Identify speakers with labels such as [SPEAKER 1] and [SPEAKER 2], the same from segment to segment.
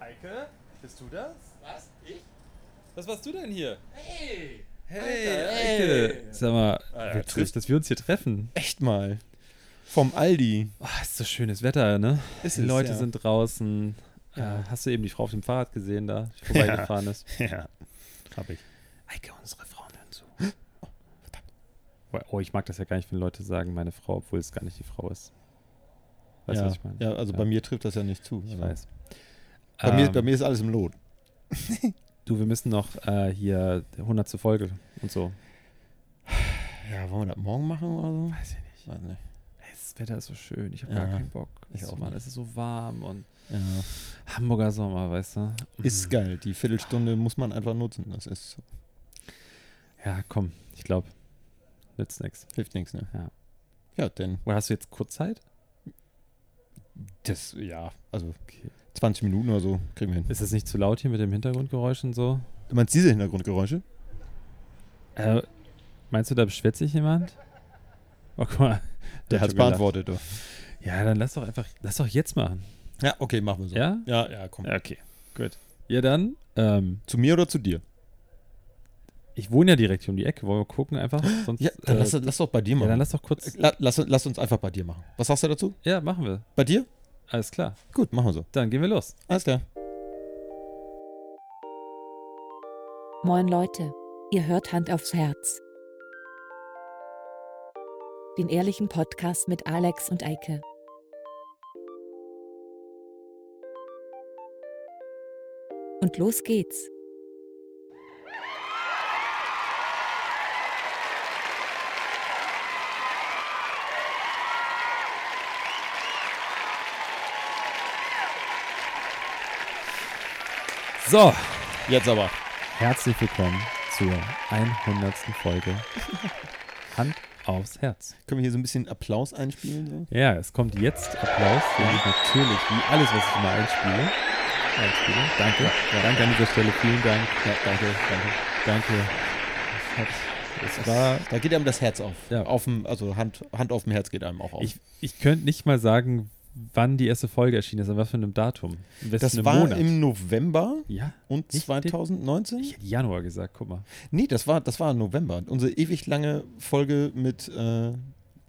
[SPEAKER 1] Heike, bist du das?
[SPEAKER 2] Was? Ich?
[SPEAKER 1] Was warst du denn hier?
[SPEAKER 2] Hey!
[SPEAKER 1] Alter,
[SPEAKER 3] Sag mal, wir
[SPEAKER 1] trifft,
[SPEAKER 3] Ah, trifft, dass wir uns hier treffen.
[SPEAKER 1] Echt mal. Vom Aldi.
[SPEAKER 3] Oh, ist so schönes Wetter, ne?
[SPEAKER 1] Ist
[SPEAKER 3] die
[SPEAKER 1] es,
[SPEAKER 3] Leute
[SPEAKER 1] ja.
[SPEAKER 3] sind draußen.
[SPEAKER 1] Ja.
[SPEAKER 3] Äh, hast du eben die Frau auf dem Fahrrad gesehen, da die vorbeigefahren ist?
[SPEAKER 1] Ja, hab ich.
[SPEAKER 3] Eike, unsere Frauen hören zu. Oh, ich mag das ja gar nicht, wenn Leute sagen, meine Frau, obwohl es gar nicht die Frau ist. Weißt du,
[SPEAKER 4] ja.
[SPEAKER 3] was ich meine?
[SPEAKER 4] ja, also
[SPEAKER 3] Ja.
[SPEAKER 4] bei mir trifft das ja nicht zu.
[SPEAKER 3] Ich
[SPEAKER 4] Also
[SPEAKER 3] weiß.
[SPEAKER 4] Bei, mir,
[SPEAKER 3] Ähm,
[SPEAKER 4] bei mir ist alles im Lot.
[SPEAKER 3] Du, wir müssen noch äh, hier 100 zur Folge und so.
[SPEAKER 4] Ja, wollen wir das morgen machen oder so?
[SPEAKER 3] Weiß ich nicht.
[SPEAKER 4] Weiß nicht.
[SPEAKER 3] Das Wetter ist so schön, ich habe
[SPEAKER 4] Ja.
[SPEAKER 3] gar keinen Bock.
[SPEAKER 4] Ich
[SPEAKER 3] Es ist
[SPEAKER 4] auch
[SPEAKER 3] warm,
[SPEAKER 4] nicht.
[SPEAKER 3] Es ist so warm und
[SPEAKER 4] Ja.
[SPEAKER 3] Hamburger Sommer, weißt du?
[SPEAKER 4] Ist geil. Die Viertelstunde muss man einfach nutzen. Das ist,
[SPEAKER 3] Ja, komm, ich glaube, nützt nichts.
[SPEAKER 4] hilft nichts, ne?
[SPEAKER 3] Ja.
[SPEAKER 4] Ja, denn
[SPEAKER 3] Oder hast du jetzt kurz Zeit?
[SPEAKER 4] das, ja, also
[SPEAKER 3] Okay.
[SPEAKER 4] 20 Minuten oder so kriegen wir hin.
[SPEAKER 3] Ist es nicht zu laut hier mit dem Hintergrundgeräusch und so?
[SPEAKER 4] Du meinst diese Hintergrundgeräusche?
[SPEAKER 3] Äh, meinst du, da beschwert sich jemand? Oh, guck mal.
[SPEAKER 4] Der
[SPEAKER 3] hat
[SPEAKER 4] hat
[SPEAKER 3] schon
[SPEAKER 4] beantwortet. Doch.
[SPEAKER 3] gelacht. Ja, dann lass doch einfach, lass doch jetzt machen.
[SPEAKER 4] Ja, okay, machen wir so.
[SPEAKER 3] Ja?
[SPEAKER 4] Ja, ja, komm.
[SPEAKER 3] Ja, okay. Gut. Ja, dann, ähm,
[SPEAKER 4] Zu mir oder zu dir?
[SPEAKER 3] ich wohne ja direkt hier um die Ecke. Wollen wir gucken einfach? Sonst,
[SPEAKER 4] Ja, dann
[SPEAKER 3] äh,
[SPEAKER 4] lass, lass doch bei dir
[SPEAKER 3] ja,
[SPEAKER 4] machen.
[SPEAKER 3] dann lass doch kurz.
[SPEAKER 4] La- lass, lass uns einfach bei dir machen. Was sagst du dazu?
[SPEAKER 3] Ja, machen wir.
[SPEAKER 4] Bei dir?
[SPEAKER 3] Alles klar.
[SPEAKER 4] Gut, machen wir so.
[SPEAKER 3] Dann gehen wir los.
[SPEAKER 4] Alles klar.
[SPEAKER 5] Moin Leute, ihr hört Hand aufs Herz. Den ehrlichen Podcast mit Alex und Eike. Und los geht's.
[SPEAKER 3] So,
[SPEAKER 4] Jetzt aber.
[SPEAKER 3] herzlich willkommen zur 100. Folge Hand aufs Herz.
[SPEAKER 4] Können wir hier so ein bisschen Applaus einspielen? So?
[SPEAKER 3] Ja, es kommt jetzt Applaus, den ich natürlich, wie alles, was ich immer einspiele. einspiele. Danke. Danke an dieser Stelle. Vielen Dank. danke, danke. Danke. Es hat, es war,
[SPEAKER 4] da geht einem das Herz auf.
[SPEAKER 3] Ja.
[SPEAKER 4] Aufm, also Hand, Hand auf dem Herz geht einem auch auf.
[SPEAKER 3] ich, ich könnte nicht mal sagen, wann die erste Folge erschienen ist, an was für einem Datum. In welchem
[SPEAKER 4] das war
[SPEAKER 3] Monat.
[SPEAKER 4] im November
[SPEAKER 3] ja,
[SPEAKER 4] und
[SPEAKER 3] Nicht
[SPEAKER 4] 2019?
[SPEAKER 3] ich hätte Januar gesagt, guck mal.
[SPEAKER 4] nee, das war, das war im November. Unsere ewig lange Folge mit, äh,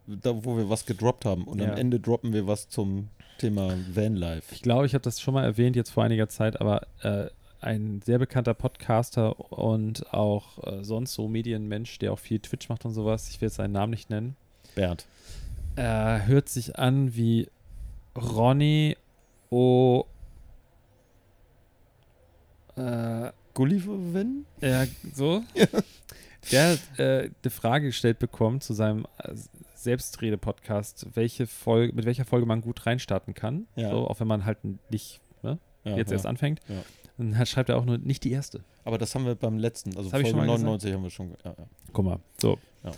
[SPEAKER 4] da, wo wir was gedroppt haben. Und
[SPEAKER 3] Ja.
[SPEAKER 4] am Ende droppen wir was zum Thema Vanlife.
[SPEAKER 3] Ich glaube, ich habe das schon mal erwähnt, jetzt vor einiger Zeit, aber äh, ein sehr bekannter Podcaster und auch äh, sonst so Medienmensch, der auch viel Twitch macht und sowas, ich will jetzt seinen Namen nicht nennen,
[SPEAKER 4] Bernd.
[SPEAKER 3] äh, hört sich an wie Ronny O. Äh,
[SPEAKER 4] Gulliven?
[SPEAKER 3] ja, so. der hat äh, die Frage gestellt bekommen zu seinem äh, Selbstrede-Podcast, welche Folge, mit welcher Folge man gut reinstarten kann.
[SPEAKER 4] Ja.
[SPEAKER 3] So, auch wenn man halt nicht ne,
[SPEAKER 4] Ja,
[SPEAKER 3] jetzt
[SPEAKER 4] ja.
[SPEAKER 3] erst anfängt.
[SPEAKER 4] Ja.
[SPEAKER 3] Und dann schreibt er auch nur nicht die erste.
[SPEAKER 4] Aber das haben wir beim letzten, also
[SPEAKER 3] Das hab ich schon
[SPEAKER 4] Folge
[SPEAKER 3] mal
[SPEAKER 4] 99 haben wir schon. ge- Ja, ja.
[SPEAKER 3] Guck mal, so.
[SPEAKER 4] Ja.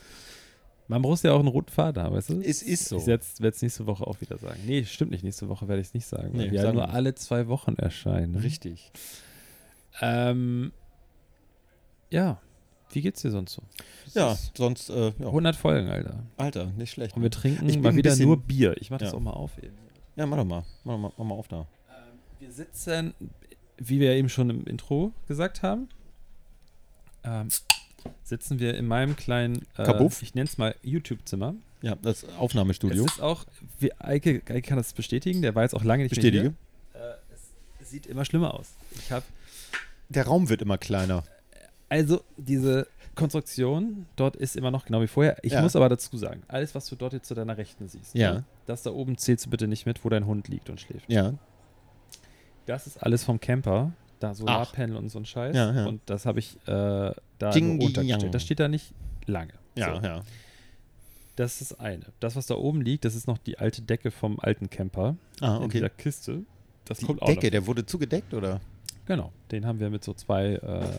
[SPEAKER 3] Man braucht ja auch einen roten Faden haben, weißt du?
[SPEAKER 4] Es ist so.
[SPEAKER 3] Ich werde es nächste Woche auch wieder sagen. Nee, stimmt nicht. Nächste Woche werde ich es nicht sagen, weil
[SPEAKER 4] Nee,
[SPEAKER 3] wir ja
[SPEAKER 4] sagen
[SPEAKER 3] nur
[SPEAKER 4] wir nicht.
[SPEAKER 3] alle zwei Wochen erscheinen.
[SPEAKER 4] Richtig.
[SPEAKER 3] Ähm, ja, wie geht's dir sonst so? Es
[SPEAKER 4] Ja,
[SPEAKER 3] ist
[SPEAKER 4] sonst, äh, ja.
[SPEAKER 3] 100 Folgen, Alter.
[SPEAKER 4] Alter, nicht schlecht.
[SPEAKER 3] Und wir trinken
[SPEAKER 4] Ich bin
[SPEAKER 3] mal
[SPEAKER 4] ein
[SPEAKER 3] wieder
[SPEAKER 4] bisschen-
[SPEAKER 3] nur Bier. Ich mache das
[SPEAKER 4] Ja.
[SPEAKER 3] auch mal auf eben. Ähm,
[SPEAKER 4] Ja, mach doch mal. Mach, doch mal- mach mal auf da.
[SPEAKER 3] Wir sitzen, wie wir eben schon im Intro gesagt haben, ähm, sitzen wir in meinem kleinen, äh,
[SPEAKER 4] Kabuff?
[SPEAKER 3] ich nenne es mal YouTube-Zimmer.
[SPEAKER 4] Ja, das Aufnahmestudio.
[SPEAKER 3] Es ist auch, wie Eike, Eike kann das bestätigen, der war jetzt auch lange nicht
[SPEAKER 4] Bestätige.
[SPEAKER 3] mehr hier. Äh, es sieht immer schlimmer aus. Ich habe
[SPEAKER 4] Der Raum wird immer kleiner.
[SPEAKER 3] also diese Konstruktion dort ist immer noch genau wie vorher. Ich
[SPEAKER 4] Ja.
[SPEAKER 3] muss aber dazu sagen, alles was du dort jetzt zu deiner Rechten siehst,
[SPEAKER 4] Ja.
[SPEAKER 3] ne, das da oben zählst du bitte nicht mit, wo dein Hund liegt und schläft.
[SPEAKER 4] Ja,
[SPEAKER 3] Das ist alles vom Camper, da Solarpanel und so ein Scheiß
[SPEAKER 4] Ja, ja.
[SPEAKER 3] und das habe ich äh, da
[SPEAKER 4] Jing,
[SPEAKER 3] nur
[SPEAKER 4] jing, yang.
[SPEAKER 3] untergestellt. Das steht da nicht lange.
[SPEAKER 4] ja,
[SPEAKER 3] So.
[SPEAKER 4] ja.
[SPEAKER 3] Das ist das eine. Das, was da oben liegt, das ist noch die alte Decke vom alten Camper
[SPEAKER 4] Ah,
[SPEAKER 3] in dieser
[SPEAKER 4] okay.
[SPEAKER 3] Kiste. Das
[SPEAKER 4] Die
[SPEAKER 3] kommt auch
[SPEAKER 4] Decke, der wurde zugedeckt, oder?
[SPEAKER 3] Genau, den haben wir mit so zwei äh,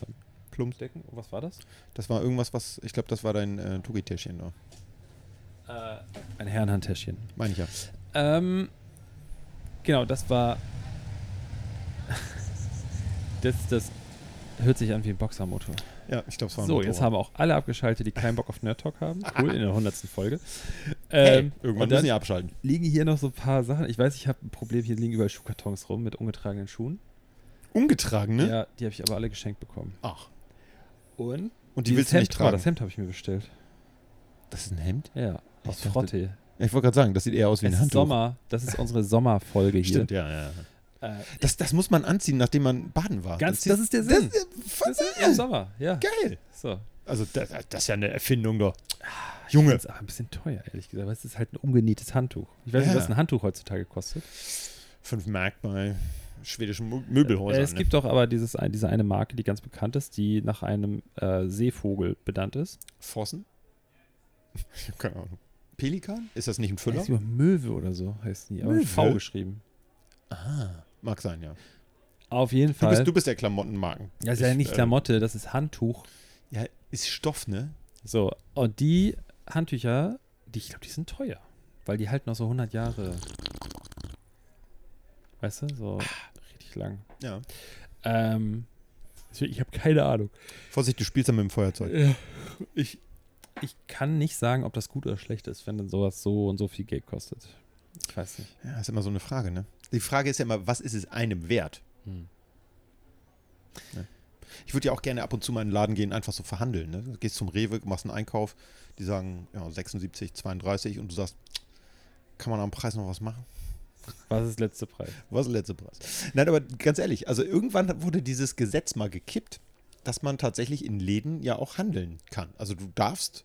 [SPEAKER 4] Plumps.
[SPEAKER 3] Decken. Oh, Was war das?
[SPEAKER 4] Das war irgendwas, was, ich glaube, das war dein äh, Tugitäschchen da.
[SPEAKER 3] Äh, ein Herrenhandtäschchen.
[SPEAKER 4] Meine ich ja.
[SPEAKER 3] Ähm, genau, das war. das, das hört sich an wie ein Boxermotor.
[SPEAKER 4] Ja, ich glaube, es war ein
[SPEAKER 3] So, jetzt
[SPEAKER 4] Motorrad.
[SPEAKER 3] haben auch alle abgeschaltet, die keinen Bock auf Nerd Talk haben. Cool, in der 100. Folge.
[SPEAKER 4] Hey,
[SPEAKER 3] Ähm,
[SPEAKER 4] irgendwann
[SPEAKER 3] und dann
[SPEAKER 4] müssen die abschalten.
[SPEAKER 3] liegen hier noch so ein paar Sachen. Ich weiß, ich habe ein Problem. Hier liegen überall Schuhkartons rum mit ungetragenen Schuhen.
[SPEAKER 4] Ungetragen, ne?
[SPEAKER 3] Ja, die habe ich aber alle geschenkt bekommen.
[SPEAKER 4] Ach.
[SPEAKER 3] Und?
[SPEAKER 4] Und die
[SPEAKER 3] Dieses
[SPEAKER 4] willst du
[SPEAKER 3] Hemd,
[SPEAKER 4] nicht
[SPEAKER 3] war-
[SPEAKER 4] tragen.
[SPEAKER 3] Das Hemd habe ich mir bestellt.
[SPEAKER 4] das ist ein Hemd?
[SPEAKER 3] Ja, aus
[SPEAKER 4] dachte,
[SPEAKER 3] Frotte.
[SPEAKER 4] Ich wollte gerade sagen, das sieht eher aus wie
[SPEAKER 3] Es
[SPEAKER 4] ein
[SPEAKER 3] ist
[SPEAKER 4] Handtuch.
[SPEAKER 3] Sommer. Das ist unsere Sommerfolge hier.
[SPEAKER 4] Stimmt, ja, ja. ja.
[SPEAKER 3] Äh,
[SPEAKER 4] Das, das muss man anziehen, nachdem man baden war.
[SPEAKER 3] ganz,
[SPEAKER 4] Oh, das
[SPEAKER 3] das ist der
[SPEAKER 4] das
[SPEAKER 3] Sinn.
[SPEAKER 4] ist,
[SPEAKER 3] Das ist im Sommer, ja.
[SPEAKER 4] geil.
[SPEAKER 3] So.
[SPEAKER 4] Also, das, das ist ja eine Erfindung doch. Junge.
[SPEAKER 3] Das ist aber ein bisschen teuer, ehrlich gesagt. Aber es ist halt ein umgenähtes Handtuch. Ich weiß nicht,
[SPEAKER 4] Ja.
[SPEAKER 3] was ein Handtuch heutzutage kostet.
[SPEAKER 4] Fünf Mark bei schwedischen Mö- Möbelhäusern. ne?
[SPEAKER 3] Äh, es gibt doch aber dieses, ein- diese eine Marke, die ganz bekannt ist, die nach einem äh, Seevogel benannt ist.
[SPEAKER 4] ne? Fossen? Ich habe keine Ahnung. Pelikan? Ist das nicht ein Füller?
[SPEAKER 3] Heißt über Möwe oder so heißt die. Aber mit V
[SPEAKER 4] Möwe?
[SPEAKER 3] geschrieben.
[SPEAKER 4] Ah, mag sein, ja.
[SPEAKER 3] Auf jeden
[SPEAKER 4] Du
[SPEAKER 3] Fall.
[SPEAKER 4] bist, du bist der Klamottenmarken.
[SPEAKER 3] das ist ja
[SPEAKER 4] Ich,
[SPEAKER 3] nicht
[SPEAKER 4] äh,
[SPEAKER 3] Klamotte, das ist Handtuch.
[SPEAKER 4] Ja, ist Stoff, ne?
[SPEAKER 3] So, und die Handtücher, die, ich glaube, die sind teuer, weil die halten noch so 100 Jahre. Weißt du, so richtig lang.
[SPEAKER 4] Ja.
[SPEAKER 3] Ähm, deswegen, ich habe keine Ahnung.
[SPEAKER 4] Vorsicht, du spielst dann mit dem Feuerzeug.
[SPEAKER 3] Ich, ich kann nicht sagen, ob das gut oder schlecht ist, wenn dann sowas so und so viel Geld kostet. Ich weiß nicht.
[SPEAKER 4] Ja, ist immer so eine Frage, ne? Die Frage ist ja immer, was ist es einem wert?
[SPEAKER 3] Hm.
[SPEAKER 4] Ne? Ich würde ja auch gerne ab und zu mal in den Laden gehen, einfach so verhandeln. Ne? Du gehst zum Rewe, machst einen Einkauf, die sagen ja, 76, 32 und du sagst, kann man am Preis noch was machen?
[SPEAKER 3] Was ist letzte Preis?
[SPEAKER 4] Was ist der letzte Preis? Nein, aber ganz ehrlich, also irgendwann wurde dieses Gesetz mal gekippt, dass man tatsächlich in Läden ja auch handeln kann. Also du darfst,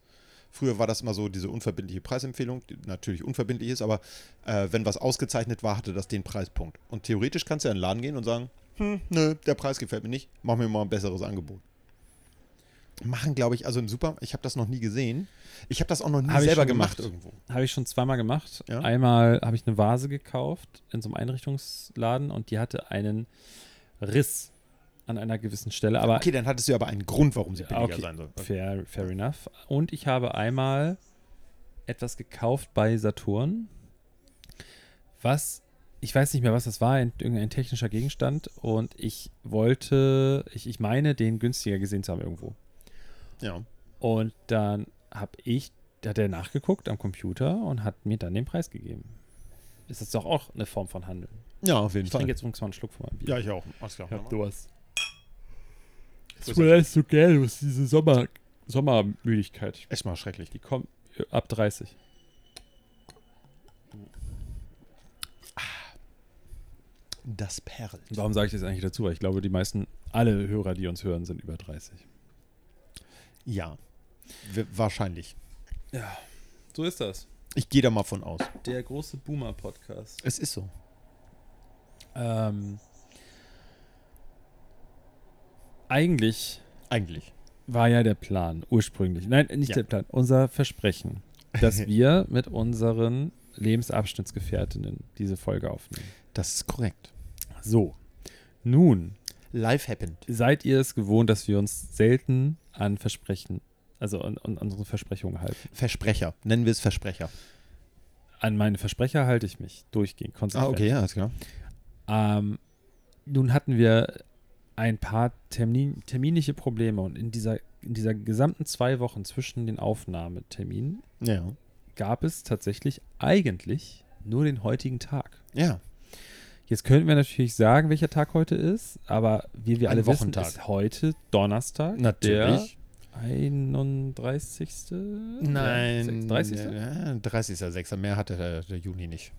[SPEAKER 4] früher war das immer so diese unverbindliche Preisempfehlung, die natürlich unverbindlich ist, aber äh, wenn was ausgezeichnet war, hatte das den Preispunkt. Und theoretisch kannst du ja in den Laden gehen und sagen, hm, nö, der Preis gefällt mir nicht, mach mir mal ein besseres Angebot. Machen, glaube ich, also im Supermarkt, ich habe das noch nie gesehen. Ich habe das auch noch nie
[SPEAKER 3] Hab ich
[SPEAKER 4] selber
[SPEAKER 3] schon
[SPEAKER 4] gemacht,
[SPEAKER 3] gemacht.
[SPEAKER 4] irgendwo.
[SPEAKER 3] Habe ich schon zweimal gemacht.
[SPEAKER 4] Ja.
[SPEAKER 3] Einmal habe ich eine Vase gekauft in so einem Einrichtungsladen und die hatte einen Riss an einer gewissen Stelle, aber
[SPEAKER 4] Okay, dann hattest du aber einen Grund, warum sie billiger
[SPEAKER 3] Okay.
[SPEAKER 4] sein soll.
[SPEAKER 3] Fair, fair enough. Und ich habe einmal etwas gekauft bei Saturn, was, ich weiß nicht mehr, was das war, ein, irgendein technischer Gegenstand. Und ich wollte, ich, ich meine, den günstiger gesehen zu haben irgendwo.
[SPEAKER 4] Ja.
[SPEAKER 3] Und dann habe ich, da hat er nachgeguckt am Computer und hat mir dann den Preis gegeben. Ist das doch auch eine Form von Handeln.
[SPEAKER 4] ja, auf jeden
[SPEAKER 3] Ich
[SPEAKER 4] Fall.
[SPEAKER 3] trinke jetzt übrigens mal einen Schluck von meinem Bier.
[SPEAKER 4] Ja, ich auch. Alles klar. Nochmal.
[SPEAKER 3] hast.
[SPEAKER 4] Grüß
[SPEAKER 3] Tut mir leid, so geil, du hast diese Sommer, Sommermüdigkeit.
[SPEAKER 4] Echt mal schrecklich.
[SPEAKER 3] Die kommen
[SPEAKER 1] äh,
[SPEAKER 3] ab 30.
[SPEAKER 4] Das perlt.
[SPEAKER 3] Warum sage ich das eigentlich dazu? Weil ich glaube, die meisten, alle Hörer, die uns hören, sind über 30.
[SPEAKER 4] Ja. W wahrscheinlich.
[SPEAKER 1] So ist das.
[SPEAKER 4] Ich gehe da mal von aus.
[SPEAKER 1] Der große Boomer-Podcast.
[SPEAKER 4] Es ist so.
[SPEAKER 3] Ähm, eigentlich
[SPEAKER 4] Eigentlich.
[SPEAKER 3] war ja der Plan ursprünglich, nein, nicht
[SPEAKER 4] Ja.
[SPEAKER 3] der Plan, unser Versprechen, dass wir mit unseren Lebensabschnittsgefährtinnen diese Folge aufnehmen.
[SPEAKER 4] Das ist korrekt.
[SPEAKER 3] So, nun
[SPEAKER 4] Life happened.
[SPEAKER 3] seid ihr es gewohnt, dass wir uns selten an Versprechen, also an, an unsere Versprechungen halten.
[SPEAKER 4] Versprecher. Nennen wir es Versprecher.
[SPEAKER 3] An meine Versprecher halte ich mich durchgehend konsequent.
[SPEAKER 4] Ah, ja, alles klar.
[SPEAKER 3] Ähm, nun hatten wir ein paar Termin, terminliche Probleme und in dieser, in dieser gesamten zwei Wochen zwischen den Aufnahmeterminen
[SPEAKER 4] Ja.
[SPEAKER 3] gab es tatsächlich eigentlich nur den heutigen Tag.
[SPEAKER 4] Ja.
[SPEAKER 3] Jetzt könnten wir natürlich sagen, welcher Tag heute ist, aber wie wir
[SPEAKER 4] Ein
[SPEAKER 3] alle
[SPEAKER 4] Wochentag.
[SPEAKER 3] wissen, ist heute Donnerstag,
[SPEAKER 4] Natürlich.
[SPEAKER 3] der 31.
[SPEAKER 4] Nein.
[SPEAKER 3] 30.
[SPEAKER 4] Ja, 30. 6. Mehr hatte der, der Juni nicht.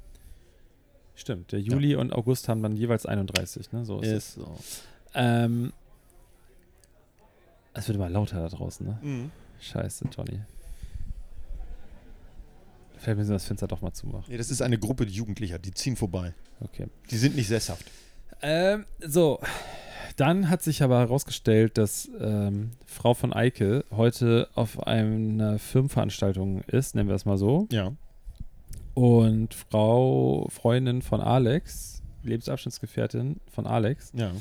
[SPEAKER 3] Stimmt, der Juli und August haben dann jeweils 31, ne? So ist es.
[SPEAKER 4] Oh, so.
[SPEAKER 3] Ähm, es wird immer lauter da draußen, ne?
[SPEAKER 4] Mhm.
[SPEAKER 3] Scheiße, Johnny. Vielleicht müssen wir das Fenster doch mal zumachen.
[SPEAKER 4] Nee, das ist eine Gruppe Jugendlicher. Die ziehen vorbei.
[SPEAKER 3] Okay.
[SPEAKER 4] Die sind nicht sesshaft.
[SPEAKER 3] Ähm, so. Dann hat sich aber herausgestellt, dass ähm, Frau von Eike heute auf einer Firmenveranstaltung ist, nennen wir es mal so.
[SPEAKER 4] Ja.
[SPEAKER 3] Und Frau, Freundin von Alex, Lebensabschnittsgefährtin von Alex,
[SPEAKER 4] Ja.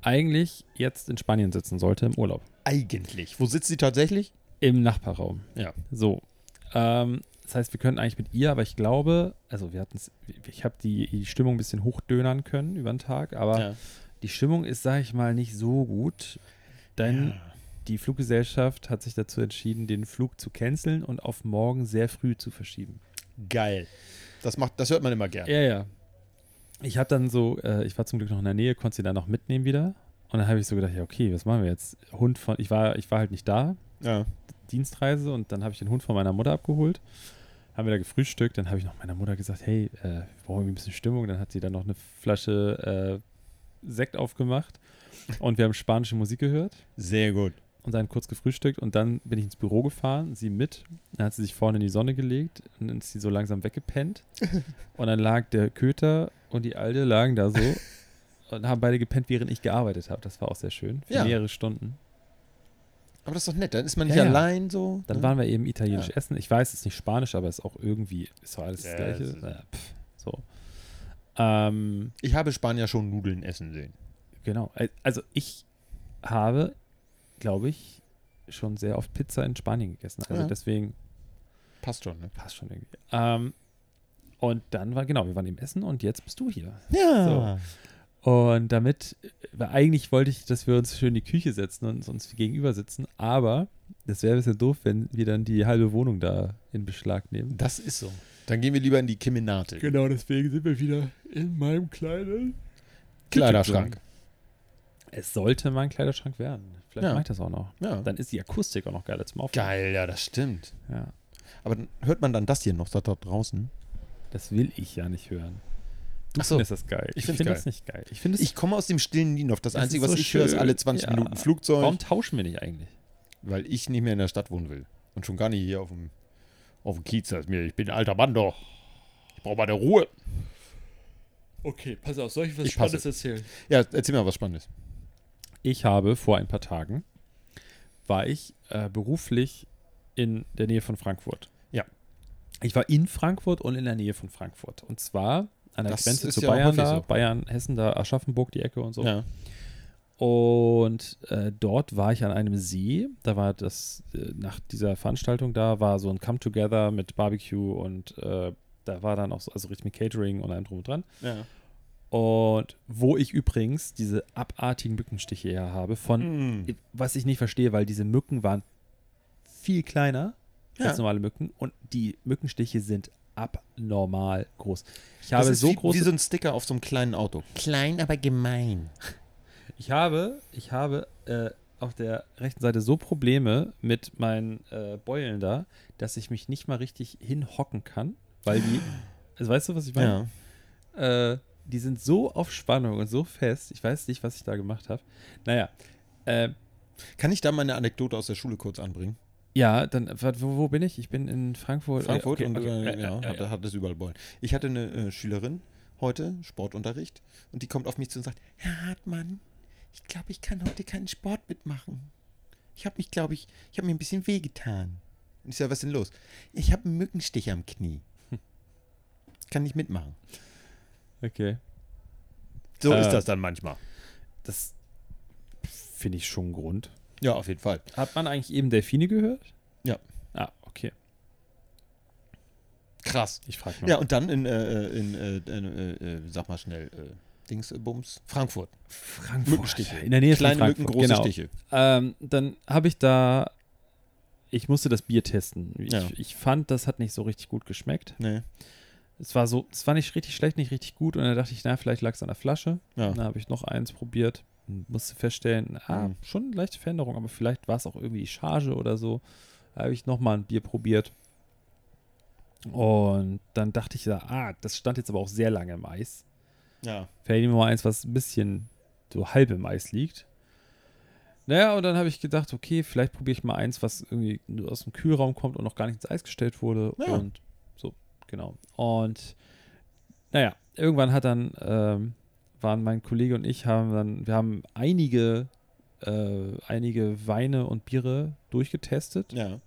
[SPEAKER 3] eigentlich jetzt in Spanien sitzen sollte im Urlaub.
[SPEAKER 4] Eigentlich. Wo sitzt sie tatsächlich?
[SPEAKER 3] Im Nachbarraum.
[SPEAKER 4] Ja.
[SPEAKER 3] So. Ähm, das heißt, wir können eigentlich mit ihr, aber ich glaube, also wir hatten es, ich habe die, die Stimmung ein bisschen hochdönern können über den Tag, aber
[SPEAKER 4] Ja.
[SPEAKER 3] die Stimmung ist, sage ich mal, nicht so gut, denn die Fluggesellschaft hat sich dazu entschieden, den Flug zu canceln und auf morgen sehr früh zu verschieben.
[SPEAKER 4] Geil. Das, macht, das hört man immer gern.
[SPEAKER 3] Ja, ja. ich habe dann so, äh, ich war zum Glück noch in der Nähe, konnte sie dann noch mitnehmen wieder. Und dann habe ich so gedacht, ja, okay, was machen wir jetzt? Hund von, ich war, ich war halt nicht da,
[SPEAKER 4] Ja.
[SPEAKER 3] Dienstreise und dann habe ich den Hund von meiner Mutter abgeholt. Haben wir da gefrühstückt, dann habe ich noch meiner Mutter gesagt, hey, äh, wir brauchen irgendwie ein bisschen Stimmung. Dann hat sie dann noch eine Flasche äh, Sekt aufgemacht und wir haben spanische Musik gehört
[SPEAKER 4] Sehr gut.
[SPEAKER 3] und dann kurz gefrühstückt und dann bin ich ins Büro gefahren, sie mit. Dann hat sie sich vorne in die Sonne gelegt und dann ist sie so langsam weggepennt. Und dann lag der Köter und die Alte lagen da so und haben beide gepennt, während ich gearbeitet habe. Das war auch sehr schön. Für
[SPEAKER 4] Ja.
[SPEAKER 3] mehrere Stunden.
[SPEAKER 4] Aber das ist doch nett, dann ist man nicht
[SPEAKER 3] Ja, ja.
[SPEAKER 4] allein so.
[SPEAKER 3] Dann
[SPEAKER 4] ne?
[SPEAKER 3] waren wir eben italienisch
[SPEAKER 4] Ja.
[SPEAKER 3] essen. Ich weiß, es ist nicht Spanisch, aber es ist auch irgendwie, ist doch alles das
[SPEAKER 4] Ja,
[SPEAKER 3] Gleiche.
[SPEAKER 4] es ist-
[SPEAKER 3] Naja, pff, so. Ähm,
[SPEAKER 4] ich habe Spanier schon Nudeln essen sehen.
[SPEAKER 3] genau. Also ich habe, glaube ich, schon sehr oft Pizza in Spanien gegessen. Also
[SPEAKER 4] Ja.
[SPEAKER 3] deswegen
[SPEAKER 4] Passt schon, ne?
[SPEAKER 3] passt schon irgendwie. Ähm, und dann war, genau, wir waren eben essen und jetzt bist du hier.
[SPEAKER 4] Ja.
[SPEAKER 3] Und damit, äh, weil eigentlich wollte ich, dass wir uns schön in die Küche setzen und uns gegenüber sitzen, aber das wäre ein bisschen doof, wenn wir dann die halbe Wohnung da in Beschlag nehmen.
[SPEAKER 4] Das ist so. Dann gehen wir lieber in die Kemenate.
[SPEAKER 1] Genau, deswegen sind wir wieder in meinem kleinen.
[SPEAKER 4] Kleiderschrank.
[SPEAKER 3] Es sollte mal ein Kleiderschrank werden. Vielleicht
[SPEAKER 4] Ja.
[SPEAKER 3] mache ich das auch noch.
[SPEAKER 4] Ja.
[SPEAKER 3] Dann ist die Akustik auch noch geiler zum Aufnehmen.
[SPEAKER 4] Geil, ja, das stimmt.
[SPEAKER 3] Ja.
[SPEAKER 4] Aber dann hört man dann das hier noch da, da draußen?
[SPEAKER 3] Das will ich ja nicht hören.
[SPEAKER 4] Ach so.
[SPEAKER 3] Findest das geil?
[SPEAKER 4] Ich find's
[SPEAKER 3] finde
[SPEAKER 4] geil.
[SPEAKER 3] das nicht geil. Ich finde es.
[SPEAKER 4] Ich komme aus dem stillen Niendorf. Das,
[SPEAKER 3] Das
[SPEAKER 4] Einzige,
[SPEAKER 3] ist
[SPEAKER 4] was
[SPEAKER 3] so
[SPEAKER 4] ich höre, ist
[SPEAKER 3] schön.
[SPEAKER 4] alle 20
[SPEAKER 3] Ja.
[SPEAKER 4] Minuten Flugzeug,
[SPEAKER 3] Warum tauschen wir nicht eigentlich?
[SPEAKER 4] weil ich nicht mehr in der Stadt wohnen will. Und schon gar nicht hier auf dem, auf dem Kiez. Das ist mir, ich bin ein alter Mann doch. Ich brauche meine Ruhe.
[SPEAKER 1] Okay, pass auf, soll ich was
[SPEAKER 4] Ich passe.
[SPEAKER 1] Spannendes erzählen?
[SPEAKER 4] Ja, erzähl mal was Spannendes.
[SPEAKER 3] Ich habe vor ein paar Tagen war ich äh, beruflich in der Nähe von Frankfurt.
[SPEAKER 4] Ja.
[SPEAKER 3] Ich war in Frankfurt und in der Nähe von Frankfurt. Und zwar an der
[SPEAKER 4] Das
[SPEAKER 3] Grenze
[SPEAKER 4] ist
[SPEAKER 3] zu
[SPEAKER 4] ja
[SPEAKER 3] Bayern
[SPEAKER 4] häufig
[SPEAKER 3] da,
[SPEAKER 4] so.
[SPEAKER 3] Bayern, Hessen da, Aschaffenburg, die Ecke und so.
[SPEAKER 4] Ja.
[SPEAKER 3] Und äh, dort war ich an einem See. Da war das, äh, nach dieser Veranstaltung da, war so ein Come Together mit Barbecue und äh, da war dann auch so, also richtig mit Catering und allem drum und dran.
[SPEAKER 4] ja.
[SPEAKER 3] Und wo ich übrigens diese abartigen Mückenstiche her habe, von,
[SPEAKER 4] Mm.
[SPEAKER 3] was ich nicht verstehe, weil diese Mücken waren viel kleiner
[SPEAKER 4] Ja.
[SPEAKER 3] als normale Mücken und die Mückenstiche sind abnormal groß. Ich
[SPEAKER 4] Das
[SPEAKER 3] habe
[SPEAKER 4] ist
[SPEAKER 3] so
[SPEAKER 4] wie,
[SPEAKER 3] große
[SPEAKER 4] wie so ein Sticker auf so einem kleinen Auto. Klein, aber gemein.
[SPEAKER 3] Ich habe, ich habe äh, auf der rechten Seite so Probleme mit meinen äh, Beulen da, dass ich mich nicht mal richtig hinhocken kann, weil die, also weißt du, was ich meine?
[SPEAKER 4] Ja.
[SPEAKER 3] Äh, die sind so auf Spannung und so fest. Ich weiß nicht, was ich da gemacht habe. Naja, äh,
[SPEAKER 4] Kann ich da meine Anekdote aus der Schule kurz anbringen?
[SPEAKER 3] ja, dann, wat- wo, wo bin ich? Ich bin in Frankfurt.
[SPEAKER 4] Frankfurt
[SPEAKER 3] okay,
[SPEAKER 4] und
[SPEAKER 3] okay,
[SPEAKER 4] äh,
[SPEAKER 3] äh,
[SPEAKER 4] ja,
[SPEAKER 3] äh,
[SPEAKER 4] hat, hat das überall Beulen. Ich hatte eine äh, Schülerin heute, Sportunterricht, und die kommt auf mich zu und sagt: Herr Hartmann, ich glaube, ich kann heute keinen Sport mitmachen. Ich habe mich, glaube ich, ich habe mir ein bisschen wehgetan. Und ich sage: Was ist denn los? Ich habe einen Mückenstich am Knie. Kann nicht mitmachen.
[SPEAKER 3] okay.
[SPEAKER 4] So
[SPEAKER 3] Äh,
[SPEAKER 4] ist das dann manchmal.
[SPEAKER 3] Das finde ich schon ein Grund.
[SPEAKER 4] Ja, auf jeden Fall.
[SPEAKER 3] Hat man eigentlich eben Delfine gehört?
[SPEAKER 4] Ja.
[SPEAKER 3] Ah, okay.
[SPEAKER 4] Krass.
[SPEAKER 3] Ich frage mal.
[SPEAKER 4] Ja, und dann in, äh, in, äh, in äh, äh, sag mal schnell, äh, Dingsbums, Frankfurt.
[SPEAKER 3] Frankfurt.
[SPEAKER 4] Mückenstiche.
[SPEAKER 3] In der Nähe
[SPEAKER 4] Kleine
[SPEAKER 3] von
[SPEAKER 4] Mücken,
[SPEAKER 3] Frankfurt.
[SPEAKER 4] große
[SPEAKER 3] genau.
[SPEAKER 4] Stiche.
[SPEAKER 3] Ähm, dann habe ich da, ich musste das Bier testen. Ich,
[SPEAKER 4] Ja.
[SPEAKER 3] ich fand, das hat nicht so richtig gut geschmeckt.
[SPEAKER 4] Nee.
[SPEAKER 3] Es war so, es war nicht richtig schlecht, nicht richtig gut. Und dann dachte ich, na, vielleicht lag es an der Flasche.
[SPEAKER 4] Ja.
[SPEAKER 3] Dann habe ich noch eins probiert. und Musste feststellen, ah,
[SPEAKER 4] Mhm.
[SPEAKER 3] schon eine leichte Veränderung, aber vielleicht war es auch irgendwie die Charge oder so. Da habe ich nochmal ein Bier probiert. Und dann dachte ich, ja, ah, das stand jetzt aber auch sehr lange im Eis.
[SPEAKER 4] Ja.
[SPEAKER 3] Vielleicht nehmen wir mal eins, was ein bisschen so halb im Eis liegt. Naja, und dann habe ich gedacht, okay, vielleicht probiere ich mal eins, was irgendwie nur aus dem Kühlraum kommt und noch gar nicht ins Eis gestellt wurde.
[SPEAKER 4] Ja.
[SPEAKER 3] Und so, genau. Und naja, irgendwann hat dann, ähm, waren mein Kollege und ich, haben dann, wir haben einige, äh, einige Weine und Biere durchgetestet.
[SPEAKER 4] Ja.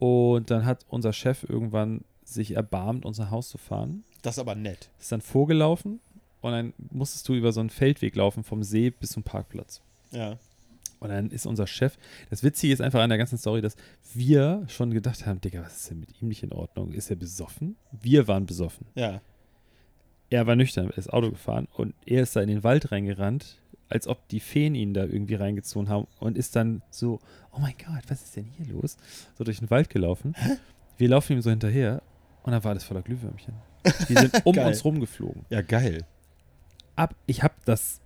[SPEAKER 3] Und dann hat unser Chef irgendwann sich erbarmt, uns nach Haus zu fahren
[SPEAKER 4] Das ist aber nett.
[SPEAKER 3] ist dann vorgelaufen und dann musstest du über so einen Feldweg laufen vom See bis zum Parkplatz.
[SPEAKER 4] Ja.
[SPEAKER 3] Und dann ist unser Chef, das Witzige ist einfach an der ganzen Story, dass wir schon gedacht haben, Digga, was ist denn mit ihm nicht in Ordnung? Ist er besoffen? Wir waren besoffen.
[SPEAKER 4] Ja.
[SPEAKER 3] Er war nüchtern, ist Auto gefahren und er ist da in den Wald reingerannt, als ob die Feen ihn da irgendwie reingezogen haben und ist dann so, oh mein Gott, was ist denn hier los? So durch den Wald gelaufen. Wir laufen ihm so hinterher und dann war das voller Glühwürmchen. Die sind um
[SPEAKER 4] Geil.
[SPEAKER 3] uns rumgeflogen.
[SPEAKER 4] Ja, geil.
[SPEAKER 3] Ab, ich habe das,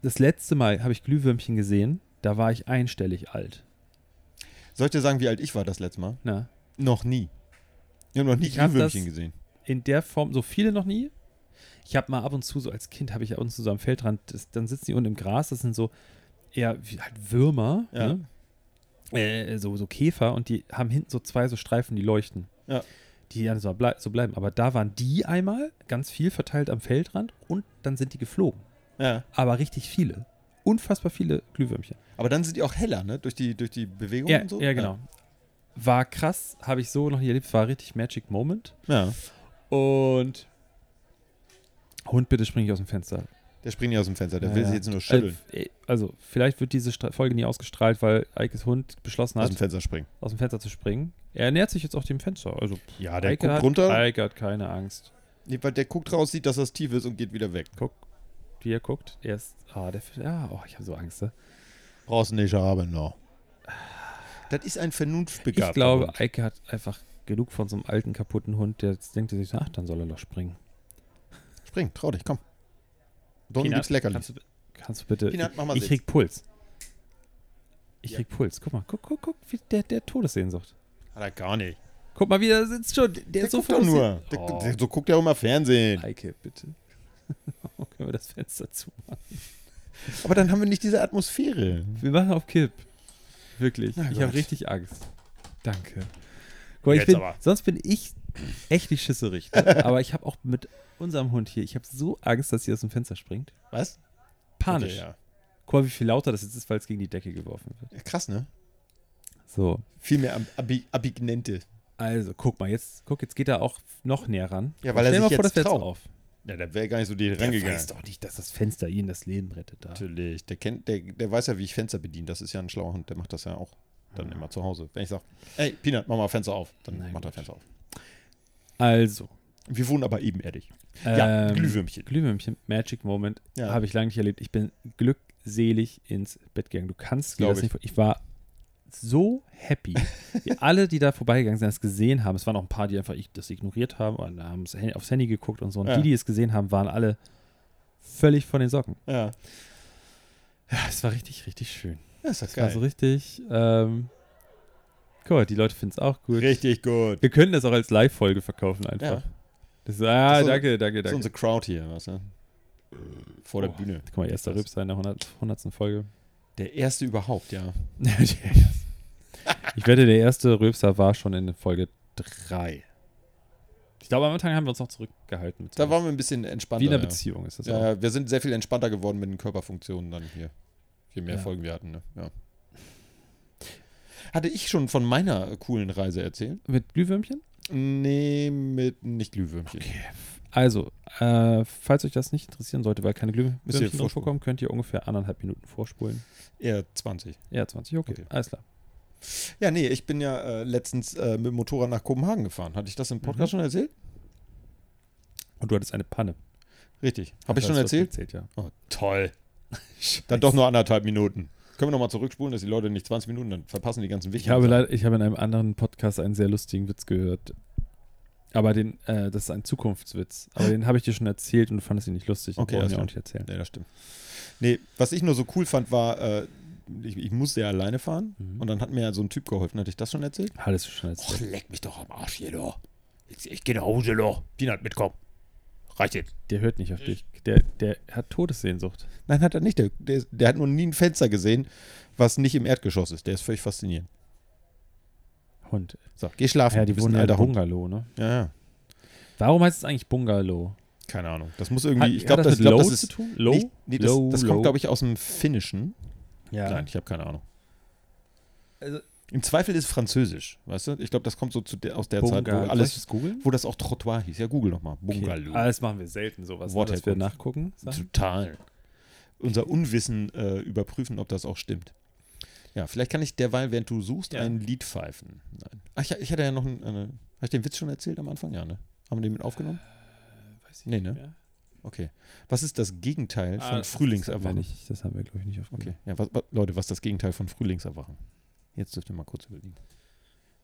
[SPEAKER 3] das letzte Mal habe ich Glühwürmchen gesehen, da war ich einstellig alt. ne?
[SPEAKER 4] Soll ich dir sagen, wie alt ich war das letzte Mal?
[SPEAKER 3] Na,
[SPEAKER 4] Noch nie. Ich habe noch nie
[SPEAKER 3] Ich hab
[SPEAKER 4] Glühwürmchen
[SPEAKER 3] das-
[SPEAKER 4] gesehen.
[SPEAKER 3] in der Form, so viele noch nie. Ich habe mal ab und zu, so als Kind, habe ich ab und zu so am Feldrand, das, dann sitzen die unten im Gras, das sind so eher wie halt Würmer,
[SPEAKER 4] Ja.
[SPEAKER 3] ne? äh, so, so Käfer und die haben hinten so zwei so Streifen, die leuchten.
[SPEAKER 4] Ja.
[SPEAKER 3] Die dann so, blei- so bleiben. Aber da waren die einmal ganz viel verteilt am Feldrand und dann sind die geflogen.
[SPEAKER 4] Ja.
[SPEAKER 3] Aber richtig viele. Unfassbar viele Glühwürmchen.
[SPEAKER 4] Aber dann sind die auch heller, ne? Durch die, durch die Bewegung
[SPEAKER 3] Ja,
[SPEAKER 4] und so.
[SPEAKER 3] ja, genau. War krass, habe ich so noch nie erlebt, war richtig Magic Moment.
[SPEAKER 4] Ja.
[SPEAKER 3] Und Hund, bitte spring ich aus dem Fenster.
[SPEAKER 4] Der springt nicht aus dem Fenster, der
[SPEAKER 3] Ja,
[SPEAKER 4] will
[SPEAKER 3] ja.
[SPEAKER 4] sich jetzt nur schütteln.
[SPEAKER 3] Äh, Also, vielleicht wird diese Stra- Folge nie ausgestrahlt, weil Eikes Hund beschlossen
[SPEAKER 4] aus
[SPEAKER 3] hat,
[SPEAKER 4] dem Fenster springen.
[SPEAKER 3] Fenster zu springen. Er nähert sich jetzt auch dem Fenster. Also,
[SPEAKER 4] Ja, der
[SPEAKER 3] Eike
[SPEAKER 4] guckt
[SPEAKER 3] hat,
[SPEAKER 4] runter,
[SPEAKER 3] Eike hat keine Angst.
[SPEAKER 4] nee, weil der guckt raus, sieht, dass das tief ist und geht wieder weg.
[SPEAKER 3] Guck, wie er guckt. Er ist. Ah, der. Ja, oh, ich habe so Angst. Ne?
[SPEAKER 4] Brauchst nicht haben, noch. Das ist ein
[SPEAKER 3] Ich
[SPEAKER 4] vernunftbegabter
[SPEAKER 3] glaube,
[SPEAKER 4] Hund.
[SPEAKER 3] Eike hat einfach genug von so einem alten, kaputten Hund, der jetzt denkt er sich, ach, dann soll er doch springen.
[SPEAKER 4] Spring, trau dich, komm. Donny gibt's Leckerlis.
[SPEAKER 3] kannst du, bi- kannst du bitte.
[SPEAKER 4] Peanut, mach mal
[SPEAKER 3] ich
[SPEAKER 4] Sitz.
[SPEAKER 3] krieg Puls. Ich
[SPEAKER 4] Ja.
[SPEAKER 3] krieg Puls. Guck mal, guck, guck, guck, wie der, der Todessehnsucht.
[SPEAKER 4] Hat er gar nicht.
[SPEAKER 3] Guck mal, wie der sitzt schon. Der,
[SPEAKER 4] Der,
[SPEAKER 3] ist so
[SPEAKER 4] guckt doch nur.
[SPEAKER 3] fokussiert.
[SPEAKER 4] Der,
[SPEAKER 3] Oh.
[SPEAKER 4] der, so guckt er auch immer Fernsehen.
[SPEAKER 3] Eike, bitte. Können wir das Fenster zumachen?
[SPEAKER 4] Aber dann haben wir nicht diese Atmosphäre.
[SPEAKER 3] Wir machen auf Kipp. Wirklich.
[SPEAKER 4] Na
[SPEAKER 3] ich
[SPEAKER 4] gut.
[SPEAKER 3] habe richtig Angst. Danke. Guck, mal, ich
[SPEAKER 4] Jetzt
[SPEAKER 3] bin,
[SPEAKER 4] aber.
[SPEAKER 3] sonst bin ich echt die Schisserich. Ne? Aber ich habe auch mit unserem Hund hier, ich habe so Angst, dass sie aus dem Fenster springt.
[SPEAKER 4] Was?
[SPEAKER 3] Panisch.
[SPEAKER 4] Okay,
[SPEAKER 3] Guck mal, wie viel lauter das jetzt ist, weil es gegen die Decke geworfen wird.
[SPEAKER 4] ja. Krass, ne?
[SPEAKER 3] So.
[SPEAKER 4] Viel mehr Ab Abi Abignente.
[SPEAKER 3] Also, guck mal, jetzt, guck, jetzt geht er auch noch näher ran.
[SPEAKER 4] Ja, weil er
[SPEAKER 3] Stell dir mal
[SPEAKER 4] sich
[SPEAKER 3] vor, das
[SPEAKER 4] jetzt
[SPEAKER 3] Fenster
[SPEAKER 4] traut.
[SPEAKER 3] auf.
[SPEAKER 4] Ja, der wäre gar nicht so direkt
[SPEAKER 3] Der
[SPEAKER 4] rangegangen.
[SPEAKER 3] weiß doch nicht, dass das Fenster ihn das Leben rettet. Da.
[SPEAKER 4] Natürlich. Der, kennt, der, der weiß ja, wie ich Fenster bediene. Das ist ja ein schlauer Hund. Der macht das ja auch dann immer zu Hause. Wenn ich sage, ey, Peanut, mach mal Fenster auf. Dann
[SPEAKER 3] Nein,
[SPEAKER 4] macht er
[SPEAKER 3] gut.
[SPEAKER 4] Fenster auf.
[SPEAKER 3] Also,
[SPEAKER 4] Wir wohnen aber ebenerdig. Ja,
[SPEAKER 3] ähm,
[SPEAKER 4] Glühwürmchen.
[SPEAKER 3] Glühwürmchen, Magic Moment,
[SPEAKER 4] Ja.
[SPEAKER 3] habe ich lange nicht erlebt. Ich bin glückselig ins Bett gegangen. Du kannst dir
[SPEAKER 4] Glaub
[SPEAKER 3] das
[SPEAKER 4] ich.
[SPEAKER 3] nicht vor- Ich war so happy. Die, alle, die da vorbeigegangen sind, das gesehen haben. Es waren auch ein paar, die einfach ich, das ignoriert haben und haben es Handy- aufs Handy geguckt und so. Und
[SPEAKER 4] Ja.
[SPEAKER 3] die, die es gesehen haben, waren alle völlig von den Socken.
[SPEAKER 4] Ja.
[SPEAKER 3] Ja, es war richtig, richtig schön.
[SPEAKER 4] Das ist doch
[SPEAKER 3] Es war
[SPEAKER 4] geil.
[SPEAKER 3] so Also richtig. Ähm, guck mal, die Leute finden es auch gut.
[SPEAKER 4] Richtig gut.
[SPEAKER 3] Wir können das auch als Live-Folge verkaufen
[SPEAKER 4] Ja.
[SPEAKER 3] einfach. Das ist, ah,
[SPEAKER 4] ist so-
[SPEAKER 3] danke, danke,
[SPEAKER 4] Das ist
[SPEAKER 3] danke.
[SPEAKER 4] unsere Crowd hier, weißt du? Vor der
[SPEAKER 3] Oh,
[SPEAKER 4] Bühne.
[SPEAKER 3] Guck mal, erster
[SPEAKER 4] Das-
[SPEAKER 3] Rübser in der 100. 100. Folge.
[SPEAKER 4] Der erste überhaupt, ja.
[SPEAKER 3] ich wette, der erste Röpser war schon in Folge 3. Ich glaube, am Anfang haben wir uns noch zurückgehalten. Mit
[SPEAKER 4] Da waren wir ein bisschen entspannter.
[SPEAKER 3] Wie in einer
[SPEAKER 4] ja.
[SPEAKER 3] Beziehung ist das auch.
[SPEAKER 4] Ja, wir sind sehr viel entspannter geworden mit den Körperfunktionen dann hier. Je mehr
[SPEAKER 3] Ja.
[SPEAKER 4] Folgen wir hatten, ne? Ja. Hatte ich schon von meiner coolen Reise erzählt?
[SPEAKER 3] Mit Glühwürmchen?
[SPEAKER 4] Nee, mit nicht Glühwürmchen.
[SPEAKER 3] Also, äh, falls euch das nicht interessieren sollte, weil keine
[SPEAKER 4] Müsst ihr
[SPEAKER 3] Glühwürmchen drin
[SPEAKER 4] vorspulen.
[SPEAKER 3] vorkommen, könnt ihr ungefähr anderthalb Minuten vorspulen.
[SPEAKER 4] Eher 20.
[SPEAKER 3] Ja, 20, okay.
[SPEAKER 4] Okay.
[SPEAKER 3] Alles klar.
[SPEAKER 4] Ja, nee, ich bin ja äh, letztens äh, mit dem Motorrad nach Kopenhagen gefahren. Hatte ich das im Podcast
[SPEAKER 3] Mhm.
[SPEAKER 4] schon erzählt?
[SPEAKER 3] Und du hattest eine Panne.
[SPEAKER 4] Richtig. Habe ich
[SPEAKER 3] Das
[SPEAKER 4] schon
[SPEAKER 3] hast du
[SPEAKER 4] erzählt?
[SPEAKER 3] erzählt ja.
[SPEAKER 4] Oh, toll. Dann doch nur anderthalb Minuten. Können wir nochmal zurückspulen, dass die Leute nicht 20 Minuten, dann verpassen die ganzen
[SPEAKER 3] Ich
[SPEAKER 4] wichtigen
[SPEAKER 3] habe,
[SPEAKER 4] Sachen.
[SPEAKER 3] leider, ich habe in einem anderen Podcast einen sehr lustigen Witz gehört. Aber den, äh, das ist ein Zukunftswitz. Aber den habe ich dir schon erzählt und du fandest ihn nicht lustig. Den
[SPEAKER 4] Okay,
[SPEAKER 3] brauchen
[SPEAKER 4] alles
[SPEAKER 3] wir auch
[SPEAKER 4] klar.
[SPEAKER 3] nicht erzählen.
[SPEAKER 4] Nee, das stimmt. Nee, was ich nur so cool fand, war, äh, ich, ich musste ja alleine fahren
[SPEAKER 3] Mhm.
[SPEAKER 4] und dann hat mir ja so ein Typ geholfen. Hatte ich das schon erzählt?
[SPEAKER 3] Hattest du schon erzählt.
[SPEAKER 4] leck mich doch am Arsch hier, doch. Ich, ich gehe nach Hause, doch. Peanut, mitkommen. Reicht jetzt.
[SPEAKER 3] Der hört nicht auf dich. Der, der hat Todessehnsucht.
[SPEAKER 4] Nein, hat er nicht. Der, der, ist- der hat nur nie ein Fenster gesehen, was nicht im Erdgeschoss ist. Der ist völlig faszinierend.
[SPEAKER 3] Hund.
[SPEAKER 4] So, geh schlafen.
[SPEAKER 3] Ja, die
[SPEAKER 4] du bist ein
[SPEAKER 3] wohnen ja in
[SPEAKER 4] alter Hund.
[SPEAKER 3] Bungalow, ne?
[SPEAKER 4] Ja, ja.
[SPEAKER 3] Warum heißt es eigentlich Bungalow?
[SPEAKER 4] Keine Ahnung. Das muss
[SPEAKER 3] Hat-
[SPEAKER 4] irgendwie. Ich
[SPEAKER 3] hat
[SPEAKER 4] glaube, das, ich
[SPEAKER 3] mit
[SPEAKER 4] glaub,
[SPEAKER 3] Low
[SPEAKER 4] das
[SPEAKER 3] zu
[SPEAKER 4] ist.
[SPEAKER 3] tun? Low?
[SPEAKER 4] nicht- nee, das,
[SPEAKER 3] low,
[SPEAKER 4] das kommt, glaube ich, aus dem Finnischen.
[SPEAKER 3] Ja.
[SPEAKER 4] Nein, ich habe keine Ahnung.
[SPEAKER 3] Also-
[SPEAKER 4] Im Zweifel ist Französisch, weißt du? Ich glaube, das kommt so zu der, aus der Zeit,
[SPEAKER 3] Bungalow.
[SPEAKER 4] wo
[SPEAKER 3] Soll ich
[SPEAKER 4] alles,
[SPEAKER 3] das googeln?
[SPEAKER 4] wo das auch Trottoir hieß. Ja, google nochmal. Bungalow.
[SPEAKER 3] Ah, das machen wir selten, sowas. Ne? Dass wir
[SPEAKER 4] Wortherkunft.
[SPEAKER 3] nachgucken. Sachen.
[SPEAKER 4] Total. Unser Unwissen äh, überprüfen, ob das auch stimmt. Ja, vielleicht kann ich derweil, während du suchst,
[SPEAKER 3] Ja.
[SPEAKER 4] ein Lied pfeifen. Nein. Ach, ich, ich hatte ja noch einen. Äh, Habe ich den Witz schon erzählt am Anfang? Ja, ne? Haben wir den mit aufgenommen?
[SPEAKER 3] Äh, Weiß ich
[SPEAKER 4] Nee,
[SPEAKER 3] nicht
[SPEAKER 4] ne?
[SPEAKER 3] mehr.
[SPEAKER 4] Okay. Was ist das Gegenteil
[SPEAKER 3] Ah,
[SPEAKER 4] von
[SPEAKER 3] das- Das haben wir,
[SPEAKER 4] Frühlingserwachen?
[SPEAKER 3] nicht- das haben wir, glaube ich, nicht aufgenommen.
[SPEAKER 4] Okay. Ja, was, was, Leute, was ist das Gegenteil von Frühlingserwachen? Jetzt dürft ihr Mhm. mal kurz überlegen.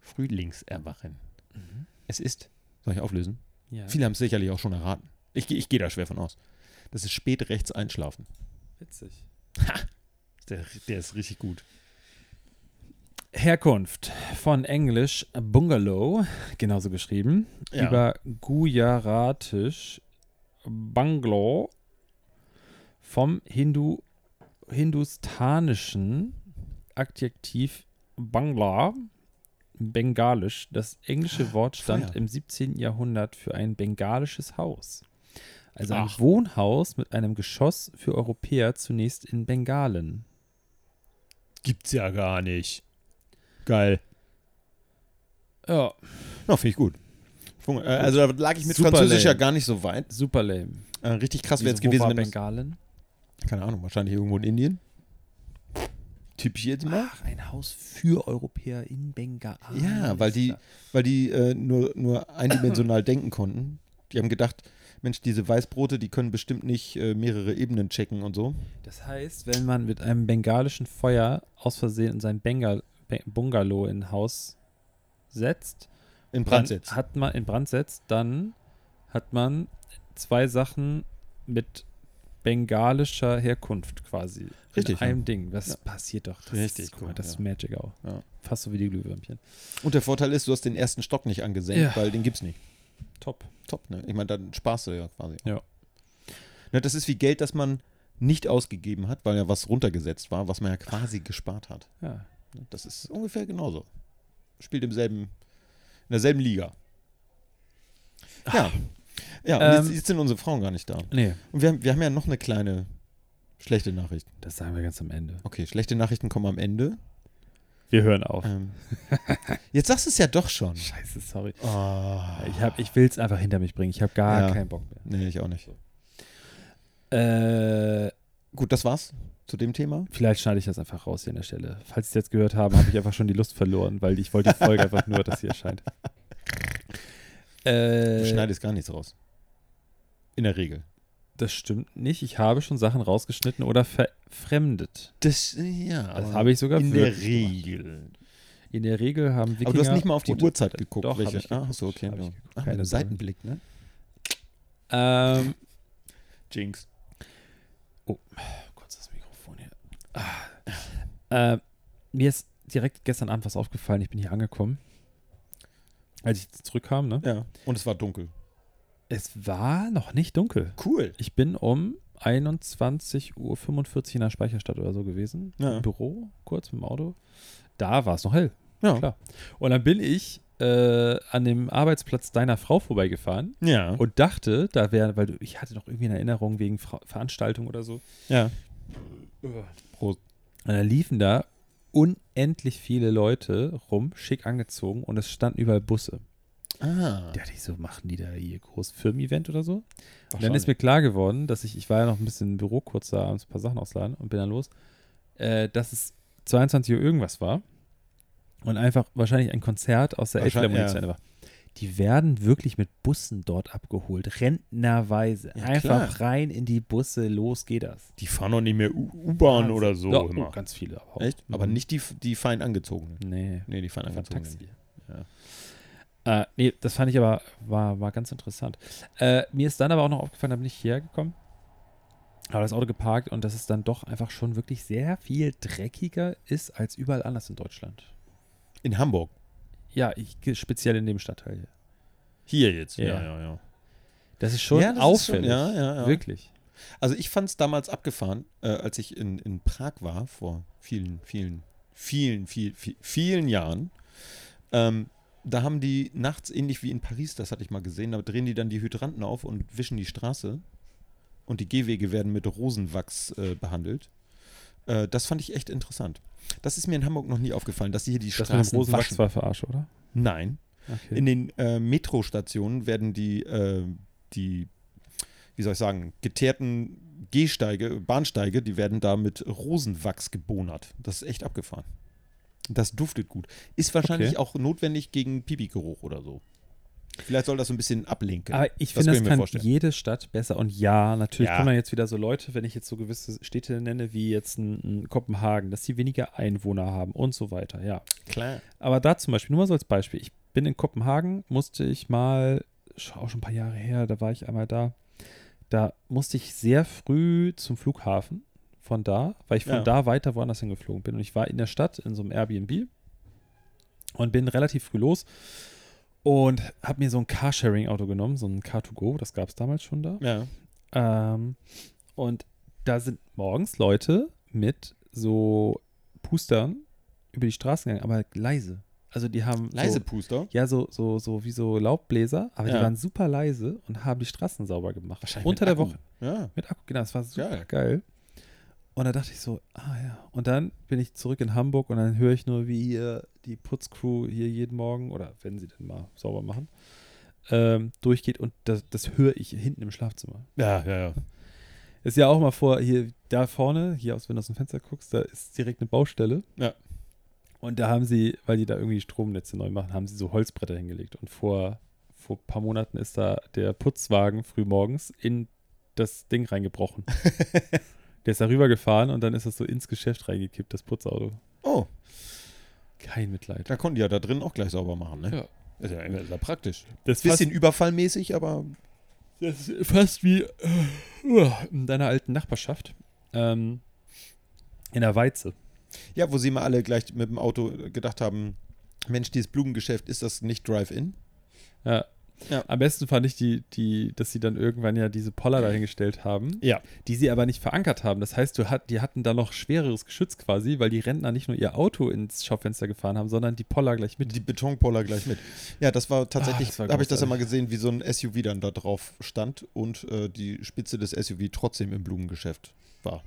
[SPEAKER 4] Frühlingserwachen. Es ist, soll ich auflösen?
[SPEAKER 3] Ja.
[SPEAKER 4] Viele haben es sicherlich auch schon erraten. Ich, geh- ich gehe da schwer von aus. Das ist spät rechts einschlafen.
[SPEAKER 3] Witzig.
[SPEAKER 4] Der, der ist richtig gut.
[SPEAKER 3] Herkunft von Englisch Bungalow, genauso geschrieben,
[SPEAKER 4] Ja.
[SPEAKER 3] über Gujaratisch Banglo vom Hindu, hindustanischen Adjektiv Bangla, bengalisch. Das englische Wort stand
[SPEAKER 4] Ah, Feier.
[SPEAKER 3] im 17. Jahrhundert für ein bengalisches Haus. Also ein
[SPEAKER 4] Ach.
[SPEAKER 3] Wohnhaus mit einem Geschoss für Europäer zunächst in Bengalen.
[SPEAKER 4] Gibt's ja gar nicht. Geil.
[SPEAKER 3] Ja,
[SPEAKER 4] Na, finde ich gut. Fun- äh, Also da lag ich mit
[SPEAKER 3] Super
[SPEAKER 4] Französisch ja
[SPEAKER 3] lame.
[SPEAKER 4] gar nicht so weit.
[SPEAKER 3] super lame.
[SPEAKER 4] Äh, richtig krass
[SPEAKER 3] Wieso,
[SPEAKER 4] wäre es
[SPEAKER 3] wo
[SPEAKER 4] gewesen,
[SPEAKER 3] war
[SPEAKER 4] wenn das,
[SPEAKER 3] Bengalen?
[SPEAKER 4] Keine Ahnung, wahrscheinlich irgendwo in Indien. Tipp ich jetzt mal.
[SPEAKER 3] Ach, ein Haus für Europäer in Bengalen.
[SPEAKER 4] Ja, weil die, weil die äh, nur, nur eindimensional denken konnten. Die haben gedacht, Mensch, diese Weißbrote, die können bestimmt nicht äh, mehrere Ebenen checken und so.
[SPEAKER 3] Das heißt, wenn man mit einem bengalischen Feuer aus Versehen in sein Bengal Be- Bungalow in ein Haus setzt, dann
[SPEAKER 4] In Brand setzen.
[SPEAKER 3] hat man in Brand setzt, dann hat man zwei Sachen mit bengalischer Herkunft quasi.
[SPEAKER 4] Richtig,
[SPEAKER 3] In einem Ding. Das passiert doch. Das
[SPEAKER 4] Richtig,
[SPEAKER 3] Ist, guck mal,
[SPEAKER 4] cool,
[SPEAKER 3] das ist
[SPEAKER 4] ja.
[SPEAKER 3] Magic auch.
[SPEAKER 4] Ja.
[SPEAKER 3] Fast so wie die Glühwürmchen.
[SPEAKER 4] Und der Vorteil ist, du hast den ersten Stock nicht angesenkt,
[SPEAKER 3] Ja.
[SPEAKER 4] weil den gibt's nicht.
[SPEAKER 3] Top.
[SPEAKER 4] Top, ne? Ich meine, dann sparst du ja quasi.
[SPEAKER 3] Ja.
[SPEAKER 4] Ne, das ist wie Geld, das man nicht ausgegeben hat, weil ja was runtergesetzt war, was man ja quasi gespart hat.
[SPEAKER 3] Ja.
[SPEAKER 4] Ne, Das ist ungefähr genauso. Spielt im selben, in derselben Liga. Ja. Ja, und
[SPEAKER 3] Ähm.
[SPEAKER 4] jetzt, jetzt sind unsere Frauen gar nicht da.
[SPEAKER 3] Nee,
[SPEAKER 4] Und wir haben, wir haben ja noch eine kleine schlechte Nachricht.
[SPEAKER 3] das sagen wir ganz am Ende.
[SPEAKER 4] Okay, schlechte Nachrichten kommen am Ende.
[SPEAKER 3] Wir hören auf.
[SPEAKER 4] Ähm, jetzt sagst du es ja doch schon.
[SPEAKER 3] Scheiße, sorry.
[SPEAKER 4] Oh,
[SPEAKER 3] Ich, hab- ich will es einfach hinter mich bringen. Ich habe gar
[SPEAKER 4] Ja.
[SPEAKER 3] keinen Bock mehr.
[SPEAKER 4] nee, ich auch nicht.
[SPEAKER 3] Äh,
[SPEAKER 4] Gut, das war's zu dem Thema.
[SPEAKER 3] vielleicht schneide ich das einfach raus hier an der Stelle. Falls Sie es jetzt gehört haben, habe ich einfach schon die Lust verloren, weil ich wollte die Folge einfach nur, dass sie erscheint.
[SPEAKER 4] Du
[SPEAKER 3] Äh,
[SPEAKER 4] schneidest gar nichts raus. In der Regel.
[SPEAKER 3] das stimmt nicht. Ich habe schon Sachen rausgeschnitten oder verfremdet.
[SPEAKER 4] Das, ja.
[SPEAKER 3] Das habe ich sogar
[SPEAKER 4] Ah, in der
[SPEAKER 3] wirklich gemacht.
[SPEAKER 4] Regel.
[SPEAKER 3] In der Regel haben Wikinger
[SPEAKER 4] Aber du hast nicht mal auf die
[SPEAKER 3] Rote-
[SPEAKER 4] Uhrzeit geguckt.
[SPEAKER 3] Doch,
[SPEAKER 4] welche.
[SPEAKER 3] habe ich
[SPEAKER 4] ah,
[SPEAKER 3] geguckt,
[SPEAKER 4] achso, okay.
[SPEAKER 3] habe ich
[SPEAKER 4] ja.
[SPEAKER 3] geguckt.
[SPEAKER 4] Ach, mit
[SPEAKER 3] Keine
[SPEAKER 4] einem
[SPEAKER 3] Sorge.
[SPEAKER 4] Seitenblick, ne?
[SPEAKER 3] Ähm,
[SPEAKER 4] Jinx. Oh
[SPEAKER 3] kurz das Mikrofon hier. Ah. Äh, mir ist direkt gestern Abend was aufgefallen. Ich bin hier angekommen. Als ich zurückkam, ne?
[SPEAKER 4] Ja. Und es war dunkel.
[SPEAKER 3] Es war noch nicht dunkel.
[SPEAKER 4] Cool.
[SPEAKER 3] Ich bin um 21.45 Uhr in der Speicherstadt oder so gewesen.
[SPEAKER 4] Ja.
[SPEAKER 3] Im Büro, kurz mit dem Auto. Da war es noch hell.
[SPEAKER 4] Ja.
[SPEAKER 3] Klar. Und dann bin ich äh, an dem Arbeitsplatz deiner Frau vorbeigefahren
[SPEAKER 4] Ja.
[SPEAKER 3] und dachte, da wäre, weil du, ich hatte noch irgendwie eine Erinnerung wegen Fra Veranstaltung oder so.
[SPEAKER 4] ja.
[SPEAKER 3] Prost. Und dann liefen da unendlich viele Leute rum, schick angezogen und es standen überall Busse.
[SPEAKER 4] Ah.
[SPEAKER 3] Da dachte ich so, machen die da ihr großes Firmen-Event oder so? Und dann
[SPEAKER 4] Wahrscheinlich.
[SPEAKER 3] ist mir klar geworden, dass ich, ich war ja noch ein bisschen im Büro kurz da, abends ein paar Sachen ausladen und bin dann los, äh, dass es 22 Uhr irgendwas war und einfach wahrscheinlich ein Konzert aus der
[SPEAKER 4] Wahrscheinlich,
[SPEAKER 3] Elbphilharmonie zu
[SPEAKER 4] ja.
[SPEAKER 3] Ende war. Die werden wirklich mit Bussen dort abgeholt, rentnerweise.
[SPEAKER 4] Ja,
[SPEAKER 3] einfach rein in die Busse, los geht das.
[SPEAKER 4] die fahren doch nicht mehr U- U-Bahn oder so
[SPEAKER 3] Doch,
[SPEAKER 4] immer.
[SPEAKER 3] oh, ganz viele. Aber auch.
[SPEAKER 4] Echt? Aber
[SPEAKER 3] Mhm.
[SPEAKER 4] nicht die, die fein angezogenen.
[SPEAKER 3] Nee,
[SPEAKER 4] Nee, die fein
[SPEAKER 3] einfach
[SPEAKER 4] angezogenen.
[SPEAKER 3] Taxi. Äh, nee, das fand ich aber, war, war ganz interessant. Äh, mir ist dann aber auch noch aufgefallen, da bin ich hierher gekommen, habe das Auto geparkt und dass es dann doch einfach schon wirklich sehr viel dreckiger ist als überall anders in Deutschland.
[SPEAKER 4] In Hamburg.
[SPEAKER 3] Ja, ich, speziell in dem Stadtteil hier.
[SPEAKER 4] Hier jetzt.
[SPEAKER 3] Ja.
[SPEAKER 4] ja, ja.
[SPEAKER 3] Das ist schon
[SPEAKER 4] ja, das ist
[SPEAKER 3] auffällig.
[SPEAKER 4] Schon, ja, ja, ja.
[SPEAKER 3] Wirklich.
[SPEAKER 4] Also ich fand es damals abgefahren, äh, als ich in, in Prag war, vor vielen, vielen, vielen, viel, viel, vielen Jahren. Ähm, da haben die nachts, ähnlich wie in Paris, das hatte ich mal gesehen, da drehen die dann die Hydranten auf und wischen die Straße. Und die Gehwege werden mit Rosenwachs äh, behandelt. Äh, das fand ich echt interessant. Das ist mir in Hamburg noch nie aufgefallen, dass sie hier die
[SPEAKER 3] Das mit dem
[SPEAKER 4] Straßen
[SPEAKER 3] Rosenwachs
[SPEAKER 4] waschen.
[SPEAKER 3] war verarscht, oder?
[SPEAKER 4] Nein.
[SPEAKER 3] Okay.
[SPEAKER 4] In den äh, Metrostationen werden die, äh, die, wie soll ich sagen, geteerten Gehsteige, Bahnsteige, die werden da mit Rosenwachs gebonert. Das ist echt abgefahren. Das duftet gut. Ist wahrscheinlich
[SPEAKER 3] Okay.
[SPEAKER 4] auch notwendig gegen Pipi-Geruch oder so. Vielleicht soll das so ein bisschen ablenken.
[SPEAKER 3] Aber ich
[SPEAKER 4] genau.
[SPEAKER 3] finde, das,
[SPEAKER 4] Das kann ich mir
[SPEAKER 3] kann
[SPEAKER 4] vorstellen.
[SPEAKER 3] jede Stadt besser. Und ja, natürlich
[SPEAKER 4] Ja.
[SPEAKER 3] kommen dann jetzt wieder so Leute, wenn ich jetzt so gewisse Städte nenne, wie jetzt ein, ein Kopenhagen, dass sie weniger Einwohner haben und so weiter. Ja.
[SPEAKER 4] Klar.
[SPEAKER 3] Aber da zum Beispiel, nur mal so als Beispiel, ich bin in Kopenhagen, musste ich mal schon- auch schon ein paar Jahre her, da war ich einmal da. Da musste ich sehr früh zum Flughafen von da, weil ich von
[SPEAKER 4] Ja.
[SPEAKER 3] da weiter woanders hingeflogen bin. Und ich war in der Stadt in so einem Airbnb und bin relativ früh los und habe mir so ein Carsharing-Auto genommen, so ein Car2Go, das gab es damals schon da.
[SPEAKER 4] Ja.
[SPEAKER 3] Ähm, und da sind morgens Leute mit so Pustern über die Straßen gegangen, aber leise. Also die haben
[SPEAKER 4] Leise
[SPEAKER 3] so,
[SPEAKER 4] Puster.
[SPEAKER 3] ja so so so wie so Laubbläser, aber die
[SPEAKER 4] Ja.
[SPEAKER 3] waren super leise und haben die Straßen sauber gemacht.
[SPEAKER 4] Wahrscheinlich
[SPEAKER 3] Unter der
[SPEAKER 4] mit
[SPEAKER 3] Woche
[SPEAKER 4] Akku. Ja.
[SPEAKER 3] mit Akku, genau, das war super
[SPEAKER 4] Geil.
[SPEAKER 3] geil. Und da dachte ich so, ah ja. Und dann bin ich zurück in Hamburg und dann höre ich nur, wie hier die Putzcrew hier jeden Morgen, oder wenn sie denn mal sauber machen, ähm, durchgeht und das, das höre ich hinten im Schlafzimmer.
[SPEAKER 4] Ja, ja, ja.
[SPEAKER 3] Ist ja auch mal vor, hier da vorne, hier aus, wenn du aus dem Fenster guckst, da ist direkt eine Baustelle.
[SPEAKER 4] Ja.
[SPEAKER 3] Und da haben sie, weil die da irgendwie Stromnetze neu machen, haben sie so Holzbretter hingelegt. Und vor, vor ein paar Monaten ist da der Putzwagen frühmorgens in das Ding reingebrochen. der ist da rübergefahren und dann ist das so ins Geschäft reingekippt, das Putzauto.
[SPEAKER 4] Oh,
[SPEAKER 3] Kein Mitleid.
[SPEAKER 4] da konnten die ja da drin auch gleich sauber machen, ne?
[SPEAKER 1] Ja.
[SPEAKER 4] Ist ja, ist ja praktisch.
[SPEAKER 3] Das ist
[SPEAKER 4] Bisschen überfallmäßig, aber
[SPEAKER 1] Das ist fast wie. Äh,
[SPEAKER 3] fast in deiner alten Nachbarschaft. Ähm, in der Weize.
[SPEAKER 4] ja, wo sie mal alle gleich mit dem Auto gedacht haben, Mensch, dieses Blumengeschäft, ist das nicht Drive-In?
[SPEAKER 3] Ja.
[SPEAKER 4] Ja.
[SPEAKER 3] Am besten fand ich die, die, dass sie dann irgendwann ja diese Poller dahingestellt haben,
[SPEAKER 4] Ja.
[SPEAKER 3] die sie aber nicht verankert haben. Das heißt, du hat, die hatten da noch schwereres Geschütz quasi, weil die Rentner nicht nur ihr Auto ins Schaufenster gefahren haben, sondern die Poller gleich mit.
[SPEAKER 4] Die Betonpoller gleich mit. Ja, das war tatsächlich,
[SPEAKER 3] Ah, das war
[SPEAKER 4] da habe ich das ja mal gesehen, wie so ein SUV dann da drauf stand und äh, die Spitze des SUV trotzdem im Blumengeschäft war.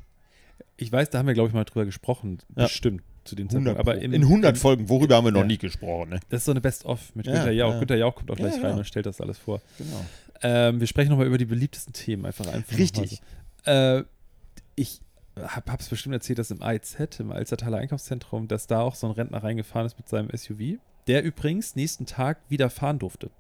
[SPEAKER 3] Ich weiß, da haben wir, glaube ich, mal drüber gesprochen.
[SPEAKER 4] Ja.
[SPEAKER 3] Bestimmt zu dem
[SPEAKER 4] 100
[SPEAKER 3] Zeitpunkt. Aber
[SPEAKER 4] Pro.
[SPEAKER 3] im,
[SPEAKER 4] in 100
[SPEAKER 3] im,
[SPEAKER 4] Folgen, worüber haben wir noch
[SPEAKER 3] Ja.
[SPEAKER 4] nie gesprochen, ne?
[SPEAKER 3] Das ist so eine Best-of mit
[SPEAKER 4] Ja,
[SPEAKER 3] Günter Jauch.
[SPEAKER 4] ja.
[SPEAKER 3] Günter Jauch kommt auch gleich
[SPEAKER 4] Ja,
[SPEAKER 3] rein
[SPEAKER 4] ja.
[SPEAKER 3] und stellt das alles vor.
[SPEAKER 4] Genau.
[SPEAKER 3] Ähm, wir sprechen nochmal über die beliebtesten Themen. Einfach einfach noch
[SPEAKER 4] Richtig.
[SPEAKER 3] mal so. Äh, ich hab, hab's bestimmt erzählt, dass im AIZ, im Alstertaler Einkaufszentrum, dass da auch so ein Rentner reingefahren ist mit seinem SUV, der übrigens nächsten Tag wieder fahren durfte.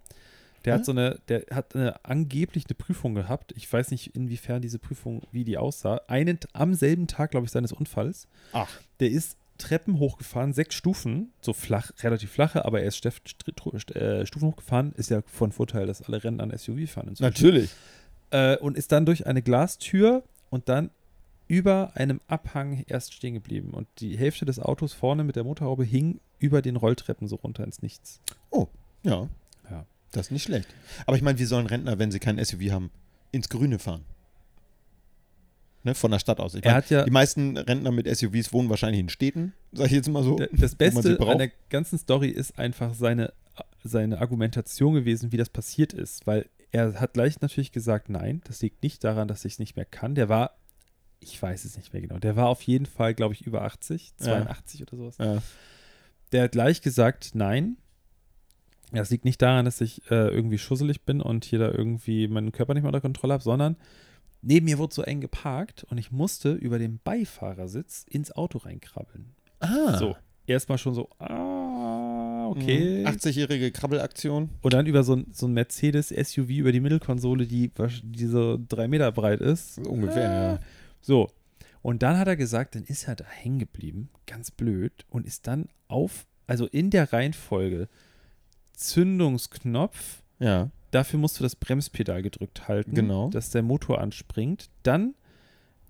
[SPEAKER 3] Der
[SPEAKER 4] Hä?
[SPEAKER 3] hat so eine, der hat eine, angeblich eine Prüfung gehabt. Ich weiß nicht, inwiefern diese Prüfung, wie die aussah. Einen, am selben Tag, glaube ich, seines Unfalls.
[SPEAKER 4] Ach,
[SPEAKER 3] Der ist Treppen hochgefahren, sechs Stufen, so flach, relativ flache, aber er ist Steff, Stru- äh, Stufen hochgefahren. Ist ja von Vorteil, dass alle Rentner ein SUV fahren. inzwischen
[SPEAKER 4] natürlich.
[SPEAKER 3] äh, und ist dann durch eine Glastür und dann über einem Abhang erst stehen geblieben. Und die Hälfte des Autos vorne mit der Motorhaube hing über den Rolltreppen so runter ins Nichts.
[SPEAKER 4] Ja.
[SPEAKER 3] Ja.
[SPEAKER 4] Das ist nicht schlecht. Aber ich meine, wie sollen Rentner, wenn sie kein SUV haben, ins Grüne fahren? Ne, von der Stadt aus. Ich
[SPEAKER 3] Er
[SPEAKER 4] mein,
[SPEAKER 3] hat ja-
[SPEAKER 4] die meisten Rentner mit SUVs wohnen wahrscheinlich in Städten, sag ich jetzt mal so.
[SPEAKER 3] D- Das
[SPEAKER 4] man sie
[SPEAKER 3] Beste
[SPEAKER 4] braucht.
[SPEAKER 3] an der ganzen Story ist einfach seine, seine Argumentation gewesen, wie das passiert ist. Weil er hat gleich natürlich gesagt, nein, das liegt nicht daran, dass ich es nicht mehr kann. Der war, ich weiß es nicht mehr genau, der war auf jeden Fall, glaube ich, über 80,
[SPEAKER 4] Ja.
[SPEAKER 3] 82 oder sowas.
[SPEAKER 4] Ja.
[SPEAKER 3] der hat gleich gesagt, nein. Das liegt nicht daran, dass ich äh, irgendwie schusselig bin und hier da irgendwie meinen Körper nicht mehr unter Kontrolle habe, sondern neben mir wurde so eng geparkt und ich musste über den Beifahrersitz ins Auto reinkrabbeln.
[SPEAKER 4] Ah.
[SPEAKER 3] So, erstmal schon so, ah, okay.
[SPEAKER 4] Mhm. 80-jährige Krabbelaktion.
[SPEAKER 3] Und dann über so ein, so ein Mercedes-SUV über die Mittelkonsole, die, wahrsch- die so drei Meter breit ist. Ah.
[SPEAKER 4] So ungefähr, ja.
[SPEAKER 3] So. Und dann hat er gesagt, dann ist er da hängen geblieben, ganz blöd, und ist dann auf, also in der Reihenfolge, Zündungsknopf,
[SPEAKER 4] Ja.
[SPEAKER 3] dafür musst du das Bremspedal gedrückt halten,
[SPEAKER 4] Genau.
[SPEAKER 3] dass der Motor anspringt. Dann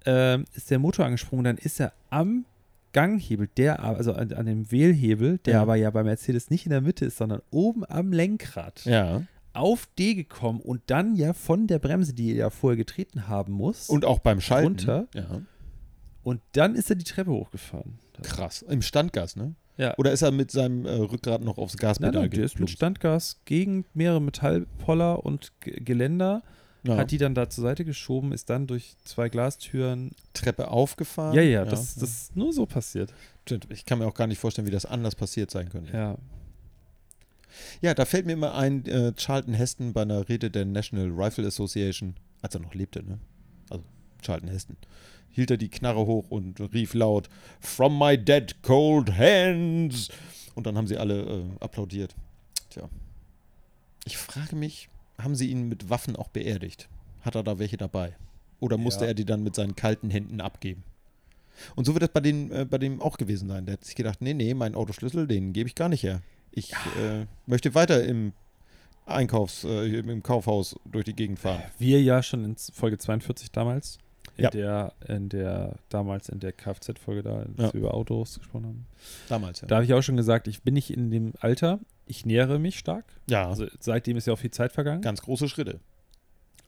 [SPEAKER 3] ähm, ist der Motor angesprungen, dann ist er am Ganghebel, der aber- also an, an dem Wählhebel, der
[SPEAKER 4] Ja.
[SPEAKER 3] aber ja bei Mercedes nicht in der Mitte ist, sondern oben am Lenkrad
[SPEAKER 4] Ja.
[SPEAKER 3] auf D gekommen und dann ja von der Bremse, die er ja vorher getreten haben muss.
[SPEAKER 4] Und auch beim Schalten.
[SPEAKER 3] Runter.
[SPEAKER 4] Ja.
[SPEAKER 3] Und dann ist er die Treppe hochgefahren.
[SPEAKER 4] Krass. Im Standgas, ne?
[SPEAKER 3] Ja.
[SPEAKER 4] Oder ist er mit seinem äh, Rückgrat noch aufs
[SPEAKER 3] nein,
[SPEAKER 4] Gaspedal
[SPEAKER 3] nein, der ist mit
[SPEAKER 4] geplumpst?
[SPEAKER 3] Standgas gegen mehrere Metallpoller und G Geländer,
[SPEAKER 4] ja.
[SPEAKER 3] hat die dann da zur Seite geschoben, ist dann durch zwei Glastüren.
[SPEAKER 4] Treppe aufgefahren?
[SPEAKER 3] ja, ja, das, das ist nur so passiert.
[SPEAKER 4] Stimmt. Ich kann mir auch gar nicht vorstellen, wie das anders passiert sein könnte.
[SPEAKER 3] Ja.
[SPEAKER 4] Ja, da fällt mir immer ein, äh, Charlton Heston bei einer Rede der National Rifle Association, als er noch lebte, ne? Also Charlton Heston. Hielt er die Knarre hoch und rief laut: From my dead cold hands! Und dann haben sie alle äh, applaudiert. Tja. Ich frage mich, haben sie ihn mit Waffen auch beerdigt? Hat er da welche dabei? Oder musste
[SPEAKER 3] Ja.
[SPEAKER 4] er die dann mit seinen kalten Händen abgeben? Und so wird das bei dem, äh, bei dem auch gewesen sein. Der hat sich gedacht, nee, nee, meinen Autoschlüssel, den gebe ich gar nicht her. Ich äh, möchte weiter im Einkaufs, äh, im Kaufhaus durch die Gegend fahren.
[SPEAKER 3] Wir ja schon in Folge 42 damals, in
[SPEAKER 4] Ja.
[SPEAKER 3] der, in der, damals in der Kfz-Folge da, als
[SPEAKER 4] Ja.
[SPEAKER 3] wir über Autos gesprochen haben.
[SPEAKER 4] Damals, ja.
[SPEAKER 3] Da habe ich auch schon gesagt, ich bin nicht in dem Alter, ich nähere mich stark.
[SPEAKER 4] ja,
[SPEAKER 3] Also seitdem ist ja auch viel Zeit vergangen.
[SPEAKER 4] ganz große Schritte.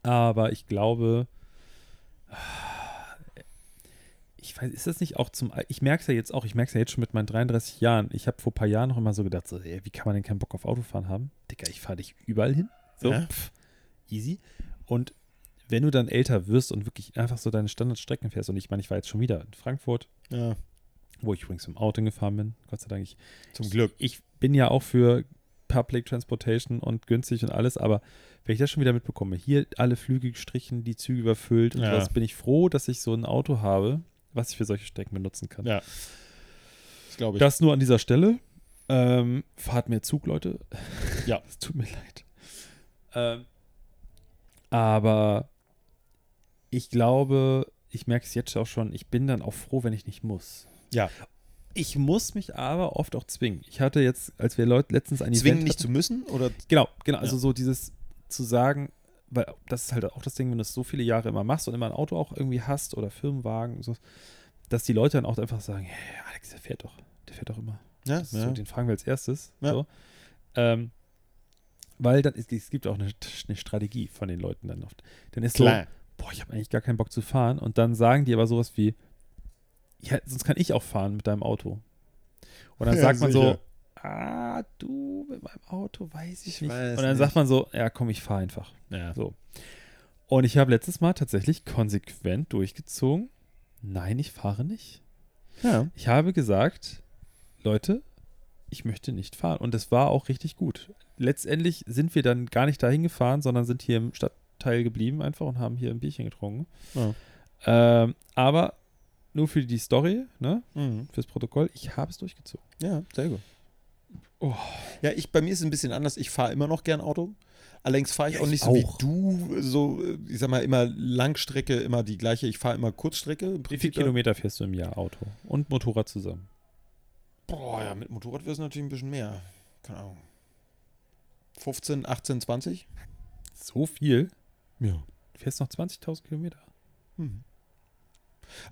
[SPEAKER 3] Aber ich glaube, ich weiß, ist das nicht auch zum. Al- Ich merke es ja jetzt auch, ich merke es ja jetzt schon mit meinen 33 Jahren. Ich habe vor ein paar Jahren noch immer so gedacht, so, ey, wie kann man denn keinen Bock auf Autofahren haben? Digga, ich fahre dich überall hin. So,
[SPEAKER 4] Ja.
[SPEAKER 3] pff, easy. Und wenn du dann älter wirst und wirklich einfach so deine Standardstrecken fährst, und ich meine, ich war jetzt schon wieder in Frankfurt,
[SPEAKER 4] Ja,
[SPEAKER 3] wo ich übrigens im Outing gefahren bin, Gott sei Dank, ich
[SPEAKER 4] zum Glück.
[SPEAKER 3] ich bin ja auch für Public Transportation und günstig und alles, aber wenn ich das schon wieder mitbekomme, hier alle Flüge gestrichen, die Züge überfüllt und
[SPEAKER 4] Ja.
[SPEAKER 3] sowas, bin ich froh, dass ich so ein Auto habe, was ich für solche Strecken benutzen kann.
[SPEAKER 4] Ja, Das glaube ich.
[SPEAKER 3] Das nur an dieser Stelle. Ähm, fahrt mehr Zug, Leute.
[SPEAKER 4] Ja.
[SPEAKER 3] Es tut mir leid. Ähm, aber ich glaube, ich merke es jetzt auch schon, ich bin dann auch froh, wenn ich nicht muss.
[SPEAKER 4] Ja.
[SPEAKER 3] Ich muss mich aber oft auch zwingen. Ich hatte jetzt, als wir Leute letztens ein
[SPEAKER 4] Zwingen
[SPEAKER 3] Event
[SPEAKER 4] nicht zu müssen oder
[SPEAKER 3] Genau, genau. Also so dieses zu sagen, weil das ist halt auch das Ding, wenn du es so viele Jahre immer machst und immer ein Auto auch irgendwie hast oder Firmenwagen, und so, dass die Leute dann auch einfach sagen, hey, Alex, der fährt doch, der fährt doch immer.
[SPEAKER 4] ja,
[SPEAKER 3] Das ist so, den fragen wir als erstes.
[SPEAKER 4] Ja.
[SPEAKER 3] So. Ähm, weil dann, ist, es gibt auch eine, eine Strategie von den Leuten dann oft. Dann ist so,
[SPEAKER 4] klar.
[SPEAKER 3] boah, ich habe eigentlich gar keinen Bock zu fahren. Und dann sagen die aber sowas wie, ja, sonst kann ich auch fahren mit deinem Auto. Und dann
[SPEAKER 4] Ja,
[SPEAKER 3] sagt man so,
[SPEAKER 4] sicher.
[SPEAKER 3] ah, du mit meinem Auto, weiß ich,
[SPEAKER 4] Ich
[SPEAKER 3] nicht.
[SPEAKER 4] weiß
[SPEAKER 3] und dann
[SPEAKER 4] nicht.
[SPEAKER 3] sagt man so, ja, komm, ich fahre einfach.
[SPEAKER 4] Ja.
[SPEAKER 3] So. Und ich habe letztes Mal tatsächlich konsequent durchgezogen, nein, ich fahre nicht.
[SPEAKER 4] Ja.
[SPEAKER 3] Ich habe gesagt, Leute, ich möchte nicht fahren. Und das war auch richtig gut. Letztendlich sind wir dann gar nicht dahin gefahren, sondern sind hier im Stadtteil geblieben einfach und haben hier ein Bierchen getrunken.
[SPEAKER 4] Ja.
[SPEAKER 3] Ähm, aber nur für die Story, ne,
[SPEAKER 4] Mhm.
[SPEAKER 3] fürs Protokoll, ich habe es durchgezogen.
[SPEAKER 4] ja, sehr gut.
[SPEAKER 3] Oh.
[SPEAKER 4] Ja, ich, bei mir ist es ein bisschen anders. Ich fahre immer noch gern Auto. Allerdings fahre ich
[SPEAKER 3] Ja,
[SPEAKER 4] auch
[SPEAKER 3] ich
[SPEAKER 4] nicht
[SPEAKER 3] auch.
[SPEAKER 4] so wie du, so, äh, ich sag mal, immer Langstrecke, immer die gleiche. Ich fahre immer Kurzstrecke. im
[SPEAKER 3] Wie viele
[SPEAKER 4] Prinzip.
[SPEAKER 3] Kilometer fährst du im Jahr Auto und Motorrad zusammen?
[SPEAKER 4] Boah, ja, mit Motorrad wäre es natürlich ein bisschen mehr. Keine Ahnung. 15, 18, 20?
[SPEAKER 3] So viel?
[SPEAKER 4] Ja.
[SPEAKER 3] Du fährst noch 20.000 Kilometer.
[SPEAKER 4] Hm.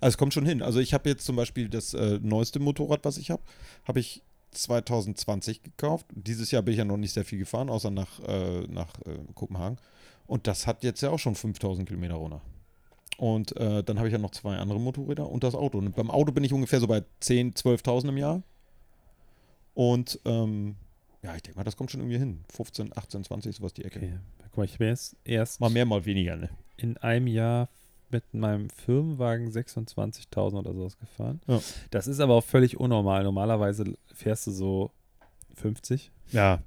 [SPEAKER 4] Also es kommt schon hin. Also ich habe jetzt zum Beispiel das äh, neueste Motorrad, was ich habe, habe ich 2020 gekauft. Dieses Jahr bin ich ja noch nicht sehr viel gefahren, außer nach, äh, nach äh, Kopenhagen. Und das hat jetzt ja auch schon 5000 Kilometer runter. Und äh, dann habe ich ja noch zwei andere Motorräder und das Auto. Und beim Auto bin ich ungefähr so bei 10.000, 12.000 im Jahr. Und ähm, ja, ich denke mal, das kommt schon irgendwie hin. 15, 18, 20, sowas die Ecke.
[SPEAKER 3] Okay. Guck mal, ich bin jetzt erst
[SPEAKER 4] Mal mehr, mal weniger, ne?
[SPEAKER 3] in einem Jahr mit meinem Firmenwagen 26.000 oder sowas gefahren.
[SPEAKER 4] Ja.
[SPEAKER 3] Das ist aber auch völlig unnormal. Normalerweise fährst du so 50.
[SPEAKER 4] Ja.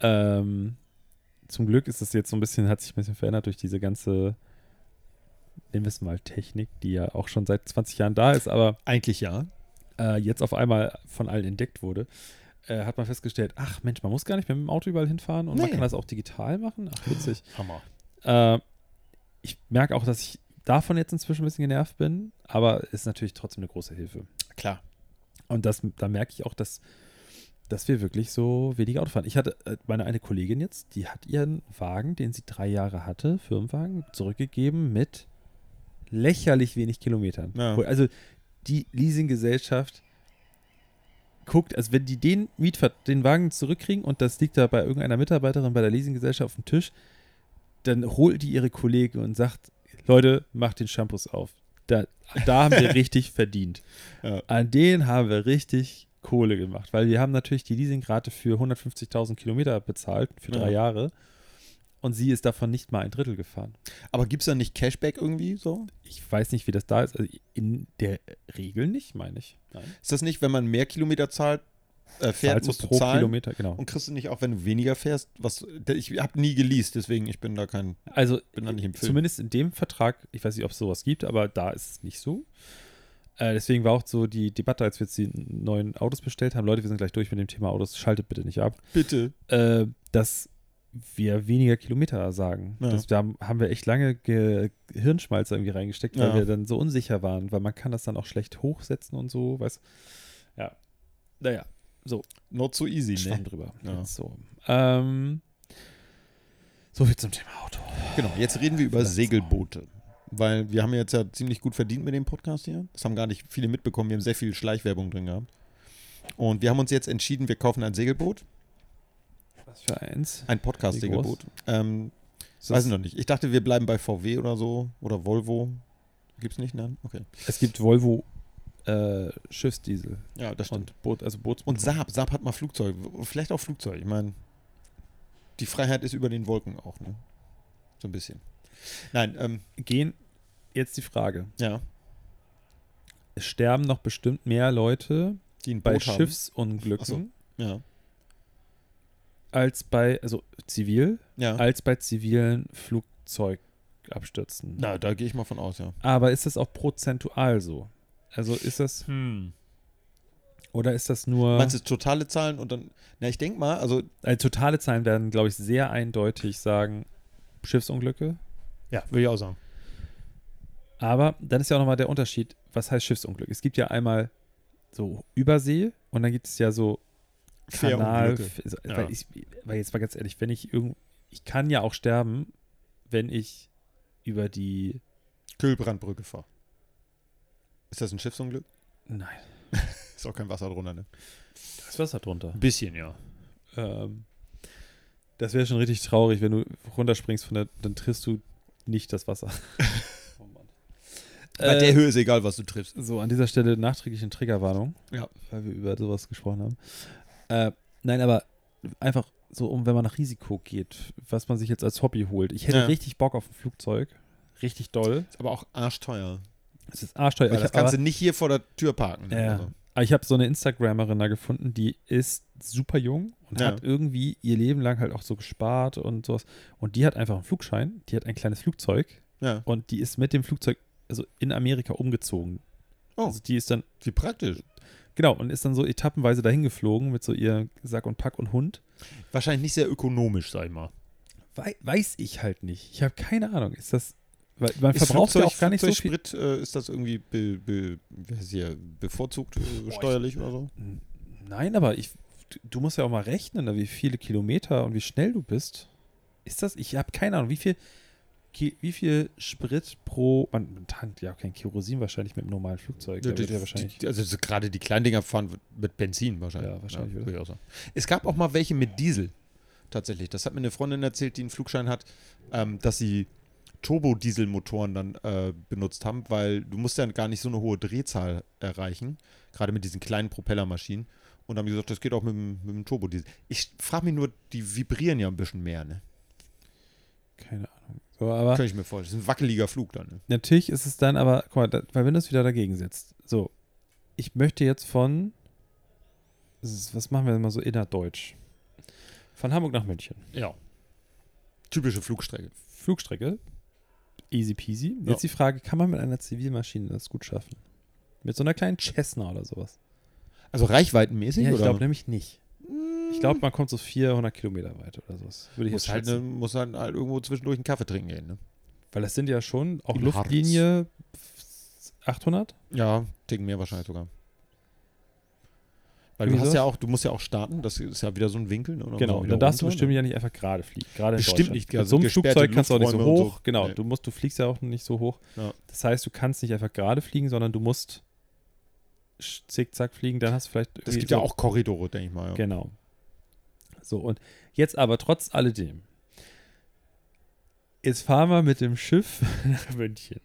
[SPEAKER 3] Ähm, zum Glück ist das jetzt so ein bisschen, hat sich ein bisschen verändert durch diese ganze, nehmen wir es mal, Technik, die ja auch schon seit 20 Jahren da ist, aber
[SPEAKER 4] Eigentlich ja.
[SPEAKER 3] äh, jetzt auf einmal von allen entdeckt wurde. Äh, hat man festgestellt, ach Mensch, man muss gar nicht mehr mit dem Auto überall hinfahren und man
[SPEAKER 4] Nee.
[SPEAKER 3] kann das auch digital machen. Ach, witzig.
[SPEAKER 4] Hammer.
[SPEAKER 3] Äh, ich merke auch, dass ich davon jetzt inzwischen ein bisschen genervt bin, aber ist natürlich trotzdem eine große Hilfe.
[SPEAKER 4] Klar.
[SPEAKER 3] Und das, da merke ich auch, dass, dass wir wirklich so wenig Auto fahren. Ich hatte äh, meine eine Kollegin jetzt, die hat ihren Wagen, den sie drei Jahre hatte, Firmenwagen, zurückgegeben mit lächerlich wenig Kilometern.
[SPEAKER 4] Ja.
[SPEAKER 3] Wo- Also die Leasinggesellschaft guckt, also wenn die den Mietver den Wagen zurückkriegen und das liegt da bei irgendeiner Mitarbeiterin bei der Leasinggesellschaft auf dem Tisch, dann holt die ihre Kollegen und sagt, Leute, macht den Shampoos auf. Da, da haben wir richtig verdient.
[SPEAKER 4] Ja.
[SPEAKER 3] An denen haben wir richtig Kohle gemacht, weil wir haben natürlich die Leasingrate für 150.000 Kilometer bezahlt, für drei
[SPEAKER 4] Ja.
[SPEAKER 3] Jahre. Und sie ist davon nicht mal ein Drittel gefahren.
[SPEAKER 4] Aber gibt es da nicht Cashback irgendwie so?
[SPEAKER 3] Ich weiß nicht, wie das da ist. Also in der Regel nicht, meine ich. Nein.
[SPEAKER 4] Ist das nicht, wenn man mehr Kilometer zahlt, äh,
[SPEAKER 3] Zahlst
[SPEAKER 4] fährt,
[SPEAKER 3] du
[SPEAKER 4] musst du
[SPEAKER 3] pro
[SPEAKER 4] zahlen?
[SPEAKER 3] Kilometer, genau.
[SPEAKER 4] Und kriegst du nicht auch, wenn du weniger fährst, was ich habe nie geleast, deswegen ich bin da kein.
[SPEAKER 3] Also
[SPEAKER 4] Bin da nicht im Film.
[SPEAKER 3] zumindest in dem Vertrag, ich weiß nicht, ob es sowas gibt, aber da ist es nicht so. Äh, deswegen war auch so die Debatte, als wir jetzt die neuen Autos bestellt haben, Leute, wir sind gleich durch mit dem Thema Autos, schaltet bitte nicht ab,
[SPEAKER 4] Bitte.
[SPEAKER 3] äh, dass wir weniger Kilometer sagen.
[SPEAKER 4] Ja.
[SPEAKER 3] Das, da haben wir echt lange Ge Hirnschmalz irgendwie reingesteckt, weil
[SPEAKER 4] Ja.
[SPEAKER 3] wir dann so unsicher waren, weil man kann das dann auch schlecht hochsetzen und so, weißt Ja. Naja,
[SPEAKER 4] Not so easy,
[SPEAKER 3] Schwamm
[SPEAKER 4] ne?
[SPEAKER 3] drüber.
[SPEAKER 4] Ja.
[SPEAKER 3] Jetzt So. Ähm, So viel zum Thema Auto.
[SPEAKER 4] Genau, jetzt reden wir über Segelboote. Weil wir haben jetzt ja ziemlich gut verdient mit dem Podcast hier. Das haben gar nicht viele mitbekommen. Wir haben sehr viel Schleichwerbung drin gehabt. Und wir haben uns jetzt entschieden, wir kaufen ein Segelboot.
[SPEAKER 3] Was für eins?
[SPEAKER 4] Ein Podcast-Segelboot. Ähm, weiß ich noch nicht. Ich dachte, wir bleiben bei VW oder so. Oder Volvo. Gibt's nicht, nein? Okay.
[SPEAKER 3] Es gibt Volvo äh, Schiffsdiesel
[SPEAKER 4] Ja, das stimmt.
[SPEAKER 3] und Boot, also Boots
[SPEAKER 4] Und Saab. Saab hat mal Flugzeug. Vielleicht auch Flugzeug. Ich meine, die Freiheit ist über den Wolken auch, ne? So ein bisschen. Nein, ähm,
[SPEAKER 3] gehen. Jetzt die Frage:
[SPEAKER 4] ja.
[SPEAKER 3] Es sterben noch bestimmt mehr Leute
[SPEAKER 4] Die ein Boot
[SPEAKER 3] bei
[SPEAKER 4] haben.
[SPEAKER 3] Schiffsunglücken
[SPEAKER 4] Ach so. Ja.
[SPEAKER 3] als bei, also zivil,
[SPEAKER 4] Ja.
[SPEAKER 3] als bei zivilen Flugzeugabstürzen.
[SPEAKER 4] Na, da gehe ich mal von aus, ja.
[SPEAKER 3] Aber ist das auch prozentual so? Also ist das. Oder ist das nur.
[SPEAKER 4] Hm. Meinst du totale Zahlen und dann. Na, ich denke mal, also.
[SPEAKER 3] also totale Zahlen werden, glaube ich, sehr eindeutig sagen, Schiffsunglücke.
[SPEAKER 4] Ja, würde ich auch sagen.
[SPEAKER 3] Aber dann ist ja auch nochmal der Unterschied, was heißt Schiffsunglück? Es gibt ja einmal so Übersee und dann gibt es ja so Kanal.
[SPEAKER 4] Fährunglücke.
[SPEAKER 3] also,
[SPEAKER 4] Ja.
[SPEAKER 3] Weil, ich, weil jetzt mal ganz ehrlich, wenn ich irgend, ich kann ja auch sterben, wenn ich über die.
[SPEAKER 4] Kühlbrandbrücke fahre. Ist das ein Schiffsunglück?
[SPEAKER 3] Nein,
[SPEAKER 4] Ist auch kein Wasser drunter, ne?
[SPEAKER 3] da ist Wasser drunter.
[SPEAKER 4] Bisschen, ja.
[SPEAKER 3] Ähm, das wäre schon richtig traurig, wenn du runterspringst von der, dann triffst du nicht das Wasser. oh Mann.
[SPEAKER 4] Bei der Höhe ist egal, was du triffst.
[SPEAKER 3] So, an dieser Stelle nachträglich eine Triggerwarnung.
[SPEAKER 4] Ja.
[SPEAKER 3] Weil wir über sowas gesprochen haben. Äh, nein, aber einfach so, um, wenn man nach Risiko geht, was man sich jetzt als Hobby holt. Ich hätte
[SPEAKER 4] Ja.
[SPEAKER 3] richtig Bock auf ein Flugzeug. Richtig doll.
[SPEAKER 4] Ist aber auch arschteuer.
[SPEAKER 3] Es ist arschteuer.
[SPEAKER 4] Weil
[SPEAKER 3] Alter,
[SPEAKER 4] das Ganze nicht hier vor der Tür parken.
[SPEAKER 3] Ja.
[SPEAKER 4] Also.
[SPEAKER 3] aber ich habe so eine Instagramerin da gefunden, die ist super jung und
[SPEAKER 4] Ja.
[SPEAKER 3] hat irgendwie ihr Leben lang halt auch so gespart und sowas. Und die hat einfach einen Flugschein, die hat ein kleines Flugzeug
[SPEAKER 4] ja.
[SPEAKER 3] und die ist mit dem Flugzeug, also in Amerika umgezogen.
[SPEAKER 4] Oh.
[SPEAKER 3] Also die ist dann
[SPEAKER 4] Wie praktisch.
[SPEAKER 3] Genau, und ist dann so etappenweise dahin geflogen mit so ihr Sack und Pack und Hund.
[SPEAKER 4] Wahrscheinlich nicht sehr ökonomisch, sag ich mal.
[SPEAKER 3] Wei weiß ich halt nicht. Ich habe keine Ahnung. Ist das. Weil man
[SPEAKER 4] Ist
[SPEAKER 3] verbraucht ja
[SPEAKER 4] Flugzeug-
[SPEAKER 3] auch gar nicht so viel.
[SPEAKER 4] Flugzeugsprit, äh, ist das irgendwie be, be, wie heißt hier, bevorzugt äh,
[SPEAKER 3] ich-
[SPEAKER 4] steuerlich oder so?
[SPEAKER 3] Nein, aber ich, du musst ja auch mal rechnen, ne, wie viele Kilometer und wie schnell du bist. Ist das. Ich habe keine Ahnung, wie viel. Ki- Wie viel Sprit pro. Man, man tankt ja auch kein Kerosin wahrscheinlich mit einem normalen Flugzeug. Da wird ja wahrscheinlich.
[SPEAKER 4] Die, also so gerade die kleinen Dinger fahren mit Benzin wahrscheinlich.
[SPEAKER 3] Ja, wahrscheinlich, oder?
[SPEAKER 4] würde ich auch sagen. Es gab auch mal welche mit Diesel. Tatsächlich. Das hat mir eine Freundin erzählt, die einen Flugschein hat, ähm, dass sie Turbodieselmotoren dann äh, benutzt haben, weil du musst ja gar nicht so eine hohe Drehzahl erreichen, gerade mit diesen kleinen Propellermaschinen. Und haben gesagt, das geht auch mit dem, mit dem Turbodiesel. Ich frage mich nur, die vibrieren ja ein bisschen mehr, ne?
[SPEAKER 3] Keine Ahnung. So, aber.
[SPEAKER 4] Könnte ich mir vorstellen. Das ist ein wackeliger Flug dann, ne?
[SPEAKER 3] Natürlich ist es dann aber, guck mal, da, weil wenn du es wieder dagegen setzt. So, ich möchte jetzt von, das ist- was machen wir denn mal so innerdeutsch? Von Hamburg nach München.
[SPEAKER 4] Ja. Typische Flugstrecke.
[SPEAKER 3] Flugstrecke, easy peasy. Jetzt
[SPEAKER 4] Ja.
[SPEAKER 3] die Frage, kann man mit einer Zivilmaschine das gut schaffen? Mit so einer kleinen Cessna oder sowas?
[SPEAKER 4] Also reichweitenmäßig,
[SPEAKER 3] Ja, ich
[SPEAKER 4] oder? Hm.
[SPEAKER 3] glaube nämlich nicht. Ich glaube, man kommt so 400 Kilometer weit oder sowas. Würde ich jetzt
[SPEAKER 4] Muss halt,
[SPEAKER 3] schätzen.
[SPEAKER 4] ne, muss halt, halt irgendwo zwischendurch einen Kaffee trinken gehen. Ne?
[SPEAKER 3] Weil das sind ja schon auch
[SPEAKER 4] Im
[SPEAKER 3] Luftlinie 800.
[SPEAKER 4] Ja, Ticken mehr wahrscheinlich sogar. Weil du
[SPEAKER 3] Irgendwie
[SPEAKER 4] hast
[SPEAKER 3] so.
[SPEAKER 4] ja auch, du musst ja auch starten, das ist ja wieder so ein Winkel. Ne? Und dann
[SPEAKER 3] Genau,
[SPEAKER 4] muss man
[SPEAKER 3] dann
[SPEAKER 4] wieder
[SPEAKER 3] darfst du
[SPEAKER 4] runter,
[SPEAKER 3] bestimmt
[SPEAKER 4] ne?
[SPEAKER 3] ja nicht einfach gerade fliegen. Gerade in
[SPEAKER 4] Bestimmt
[SPEAKER 3] Deutschland.
[SPEAKER 4] nicht,
[SPEAKER 3] Mit
[SPEAKER 4] also
[SPEAKER 3] so einem
[SPEAKER 4] gesperrte
[SPEAKER 3] Flugzeug kannst du auch nicht so
[SPEAKER 4] Lufträume und so.
[SPEAKER 3] hoch. Genau,
[SPEAKER 4] Nee.
[SPEAKER 3] du musst, du fliegst ja auch nicht so hoch.
[SPEAKER 4] Ja.
[SPEAKER 3] Das heißt, du kannst nicht einfach gerade fliegen, sondern du musst sch- zickzack fliegen. Dann hast du vielleicht.
[SPEAKER 4] Das
[SPEAKER 3] irgendwie
[SPEAKER 4] gibt
[SPEAKER 3] so,
[SPEAKER 4] ja auch Korridore, denke ich mal. Ja.
[SPEAKER 3] Genau. So und jetzt aber trotz alledem. Jetzt fahren wir mit dem Schiff nach München.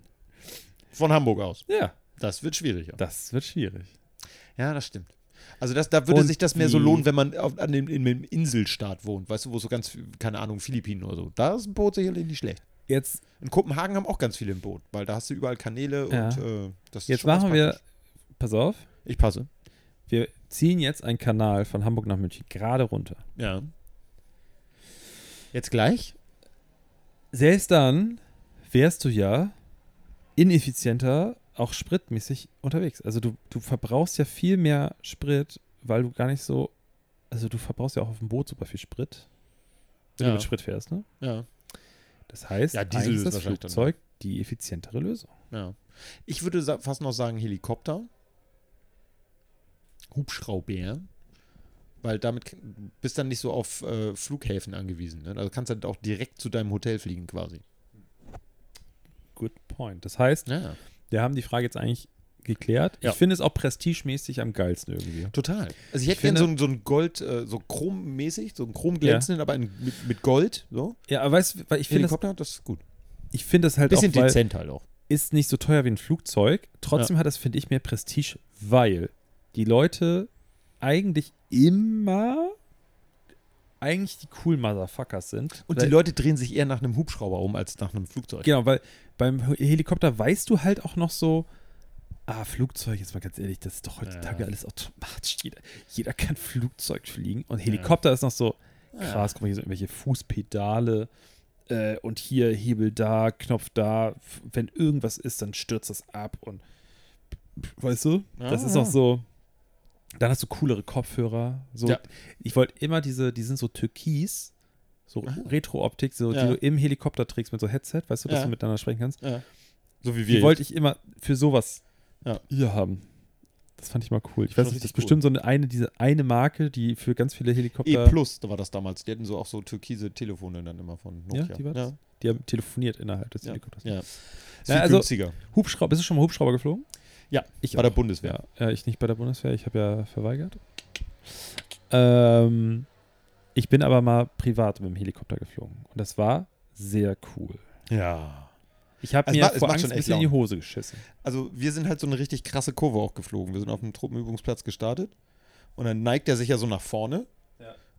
[SPEAKER 4] Von Hamburg aus.
[SPEAKER 3] Ja,
[SPEAKER 4] Das wird schwierig. Ja,
[SPEAKER 3] das wird schwierig.
[SPEAKER 4] ja das stimmt. Also das, da würde
[SPEAKER 3] Und
[SPEAKER 4] sich das mehr so
[SPEAKER 3] die-
[SPEAKER 4] lohnen, wenn man auf, an dem, in einem Inselstaat wohnt, weißt du, wo so ganz, keine Ahnung, Philippinen oder so. Da ist ein Boot sicherlich nicht schlecht.
[SPEAKER 3] Jetzt,
[SPEAKER 4] In Kopenhagen haben auch ganz viele ein Boot, weil da hast du überall Kanäle
[SPEAKER 3] Ja.
[SPEAKER 4] und äh, das ist
[SPEAKER 3] jetzt
[SPEAKER 4] schon ganz
[SPEAKER 3] machen wir.
[SPEAKER 4] praktisch.
[SPEAKER 3] Pass auf,
[SPEAKER 4] Ich passe.
[SPEAKER 3] wir ziehen jetzt einen Kanal von Hamburg nach München gerade runter.
[SPEAKER 4] Ja. Jetzt gleich?
[SPEAKER 3] selbst dann wärst du ja ineffizienter, auch spritmäßig unterwegs. Also du, du verbrauchst ja viel mehr Sprit, weil du gar nicht so, also du verbrauchst ja auch auf dem Boot super viel Sprit, wenn
[SPEAKER 4] Ja.
[SPEAKER 3] du mit Sprit fährst, ne?
[SPEAKER 4] Ja.
[SPEAKER 3] Das heißt,
[SPEAKER 4] Ja, Diesel
[SPEAKER 3] eigentlich
[SPEAKER 4] ist
[SPEAKER 3] ist das
[SPEAKER 4] wahrscheinlich dann, ne?
[SPEAKER 3] Flugzeug die effizientere Lösung.
[SPEAKER 4] Ja. Ich würde sa- fast noch sagen Helikopter. Hubschrauber. Weil damit k- bist dann nicht so auf äh, Flughäfen angewiesen. Ne? Also kannst dann auch direkt zu deinem Hotel fliegen quasi.
[SPEAKER 3] Good point. Das heißt,
[SPEAKER 4] Ja,
[SPEAKER 3] wir haben die Frage jetzt eigentlich geklärt.
[SPEAKER 4] Ja.
[SPEAKER 3] Ich finde es auch prestigemäßig am geilsten irgendwie.
[SPEAKER 4] total. Also ich hätte
[SPEAKER 3] finde-
[SPEAKER 4] gerne so, ein- so ein Gold, äh, so chrommäßig, so ein chromglänzenden, aber ein, mit, mit Gold, so.
[SPEAKER 3] Ja, aber weißt du, weil ich finde das,
[SPEAKER 4] Helikopter, das ist gut.
[SPEAKER 3] ich finde das halt
[SPEAKER 4] Bisschen
[SPEAKER 3] auch, weil
[SPEAKER 4] dezent halt auch.
[SPEAKER 3] ist nicht so teuer wie ein Flugzeug. Trotzdem hat das, finde ich, mehr Prestige, weil die Leute eigentlich immer eigentlich die cool Motherfuckers sind.
[SPEAKER 4] Und
[SPEAKER 3] weil,
[SPEAKER 4] die Leute drehen sich eher nach einem Hubschrauber um als nach einem Flugzeug.
[SPEAKER 3] Genau, weil beim Helikopter weißt du halt auch noch so, ah, Flugzeug, jetzt mal ganz ehrlich, das ist doch heutzutage
[SPEAKER 4] Ja.
[SPEAKER 3] alles automatisch. Jeder, jeder kann Flugzeug fliegen. Und Helikopter ist noch so,
[SPEAKER 4] Ah.
[SPEAKER 3] krass, guck mal, hier sind irgendwelche Fußpedale. Äh, und hier Hebel da, Knopf da. F- Wenn irgendwas ist, dann stürzt das ab. Und weißt du, das
[SPEAKER 4] Ah,
[SPEAKER 3] ist
[SPEAKER 4] ja.
[SPEAKER 3] auch so. Dann hast du coolere Kopfhörer. So,
[SPEAKER 4] Ja.
[SPEAKER 3] Ich wollte immer diese, die sind so türkis, so
[SPEAKER 4] Aha.
[SPEAKER 3] Retro-Optik, so,
[SPEAKER 4] Ja.
[SPEAKER 3] die du im Helikopter trägst mit so Headset, weißt du, dass
[SPEAKER 4] Ja.
[SPEAKER 3] du miteinander sprechen kannst.
[SPEAKER 4] Ja. So wie
[SPEAKER 3] Die
[SPEAKER 4] wir.
[SPEAKER 3] wollte ich immer für sowas
[SPEAKER 4] Ja.
[SPEAKER 3] hier haben. Das fand ich mal cool. Ich weiß nicht,
[SPEAKER 4] Schon
[SPEAKER 3] das ist
[SPEAKER 4] richtig
[SPEAKER 3] bestimmt so eine, eine, diese eine Marke, die für ganz viele
[SPEAKER 4] jetzt. E
[SPEAKER 3] Helikopter,
[SPEAKER 4] Plus war das damals. Die hatten so auch so türkise Telefone dann immer von
[SPEAKER 3] Ja,
[SPEAKER 4] Nokia.
[SPEAKER 3] die war das? die haben telefoniert innerhalb des
[SPEAKER 4] Ja.
[SPEAKER 3] Helikopters.
[SPEAKER 4] Ja. Ist
[SPEAKER 3] Ja,
[SPEAKER 4] viel
[SPEAKER 3] also-
[SPEAKER 4] günstiger.
[SPEAKER 3] Hubschrauber, bist du schon mal Hubschrauber geflogen?
[SPEAKER 4] Ja,
[SPEAKER 3] ich
[SPEAKER 4] Bei der
[SPEAKER 3] auch.
[SPEAKER 4] Bundeswehr.
[SPEAKER 3] Ja, äh, ich nicht bei der Bundeswehr, ich habe ja verweigert. Ähm, ich bin aber mal privat mit dem Helikopter geflogen und das war sehr cool.
[SPEAKER 4] Ja.
[SPEAKER 3] Ich habe
[SPEAKER 4] Es
[SPEAKER 3] mir
[SPEAKER 4] macht- es
[SPEAKER 3] vor
[SPEAKER 4] macht
[SPEAKER 3] Angst
[SPEAKER 4] schon
[SPEAKER 3] ein
[SPEAKER 4] echt
[SPEAKER 3] bisschen in die Hose geschissen.
[SPEAKER 4] Also wir sind halt so eine richtig krasse Kurve auch geflogen. Wir sind auf dem Truppenübungsplatz gestartet und dann neigt er sich ja so nach vorne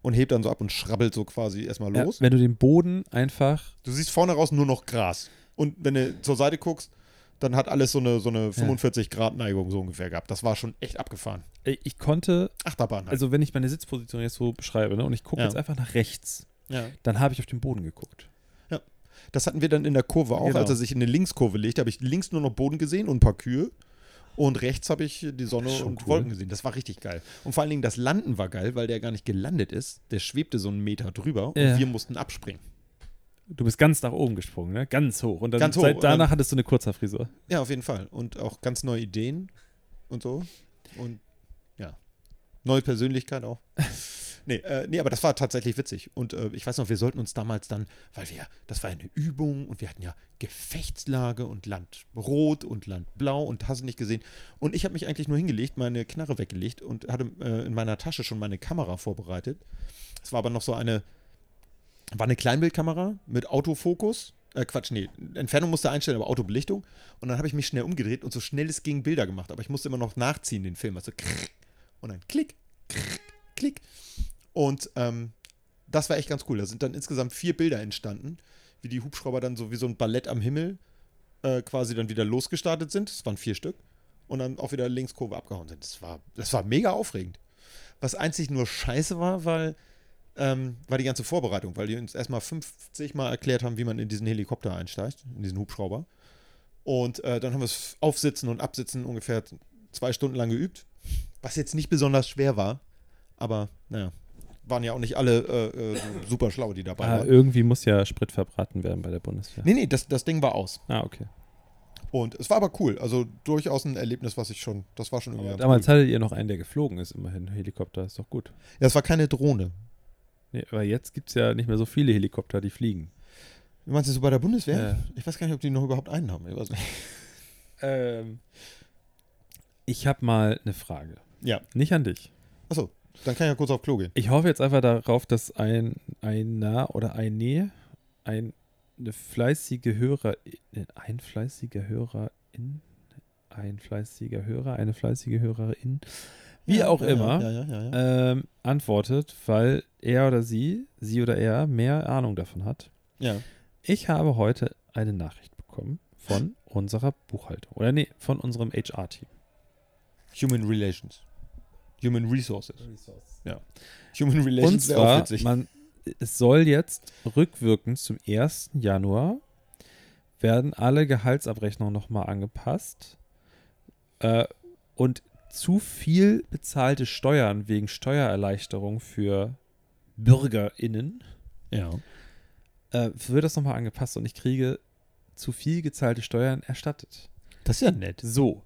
[SPEAKER 4] und hebt dann so ab und schrabbelt so quasi erstmal
[SPEAKER 3] Ja,
[SPEAKER 4] los.
[SPEAKER 3] wenn du den Boden einfach
[SPEAKER 4] Du siehst vorne raus nur noch Gras. Und wenn du zur Seite guckst, dann hat alles so eine, so eine 45 Grad Neigung so ungefähr gehabt. Das war schon echt abgefahren.
[SPEAKER 3] Ey, ich konnte,
[SPEAKER 4] Achterbahn halt.
[SPEAKER 3] also wenn ich meine Sitzposition jetzt so beschreibe ne, und ich gucke
[SPEAKER 4] Ja.
[SPEAKER 3] jetzt einfach nach rechts,
[SPEAKER 4] ja.
[SPEAKER 3] dann habe ich auf den Boden geguckt.
[SPEAKER 4] Das hatten wir dann in der Kurve auch,
[SPEAKER 3] Genau.
[SPEAKER 4] als er sich in eine Linkskurve legte, habe ich links nur noch Boden gesehen und ein paar Kühe. Und rechts habe ich die Sonne
[SPEAKER 3] Schon
[SPEAKER 4] und
[SPEAKER 3] cool.
[SPEAKER 4] Wolken gesehen. Das war richtig geil. Und vor allen Dingen das Landen war geil, weil der gar nicht gelandet ist. Der schwebte so einen Meter drüber und
[SPEAKER 3] Ja.
[SPEAKER 4] wir mussten abspringen.
[SPEAKER 3] Du bist ganz nach oben gesprungen, ne? ganz hoch. Und dann
[SPEAKER 4] Ganz hoch.
[SPEAKER 3] Seit
[SPEAKER 4] Und dann-
[SPEAKER 3] danach hattest du eine Kurzhaarfrisur.
[SPEAKER 4] Ja, auf jeden Fall. Und auch ganz neue Ideen und so. Und ja, neue Persönlichkeit auch. Nee, äh, nee, aber das war tatsächlich witzig. Und äh, ich weiß noch, wir sollten uns damals dann, weil wir, das war ja eine Übung und wir hatten ja Gefechtslage und Land rot und Land blau und hast du nicht gesehen. Und ich habe mich eigentlich nur hingelegt, meine Knarre weggelegt und hatte äh, in meiner Tasche schon meine Kamera vorbereitet. Es war aber noch so eine, war eine Kleinbildkamera mit Autofokus. Äh, Quatsch, nee, Entfernung musste einstellen, aber Autobelichtung. Und dann habe ich mich schnell umgedreht und so schnell es ging Bilder gemacht. Aber ich musste immer noch nachziehen, den Film. Also krrr, und dann klick, krrr, klick. Und ähm, das war echt ganz cool. Da sind dann insgesamt vier Bilder entstanden, wie die Hubschrauber dann so wie so ein Ballett am Himmel äh, quasi dann wieder losgestartet sind. Es waren vier Stück. Und dann auch wieder Linkskurve abgehauen sind. Das war, das war mega aufregend. Was einzig nur scheiße war, weil ähm, war die ganze Vorbereitung, weil die uns erstmal 50 Mal erklärt haben, wie man in diesen Helikopter einsteigt, in diesen Hubschrauber. Und äh, dann haben wir es aufsitzen und absitzen ungefähr zwei Stunden lang geübt, was jetzt nicht besonders schwer war, aber naja, waren ja auch nicht alle äh, äh, so super schlau, die dabei
[SPEAKER 3] Ah,
[SPEAKER 4] waren.
[SPEAKER 3] irgendwie muss ja Sprit verbraten werden bei der Bundeswehr.
[SPEAKER 4] Nee, nee, das, das Ding war aus.
[SPEAKER 3] Ah, okay.
[SPEAKER 4] Und es war aber cool. Also durchaus ein Erlebnis, was ich schon, das war schon irgendwie ganz
[SPEAKER 3] Damals
[SPEAKER 4] cool.
[SPEAKER 3] hattet ihr noch einen, der geflogen ist, immerhin. Helikopter ist doch gut.
[SPEAKER 4] Ja, es war keine Drohne.
[SPEAKER 3] Nee, aber jetzt gibt es ja nicht mehr so viele Helikopter, die fliegen.
[SPEAKER 4] Du meinst jetzt so bei der Bundeswehr?
[SPEAKER 3] Ja.
[SPEAKER 4] Ich weiß gar nicht, ob die noch überhaupt einen haben. Ich weiß nicht.
[SPEAKER 3] Äh, ähm, Ich habe mal eine Frage.
[SPEAKER 4] Ja.
[SPEAKER 3] Nicht an dich.
[SPEAKER 4] Achso, dann kann ich ja kurz auf Klo gehen.
[SPEAKER 3] Ich hoffe jetzt einfach darauf, dass ein, ein Na oder ein Ne, ein, eine fleißige Hörer, ein fleißiger Hörerin, ein fleißiger Hörer, eine fleißige Hörerin, wie
[SPEAKER 4] Ja,
[SPEAKER 3] auch
[SPEAKER 4] ja,
[SPEAKER 3] immer,
[SPEAKER 4] Ja, ja, ja, ja.
[SPEAKER 3] Ähm, antwortet, weil er oder sie, sie oder er, mehr Ahnung davon hat.
[SPEAKER 4] ja.
[SPEAKER 3] Ich habe heute eine Nachricht bekommen von unserer Buchhaltung. Oder nee, von unserem HR-Team.
[SPEAKER 4] Human Relations. Human Resources. Human
[SPEAKER 3] Und
[SPEAKER 4] Relations wäre auch
[SPEAKER 3] zwar,
[SPEAKER 4] witzig.
[SPEAKER 3] man, es soll jetzt rückwirkend zum 1. Januar werden alle Gehaltsabrechnungen nochmal angepasst. Äh, und zu viel bezahlte Steuern wegen Steuererleichterung für BürgerInnen
[SPEAKER 4] Ja.
[SPEAKER 3] äh, wird das nochmal angepasst und ich kriege zu viel gezahlte Steuern erstattet.
[SPEAKER 4] Das ist ja nett.
[SPEAKER 3] So,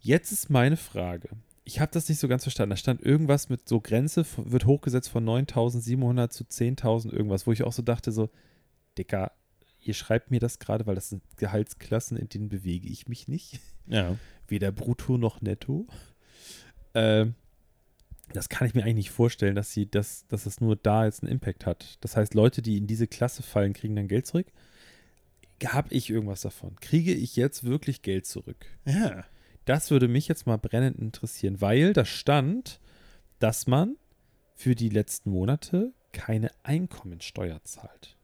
[SPEAKER 3] jetzt ist meine Frage. ich habe das nicht so ganz verstanden. Da stand irgendwas mit so Grenze f- wird hochgesetzt von 9.700 zu 10.000 irgendwas, wo ich auch so dachte so, Dicker, ihr schreibt mir das gerade, weil das sind Gehaltsklassen, in denen bewege ich mich nicht.
[SPEAKER 4] Ja.
[SPEAKER 3] Weder brutto noch netto. Ähm, das kann ich mir eigentlich nicht vorstellen, dass sie das, dass das nur da jetzt einen Impact hat. Das heißt, Leute, die in diese Klasse fallen, kriegen dann Geld zurück. Habe ich irgendwas davon? Kriege ich jetzt wirklich Geld zurück?
[SPEAKER 4] Ja.
[SPEAKER 3] Das würde mich jetzt mal brennend interessieren, weil da stand, dass man für die letzten Monate keine Einkommensteuer zahlt.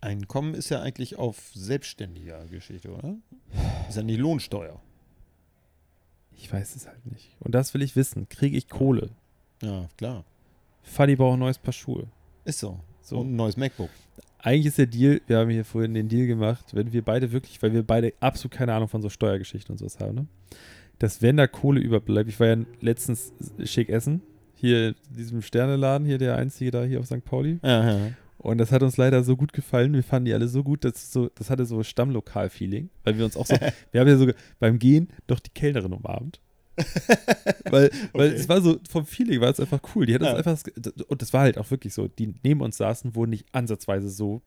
[SPEAKER 4] Einkommen ist ja eigentlich auf selbstständiger Geschichte, oder? Ist ja nicht Lohnsteuer.
[SPEAKER 3] Ich weiß es halt nicht. Und das will ich wissen. Kriege ich Kohle?
[SPEAKER 4] Ja, klar.
[SPEAKER 3] Fadi braucht ein neues Paar Schuhe.
[SPEAKER 4] Ist so.
[SPEAKER 3] So.
[SPEAKER 4] Und ein neues MacBook.
[SPEAKER 3] Eigentlich ist der Deal, wir haben hier vorhin den Deal gemacht, wenn wir beide wirklich, weil wir beide absolut keine Ahnung von so Steuergeschichten und sowas haben, ne? dass wenn da Kohle überbleibt, ich war ja letztens schick essen, hier in diesem Sterneladen, hier der einzige da hier auf St. Pauli,
[SPEAKER 4] Ja, ja.
[SPEAKER 3] Und das hat uns leider so gut gefallen. Wir fanden die alle so gut, dass es so, das hatte so Stammlokal-Feeling, weil wir uns auch so, wir haben ja sogar beim Gehen doch die Kellnerin umarmt. weil, weil
[SPEAKER 4] Okay.
[SPEAKER 3] es war so, vom Feeling war es einfach cool. Die hat
[SPEAKER 4] Ja.
[SPEAKER 3] uns einfach, und das war halt auch wirklich so, die neben uns saßen, wurden nicht ansatzweise so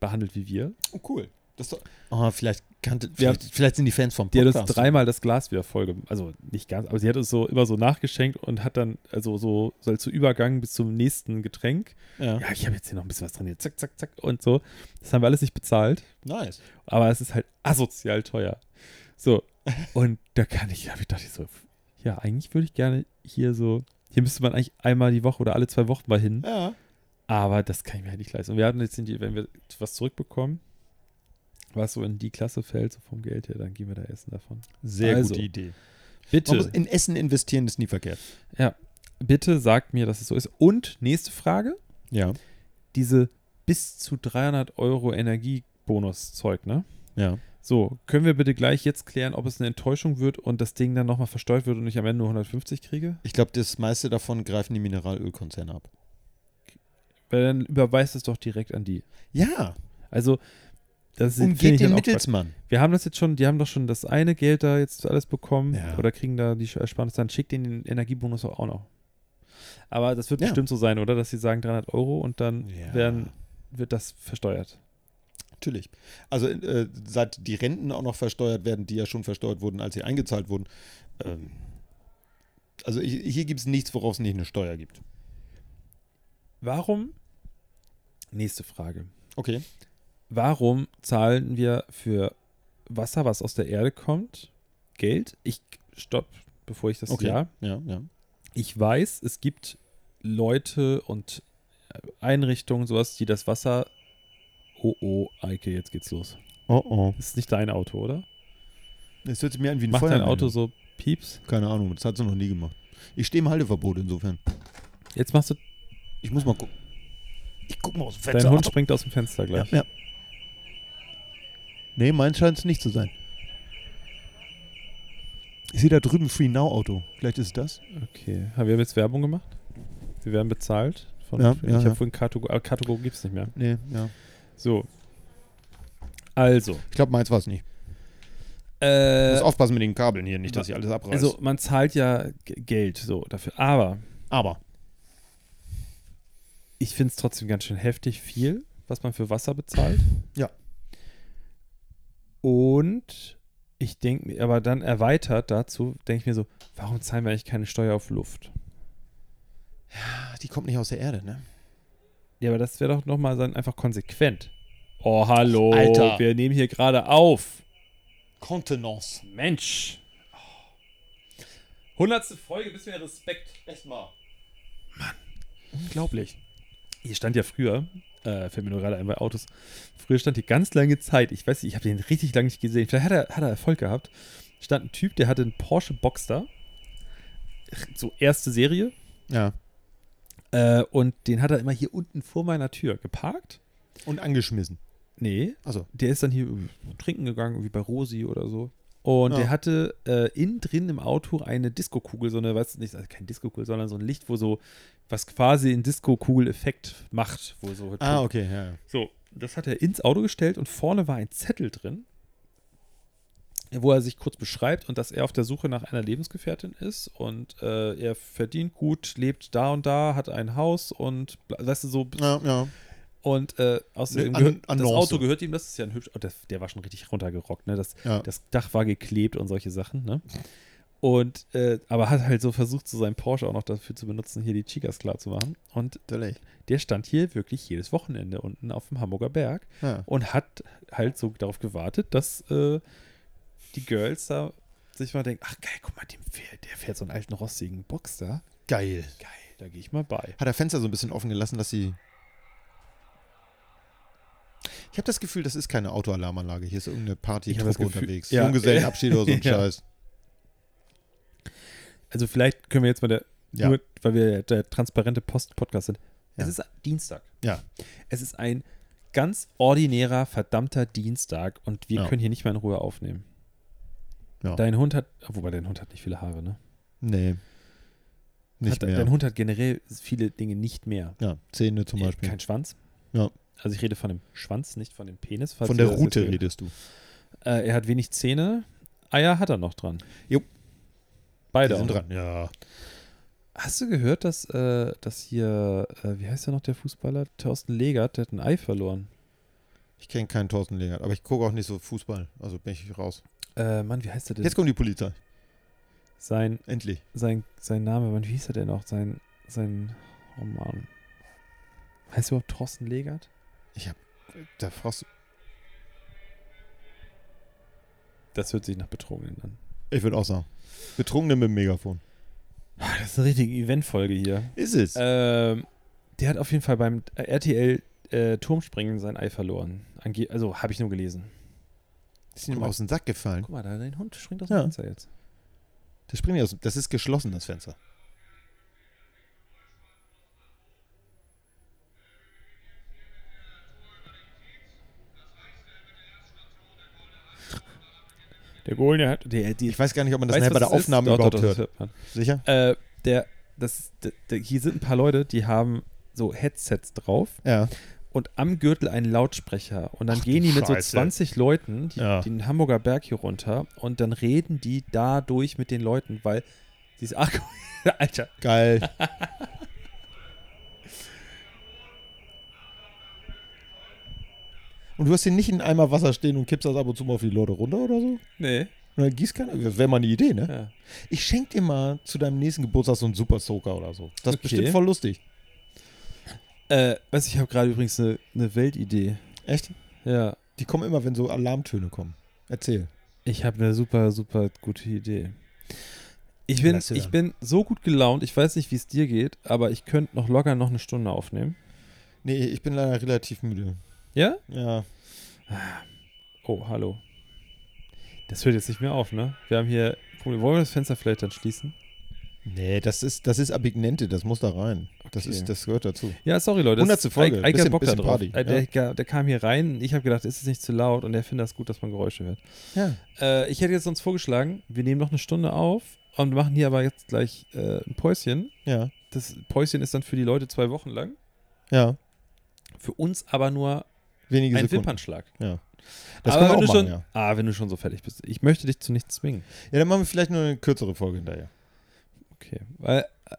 [SPEAKER 3] behandelt wie wir.
[SPEAKER 4] Oh, cool. Das ist doch- oh, vielleicht, kannte,
[SPEAKER 3] Wir
[SPEAKER 4] vielleicht, vielleicht sind die Fans vom
[SPEAKER 3] Die hat
[SPEAKER 4] Podcast.
[SPEAKER 3] uns dreimal das Glas wieder voll, also nicht ganz, aber sie hat uns so immer so nachgeschenkt und hat dann, also so, so als so Übergang bis zum nächsten Getränk.
[SPEAKER 4] Ja.
[SPEAKER 3] Ja, ich habe jetzt hier noch ein bisschen was drin, hier, zack, zack, zack und so. Das haben wir alles nicht bezahlt.
[SPEAKER 4] Nice.
[SPEAKER 3] aber es ist halt asozial teuer. So, und da kann ich, habe ich dachte ich so, ja, eigentlich würde ich gerne hier so, hier müsste man eigentlich einmal die Woche oder alle zwei Wochen mal hin,
[SPEAKER 4] Ja.
[SPEAKER 3] aber das kann ich mir halt nicht leisten. Und wir hatten jetzt, in die, wenn wir was zurückbekommen, was so in die Klasse fällt, so vom Geld her, dann gehen wir da essen davon.
[SPEAKER 4] Sehr
[SPEAKER 3] Also,
[SPEAKER 4] gute Idee. Man muss
[SPEAKER 3] Bitte,
[SPEAKER 4] in Essen investieren, ist nie verkehrt.
[SPEAKER 3] bitte sagt mir, dass es so ist. Und nächste Frage,
[SPEAKER 4] Ja.
[SPEAKER 3] diese bis zu 300 Euro Energiebonuszeug, ne?
[SPEAKER 4] Ja.
[SPEAKER 3] So, können wir bitte gleich jetzt klären, ob es eine Enttäuschung wird und das Ding dann nochmal versteuert wird und ich am Ende nur 150 kriege?
[SPEAKER 4] Ich glaube, das meiste davon greifen die Mineralölkonzerne ab.
[SPEAKER 3] Weil dann überweist es doch direkt an die.
[SPEAKER 4] Ja.
[SPEAKER 3] Also, das sind- finde ich
[SPEAKER 4] Umgeht den
[SPEAKER 3] dann auch
[SPEAKER 4] Mittelsmann.
[SPEAKER 3] Quatsch. Wir haben das jetzt schon, die haben doch schon das eine Geld da jetzt alles bekommen
[SPEAKER 4] Ja.
[SPEAKER 3] oder kriegen da die Ersparnis, dann schickt denen den Energiebonus auch noch. Aber das wird
[SPEAKER 4] Ja.
[SPEAKER 3] bestimmt so sein, oder? Dass sie sagen 300 Euro und dann
[SPEAKER 4] Ja.
[SPEAKER 3] werden, wird das versteuert.
[SPEAKER 4] Natürlich. Also äh, seit die Renten auch noch versteuert werden, die ja schon versteuert wurden, als sie eingezahlt wurden. Ähm, also ich, hier gibt es nichts, worauf es nicht eine Steuer gibt.
[SPEAKER 3] Warum? Nächste Frage.
[SPEAKER 4] Okay.
[SPEAKER 3] warum zahlen wir für Wasser, was aus der Erde kommt, Geld? Ich stopp, bevor ich das
[SPEAKER 4] Okay.
[SPEAKER 3] ja.
[SPEAKER 4] Ja, ja.
[SPEAKER 3] Ich weiß, es gibt Leute und Einrichtungen, sowas, die das Wasser. Oh oh, Eike, jetzt geht's los.
[SPEAKER 4] Oh oh.
[SPEAKER 3] Das ist nicht dein Auto, oder?
[SPEAKER 4] Das hört sich mir an wie ein
[SPEAKER 3] Macht dein
[SPEAKER 4] Feuerwehrmann.
[SPEAKER 3] Auto so Pieps?
[SPEAKER 4] Keine Ahnung, das hat sie noch nie gemacht. Ich stehe im Halteverbot insofern.
[SPEAKER 3] Jetzt machst du.
[SPEAKER 4] Ich muss mal gucken. Ich guck mal aus dem Fenster.
[SPEAKER 3] Dein Hund
[SPEAKER 4] Achtung.
[SPEAKER 3] springt aus dem Fenster gleich.
[SPEAKER 4] Ja, ja. Nee, meins scheint es nicht zu sein. Ich sehe da drüben ein Free Now Auto. Vielleicht ist es das.
[SPEAKER 3] Okay. Haben wir jetzt Werbung gemacht? Wir werden bezahlt. Von,
[SPEAKER 4] Ja,
[SPEAKER 3] ich
[SPEAKER 4] ja,
[SPEAKER 3] habe
[SPEAKER 4] ja.
[SPEAKER 3] vorhin Cartogo. Aber Cartogo gibt's nicht mehr.
[SPEAKER 4] Nee, ja.
[SPEAKER 3] So. Also.
[SPEAKER 4] Ich glaube, meins war es nicht. Ich
[SPEAKER 3] Äh,
[SPEAKER 4] muss aufpassen mit den Kabeln hier, nicht, dass ich alles abreiße.
[SPEAKER 3] Also man zahlt ja G- Geld so dafür. Aber
[SPEAKER 4] aber.
[SPEAKER 3] ich finde es trotzdem ganz schön heftig viel, was man für Wasser bezahlt.
[SPEAKER 4] Ja.
[SPEAKER 3] Und ich denke mir, aber dann erweitert dazu, denke ich mir so, warum zahlen wir eigentlich keine Steuer auf Luft?
[SPEAKER 4] Ah, Die kommt nicht aus der Erde, ne?
[SPEAKER 3] Ja, aber das wäre doch nochmal dann einfach konsequent. Oh, hallo.
[SPEAKER 4] Alter.
[SPEAKER 3] Wir nehmen hier gerade auf.
[SPEAKER 4] Contenance.
[SPEAKER 3] Mensch. Oh. Hundertste Folge, bisschen mehr Respekt.
[SPEAKER 4] Echt mal.
[SPEAKER 3] Unglaublich. Hier stand ja früher, äh, fällt mir nur gerade ein bei Autos, früher stand hier ganz lange Zeit, ich weiß nicht, ich habe den richtig lange nicht gesehen, vielleicht hat er, hat er Erfolg gehabt, stand ein Typ, der hatte einen Porsche Boxster, so erste Serie,
[SPEAKER 4] Ja.
[SPEAKER 3] äh, und den hat er immer hier unten vor meiner Tür geparkt.
[SPEAKER 4] Und angeschmissen.
[SPEAKER 3] Nee,
[SPEAKER 4] Also.
[SPEAKER 3] der ist dann hier äh, trinken gegangen, irgendwie bei Rosi oder so. Und
[SPEAKER 4] Ja.
[SPEAKER 3] der hatte äh, innen drin im Auto eine Diskokugel, so eine, weiß nicht, also keine Diskokugel, sondern so ein Licht, wo so, was quasi einen Diskokugel-Effekt macht, wo so
[SPEAKER 4] Ah, okay, ja.
[SPEAKER 3] So, das hat er ins Auto gestellt und vorne war ein Zettel drin. wo er sich kurz beschreibt und dass er auf der Suche nach einer Lebensgefährtin ist und äh, er verdient gut, lebt da und da, hat ein Haus und bla- weißt du so
[SPEAKER 4] Ja, ja.
[SPEAKER 3] und äh, außerdem
[SPEAKER 4] Ne,
[SPEAKER 3] gehört,
[SPEAKER 4] An-
[SPEAKER 3] das
[SPEAKER 4] Annonce.
[SPEAKER 3] Auto gehört ihm, das ist ja ein hübsch, oh, das, der war schon richtig runtergerockt, ne? Das,
[SPEAKER 4] Ja.
[SPEAKER 3] das Dach war geklebt und solche Sachen, ne? Und äh, aber hat halt so versucht, so seinen Porsche auch noch dafür zu benutzen, hier die Chicas klar zu machen. Und
[SPEAKER 4] Natürlich.
[SPEAKER 3] der stand hier wirklich jedes Wochenende unten auf dem Hamburger Berg
[SPEAKER 4] Ja.
[SPEAKER 3] und hat halt so darauf gewartet, dass äh, die Girls da sich mal denken, ach geil, guck mal, dem fährt, der fährt so einen alten rostigen Boxer.
[SPEAKER 4] Geil.
[SPEAKER 3] Geil, da gehe ich mal bei.
[SPEAKER 4] Hat er Fenster so ein bisschen offen gelassen, dass sie. Ich habe das Gefühl, das ist keine Autoalarmanlage. Hier ist irgendeine
[SPEAKER 3] Ich hab das
[SPEAKER 4] Party-Truppe
[SPEAKER 3] Gefühl-
[SPEAKER 4] unterwegs.
[SPEAKER 3] Ja.
[SPEAKER 4] Junggesellenabschied oder so ein
[SPEAKER 3] Ja.
[SPEAKER 4] Scheiß.
[SPEAKER 3] Also vielleicht können wir jetzt mal der,
[SPEAKER 4] Ja.
[SPEAKER 3] nur, weil wir der transparente Post-Podcast sind.
[SPEAKER 4] Ja.
[SPEAKER 3] Es ist Dienstag.
[SPEAKER 4] Ja.
[SPEAKER 3] Es ist ein ganz ordinärer, verdammter Dienstag und wir
[SPEAKER 4] Ja.
[SPEAKER 3] können hier nicht mal in Ruhe aufnehmen.
[SPEAKER 4] Ja.
[SPEAKER 3] Dein Hund hat, wobei dein Hund hat nicht viele Haare, ne?
[SPEAKER 4] Nee. Nicht
[SPEAKER 3] hat,
[SPEAKER 4] mehr.
[SPEAKER 3] Dein Hund hat generell viele Dinge nicht mehr. Äh,
[SPEAKER 4] Ja, Zähne zum Beispiel.
[SPEAKER 3] Kein Schwanz.
[SPEAKER 4] Ja.
[SPEAKER 3] Also ich rede von dem Schwanz, nicht von dem Penis. falls
[SPEAKER 4] Von
[SPEAKER 3] ihr
[SPEAKER 4] der
[SPEAKER 3] das jetzt
[SPEAKER 4] Route
[SPEAKER 3] hört.
[SPEAKER 4] redest du.
[SPEAKER 3] Äh, er hat wenig Zähne. Eier hat er noch dran.
[SPEAKER 4] Jo.
[SPEAKER 3] Beide.
[SPEAKER 4] Die
[SPEAKER 3] auch.
[SPEAKER 4] sind dran. Ja.
[SPEAKER 3] Hast du gehört, dass, äh, dass hier, äh, wie heißt der noch, der Fußballer? Thorsten Legert, der hat ein Ei verloren.
[SPEAKER 4] Ich kenne keinen Thorsten Legert, aber ich gucke auch nicht so Fußball. Also bin ich raus.
[SPEAKER 3] Äh, Mann, wie heißt er denn?
[SPEAKER 4] Jetzt kommt die Polizei.
[SPEAKER 3] Sein,
[SPEAKER 4] Endlich.
[SPEAKER 3] sein, sein Name, Mann, wie hieß er denn noch? Sein, sein, oh Mann. Heißt er überhaupt Thorsten Legert?
[SPEAKER 4] Da fragst du.
[SPEAKER 3] Das hört sich nach Betrogenen an.
[SPEAKER 4] Ich würde auch sagen. Betrunkene mit dem Megafon.
[SPEAKER 3] Ah, Das ist eine richtige Eventfolge hier.
[SPEAKER 4] Ist es.
[SPEAKER 3] Ähm, der hat auf jeden Fall beim äh, RTL äh, Turmspringen sein Ei verloren. Ange also, habe ich nur gelesen.
[SPEAKER 4] ist ihm aus dem Sack gefallen.
[SPEAKER 3] Guck mal, da dein Hund springt aus
[SPEAKER 4] Ja.
[SPEAKER 3] dem Fenster jetzt.
[SPEAKER 4] Das springt nicht aus. Das ist geschlossen, das Fenster.
[SPEAKER 3] Der Golden hat. Der, die,
[SPEAKER 4] Ich weiß gar nicht, ob man das
[SPEAKER 3] Weißt du,
[SPEAKER 4] nachher
[SPEAKER 3] was
[SPEAKER 4] bei der
[SPEAKER 3] es ist?
[SPEAKER 4] Aufnahme
[SPEAKER 3] Doch, doch,
[SPEAKER 4] überhaupt
[SPEAKER 3] doch, das
[SPEAKER 4] hört.
[SPEAKER 3] hört man.
[SPEAKER 4] Sicher?
[SPEAKER 3] Äh, der, das, der, der, hier sind ein paar Leute, die haben so Headsets drauf
[SPEAKER 4] Ja.
[SPEAKER 3] und am Gürtel einen Lautsprecher. Und dann
[SPEAKER 4] Ach,
[SPEAKER 3] gehen
[SPEAKER 4] du
[SPEAKER 3] die mit
[SPEAKER 4] Scheiße.
[SPEAKER 3] so 20 Leuten die,
[SPEAKER 4] Ja.
[SPEAKER 3] den Hamburger Berg hier runter und dann reden die dadurch mit den Leuten, weil sie ist. Ach, guck, Alter.
[SPEAKER 4] Geil. und du hast hier nicht in einem Eimer Wasser stehen und kippst das ab und zu mal auf die Leute runter oder so?
[SPEAKER 3] Nee.
[SPEAKER 4] Na, Gießkanne? Das wäre mal eine Idee, ne?
[SPEAKER 3] Ja.
[SPEAKER 4] Ich schenke dir mal zu deinem nächsten Geburtstag so einen Super Soaker oder so. Das ist
[SPEAKER 3] Okay.
[SPEAKER 4] bestimmt voll lustig.
[SPEAKER 3] Äh, weißt du, ich habe gerade übrigens eine ne Weltidee.
[SPEAKER 4] Echt?
[SPEAKER 3] Ja.
[SPEAKER 4] Die kommen immer, wenn so Alarmtöne kommen. Erzähl.
[SPEAKER 3] Ich habe eine super, super gute Idee. Ich bin,
[SPEAKER 4] Lass
[SPEAKER 3] ich
[SPEAKER 4] hören.
[SPEAKER 3] bin so gut gelaunt, ich weiß nicht, wie es dir geht, aber ich könnte noch locker noch eine Stunde aufnehmen.
[SPEAKER 4] Nee, ich bin leider relativ müde.
[SPEAKER 3] Ja?
[SPEAKER 4] Ja.
[SPEAKER 3] Oh, hallo. Das hört jetzt nicht mehr auf, ne? Wir haben hier Probleme. Wollen wir das Fenster vielleicht dann schließen?
[SPEAKER 4] Nee, das ist, das ist Abignente, das muss da rein. Das,
[SPEAKER 3] Okay.
[SPEAKER 4] ist, das gehört dazu.
[SPEAKER 3] Ja, sorry, Leute. das-
[SPEAKER 4] 100. Folge.
[SPEAKER 3] I, I got
[SPEAKER 4] Bisschen-
[SPEAKER 3] Bock da
[SPEAKER 4] bisschen
[SPEAKER 3] drauf.
[SPEAKER 4] Party,
[SPEAKER 3] Äh, der, der kam hier rein, ich habe gedacht, ist es nicht zu laut und er findet das gut, dass man Geräusche hört.
[SPEAKER 4] Ja.
[SPEAKER 3] Äh, ich hätte jetzt sonst vorgeschlagen, wir nehmen noch eine Stunde auf und machen hier aber jetzt gleich äh, ein Päuschen.
[SPEAKER 4] Ja.
[SPEAKER 3] Das Päuschen ist dann für die Leute zwei Wochen lang.
[SPEAKER 4] Ja.
[SPEAKER 3] Für uns aber nur
[SPEAKER 4] Wenige
[SPEAKER 3] ein
[SPEAKER 4] Sekunden.
[SPEAKER 3] Wimpernschlag.
[SPEAKER 4] Das
[SPEAKER 3] aber
[SPEAKER 4] können wir auch
[SPEAKER 3] wenn
[SPEAKER 4] machen,
[SPEAKER 3] du schon,
[SPEAKER 4] ja.
[SPEAKER 3] Ah, wenn du schon so fertig bist. Ich möchte dich zu nichts zwingen.
[SPEAKER 4] Ja, dann machen wir vielleicht nur eine kürzere Folge hinterher.
[SPEAKER 3] Okay, weil äh,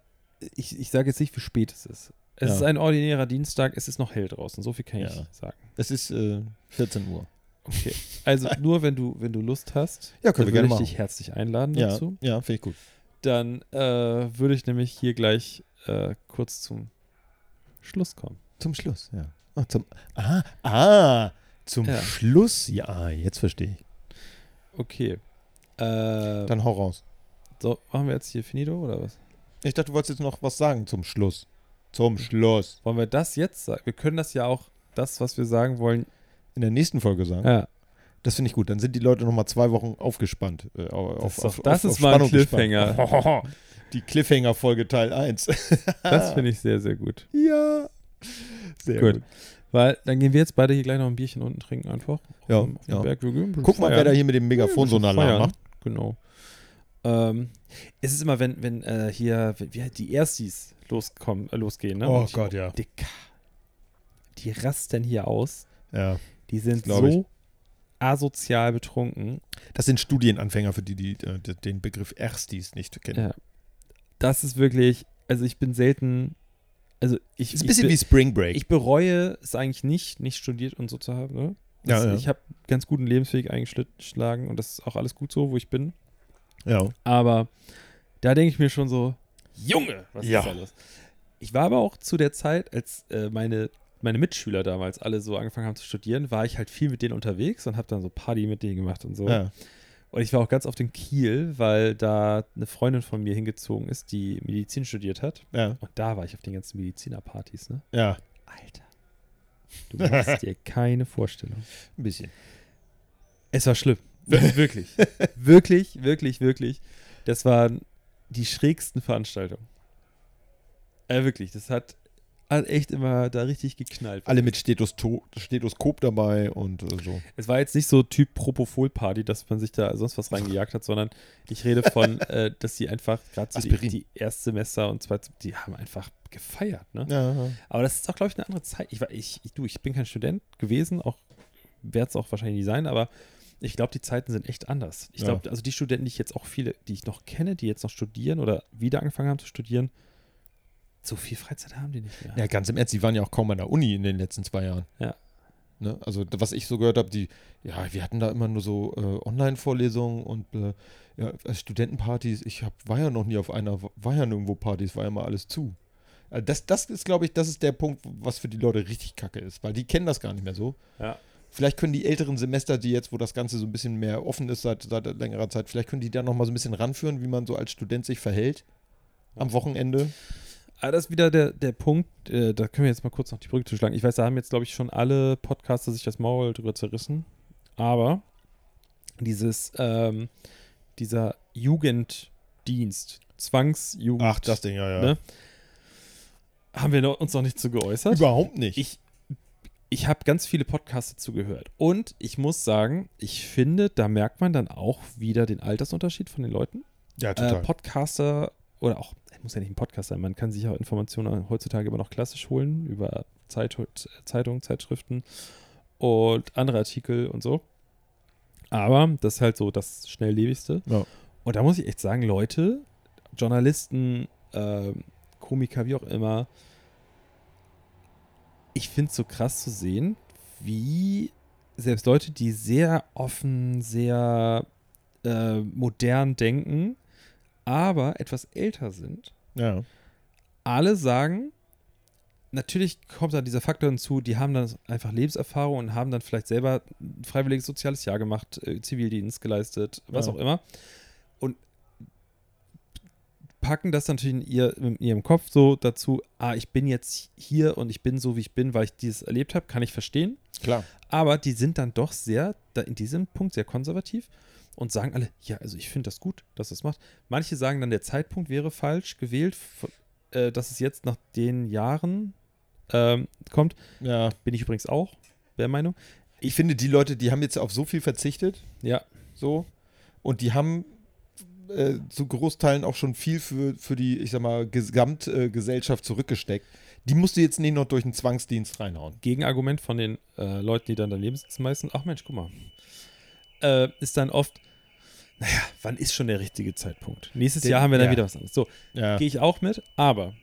[SPEAKER 3] ich, ich sage jetzt nicht, wie spät es ist. Es
[SPEAKER 4] Ja.
[SPEAKER 3] ist ein ordinärer Dienstag, es ist noch hell draußen, so viel kann ich
[SPEAKER 4] Ja.
[SPEAKER 3] sagen.
[SPEAKER 4] Es ist äh, 14 Uhr.
[SPEAKER 3] Okay. Also nur wenn du, wenn du Lust hast,
[SPEAKER 4] Ja, können
[SPEAKER 3] dann
[SPEAKER 4] wir
[SPEAKER 3] würde
[SPEAKER 4] gerne
[SPEAKER 3] ich dich herzlich einladen
[SPEAKER 4] Ja,
[SPEAKER 3] dazu.
[SPEAKER 4] ja finde ich gut.
[SPEAKER 3] Dann äh, würde ich nämlich hier gleich äh, kurz zum Schluss kommen.
[SPEAKER 4] Zum Schluss, ja. Ah, zum, ah, ah, zum
[SPEAKER 3] Ja.
[SPEAKER 4] Schluss, ja, jetzt verstehe ich.
[SPEAKER 3] Okay. Äh,
[SPEAKER 4] Dann hau raus.
[SPEAKER 3] so, machen wir jetzt hier Finito oder was?
[SPEAKER 4] Ich dachte, du wolltest jetzt noch was sagen zum Schluss. Zum Schluss.
[SPEAKER 3] Wollen wir das jetzt sagen? Wir können das ja auch, das, was wir sagen wollen.
[SPEAKER 4] In der nächsten Folge sagen.
[SPEAKER 3] Ja,
[SPEAKER 4] Das finde ich gut. Dann sind die Leute nochmal zwei Wochen aufgespannt. Äh, auf,
[SPEAKER 3] ist
[SPEAKER 4] auf,
[SPEAKER 3] doch- das
[SPEAKER 4] auf,
[SPEAKER 3] ist
[SPEAKER 4] auf
[SPEAKER 3] mal ein
[SPEAKER 4] Spannung gespannt.
[SPEAKER 3] Cliffhanger.
[SPEAKER 4] die Cliffhanger-Folge Teil 1.
[SPEAKER 3] das finde ich sehr, sehr gut.
[SPEAKER 4] ja. Sehr
[SPEAKER 3] Gut.
[SPEAKER 4] gut.
[SPEAKER 3] Weil dann gehen wir jetzt beide hier gleich noch ein Bierchen unten trinken einfach. Auf
[SPEAKER 4] Ja,
[SPEAKER 3] dem- auf dem
[SPEAKER 4] ja.
[SPEAKER 3] Berg. Wir gehen ein bisschen
[SPEAKER 4] Guck mal, wer
[SPEAKER 3] feiern.
[SPEAKER 4] da hier mit dem Megafon so einen Alarm
[SPEAKER 3] Feiern.
[SPEAKER 4] macht.
[SPEAKER 3] Genau. Ähm, es ist immer, wenn, wenn äh, hier wenn, wie heißt die Erstis loskommen, äh, losgehen, ne? Und ich-
[SPEAKER 4] Oh ja.
[SPEAKER 3] Dicker. Die rasten hier aus.
[SPEAKER 4] Ja,
[SPEAKER 3] Die sind
[SPEAKER 4] Glaub ich.
[SPEAKER 3] so asozial betrunken.
[SPEAKER 4] Das sind Studienanfänger, für die, die äh, d- den Begriff Erstis nicht kennen.
[SPEAKER 3] Ja. Das ist wirklich, also ich bin selten, also ich,
[SPEAKER 4] Ist ein
[SPEAKER 3] ich,
[SPEAKER 4] bisschen
[SPEAKER 3] be-
[SPEAKER 4] wie Spring Break.
[SPEAKER 3] ich bereue es eigentlich nicht, nicht studiert und so zu haben. Ne?
[SPEAKER 4] Ja,
[SPEAKER 3] Das-
[SPEAKER 4] ja.
[SPEAKER 3] Ich habe ganz guten Lebensweg eingeschlagen und das ist auch alles gut so, wo ich bin.
[SPEAKER 4] ja.
[SPEAKER 3] Aber da denke ich mir schon so, Junge, was
[SPEAKER 4] Ja.
[SPEAKER 3] ist da los? Ich war aber auch zu der Zeit, als äh, meine, meine Mitschüler damals alle so angefangen haben zu studieren, war ich halt viel mit denen unterwegs und habe dann so Party mit denen gemacht und so.
[SPEAKER 4] Ja.
[SPEAKER 3] Und ich war auch ganz oft in Kiel, weil da eine Freundin von mir hingezogen ist, die Medizin studiert hat.
[SPEAKER 4] Ja.
[SPEAKER 3] Und da war ich auf den ganzen Medizinerpartys, ne?
[SPEAKER 4] ja.
[SPEAKER 3] Alter. Du machst dir keine Vorstellung.
[SPEAKER 4] Ein bisschen.
[SPEAKER 3] Es war schlimm. Wir- Wirklich. wirklich, wirklich, wirklich. Das waren die schrägsten Veranstaltungen. Äh, wirklich, das hat, hat echt immer da richtig geknallt.
[SPEAKER 4] Alle mit Stethosto Stethoskop dabei und äh, so.
[SPEAKER 3] Es war jetzt nicht so Typ Propofol-Party, dass man sich da sonst was reingejagt hat, sondern ich rede von, äh, dass die einfach gerade so die,
[SPEAKER 4] Aspirin.
[SPEAKER 3] die Erstsemester und zwar, die haben einfach gefeiert. Ne?
[SPEAKER 4] Ja.
[SPEAKER 3] Aber das ist auch, glaube ich, eine andere Zeit. Ich, war, ich, ich, du, ich bin kein Student gewesen, auch werde es auch wahrscheinlich nicht sein, aber ich glaube, die Zeiten sind echt anders. Ich
[SPEAKER 4] Ja.
[SPEAKER 3] glaube, also die Studenten, die ich jetzt auch viele, die ich noch kenne, die jetzt noch studieren oder wieder angefangen haben zu studieren, so viel Freizeit haben die nicht mehr.
[SPEAKER 4] ja, ganz im Ernst, die waren ja auch kaum an der Uni in den letzten zwei Jahren.
[SPEAKER 3] Ja.
[SPEAKER 4] Ne? Also, d- was ich so gehört habe, die, ja, wir hatten da immer nur so äh, Online-Vorlesungen und äh, ja, äh, Studentenpartys. Ich hab, war ja noch nie auf einer, war ja nirgendwo Partys, war ja mal alles zu. Äh, Das, das ist, glaube ich, das ist der Punkt, was für die Leute richtig kacke ist, weil die kennen das gar nicht mehr so.
[SPEAKER 3] Ja.
[SPEAKER 4] Vielleicht können die älteren Semester, die jetzt, wo das Ganze so ein bisschen mehr offen ist seit, seit längerer Zeit, vielleicht können die da nochmal so ein bisschen ranführen, wie man so als Student sich verhält am Wochenende.
[SPEAKER 3] Aber Ah, das ist wieder der, der Punkt, äh, da können wir jetzt mal kurz noch die Brücke zuschlagen. Ich weiß, da haben jetzt, glaube ich, schon alle Podcaster sich das Maul drüber zerrissen. Aber dieses, ähm, dieser Jugenddienst, Zwangsjugend,
[SPEAKER 4] Ding, ja,
[SPEAKER 3] Ne? haben wir noch, uns noch nicht zu geäußert.
[SPEAKER 4] Überhaupt nicht.
[SPEAKER 3] Ich, ich habe ganz viele Podcasts dazu gehört. Und ich muss sagen, ich finde, da merkt man dann auch wieder den Altersunterschied von den Leuten.
[SPEAKER 4] ja,
[SPEAKER 3] Äh, Podcaster oder auch, muss ja nicht ein Podcast sein, man kann sich auch Informationen heutzutage immer noch klassisch holen über Zeit, Zeitungen, Zeitschriften und andere Artikel und so. Aber das ist halt so das Schnelllebigste.
[SPEAKER 4] Ja.
[SPEAKER 3] Und da muss ich echt sagen, Leute, Journalisten, ähm, Komiker, wie auch immer, ich finde es so krass zu sehen, wie selbst Leute, die sehr offen, sehr äh, modern denken, aber etwas älter sind,
[SPEAKER 4] ja.
[SPEAKER 3] alle sagen, natürlich kommt dann dieser Faktor hinzu, die haben dann einfach Lebenserfahrung und haben dann vielleicht selber ein freiwilliges soziales Jahr gemacht, äh, Zivildienst geleistet, was
[SPEAKER 4] Ja.
[SPEAKER 3] auch immer. Und packen das natürlich in, ihr, in ihrem Kopf so dazu, ah, ich bin jetzt hier und ich bin so, wie ich bin, weil ich dieses erlebt habe, kann ich verstehen.
[SPEAKER 4] Klar.
[SPEAKER 3] Aber die sind dann doch sehr, da in diesem Punkt sehr konservativ und sagen alle, ja, also ich finde das gut, dass das macht. Manche sagen dann, der Zeitpunkt wäre falsch gewählt, f- äh, dass es jetzt nach den Jahren ähm, kommt.
[SPEAKER 4] Ja.
[SPEAKER 3] Bin ich übrigens auch der Meinung.
[SPEAKER 4] Ich finde, die Leute, die haben jetzt auf so viel verzichtet,
[SPEAKER 3] Ja,
[SPEAKER 4] so, und die haben äh, zu Großteilen auch schon viel für, für die, ich sag mal, Gesamtgesellschaft äh, Gesellschaft zurückgesteckt. Die musst du jetzt nicht noch durch einen Zwangsdienst reinhauen.
[SPEAKER 3] Gegenargument von den äh, Leuten, die dann daneben sitzen, meistens, ach Mensch, guck mal, äh, ist dann oft, naja, wann ist schon der richtige Zeitpunkt? Nächstes
[SPEAKER 4] Den-
[SPEAKER 3] Jahr haben wir dann
[SPEAKER 4] ja.
[SPEAKER 3] wieder was anderes. So,
[SPEAKER 4] Ja.
[SPEAKER 3] Gehe ich auch mit, aber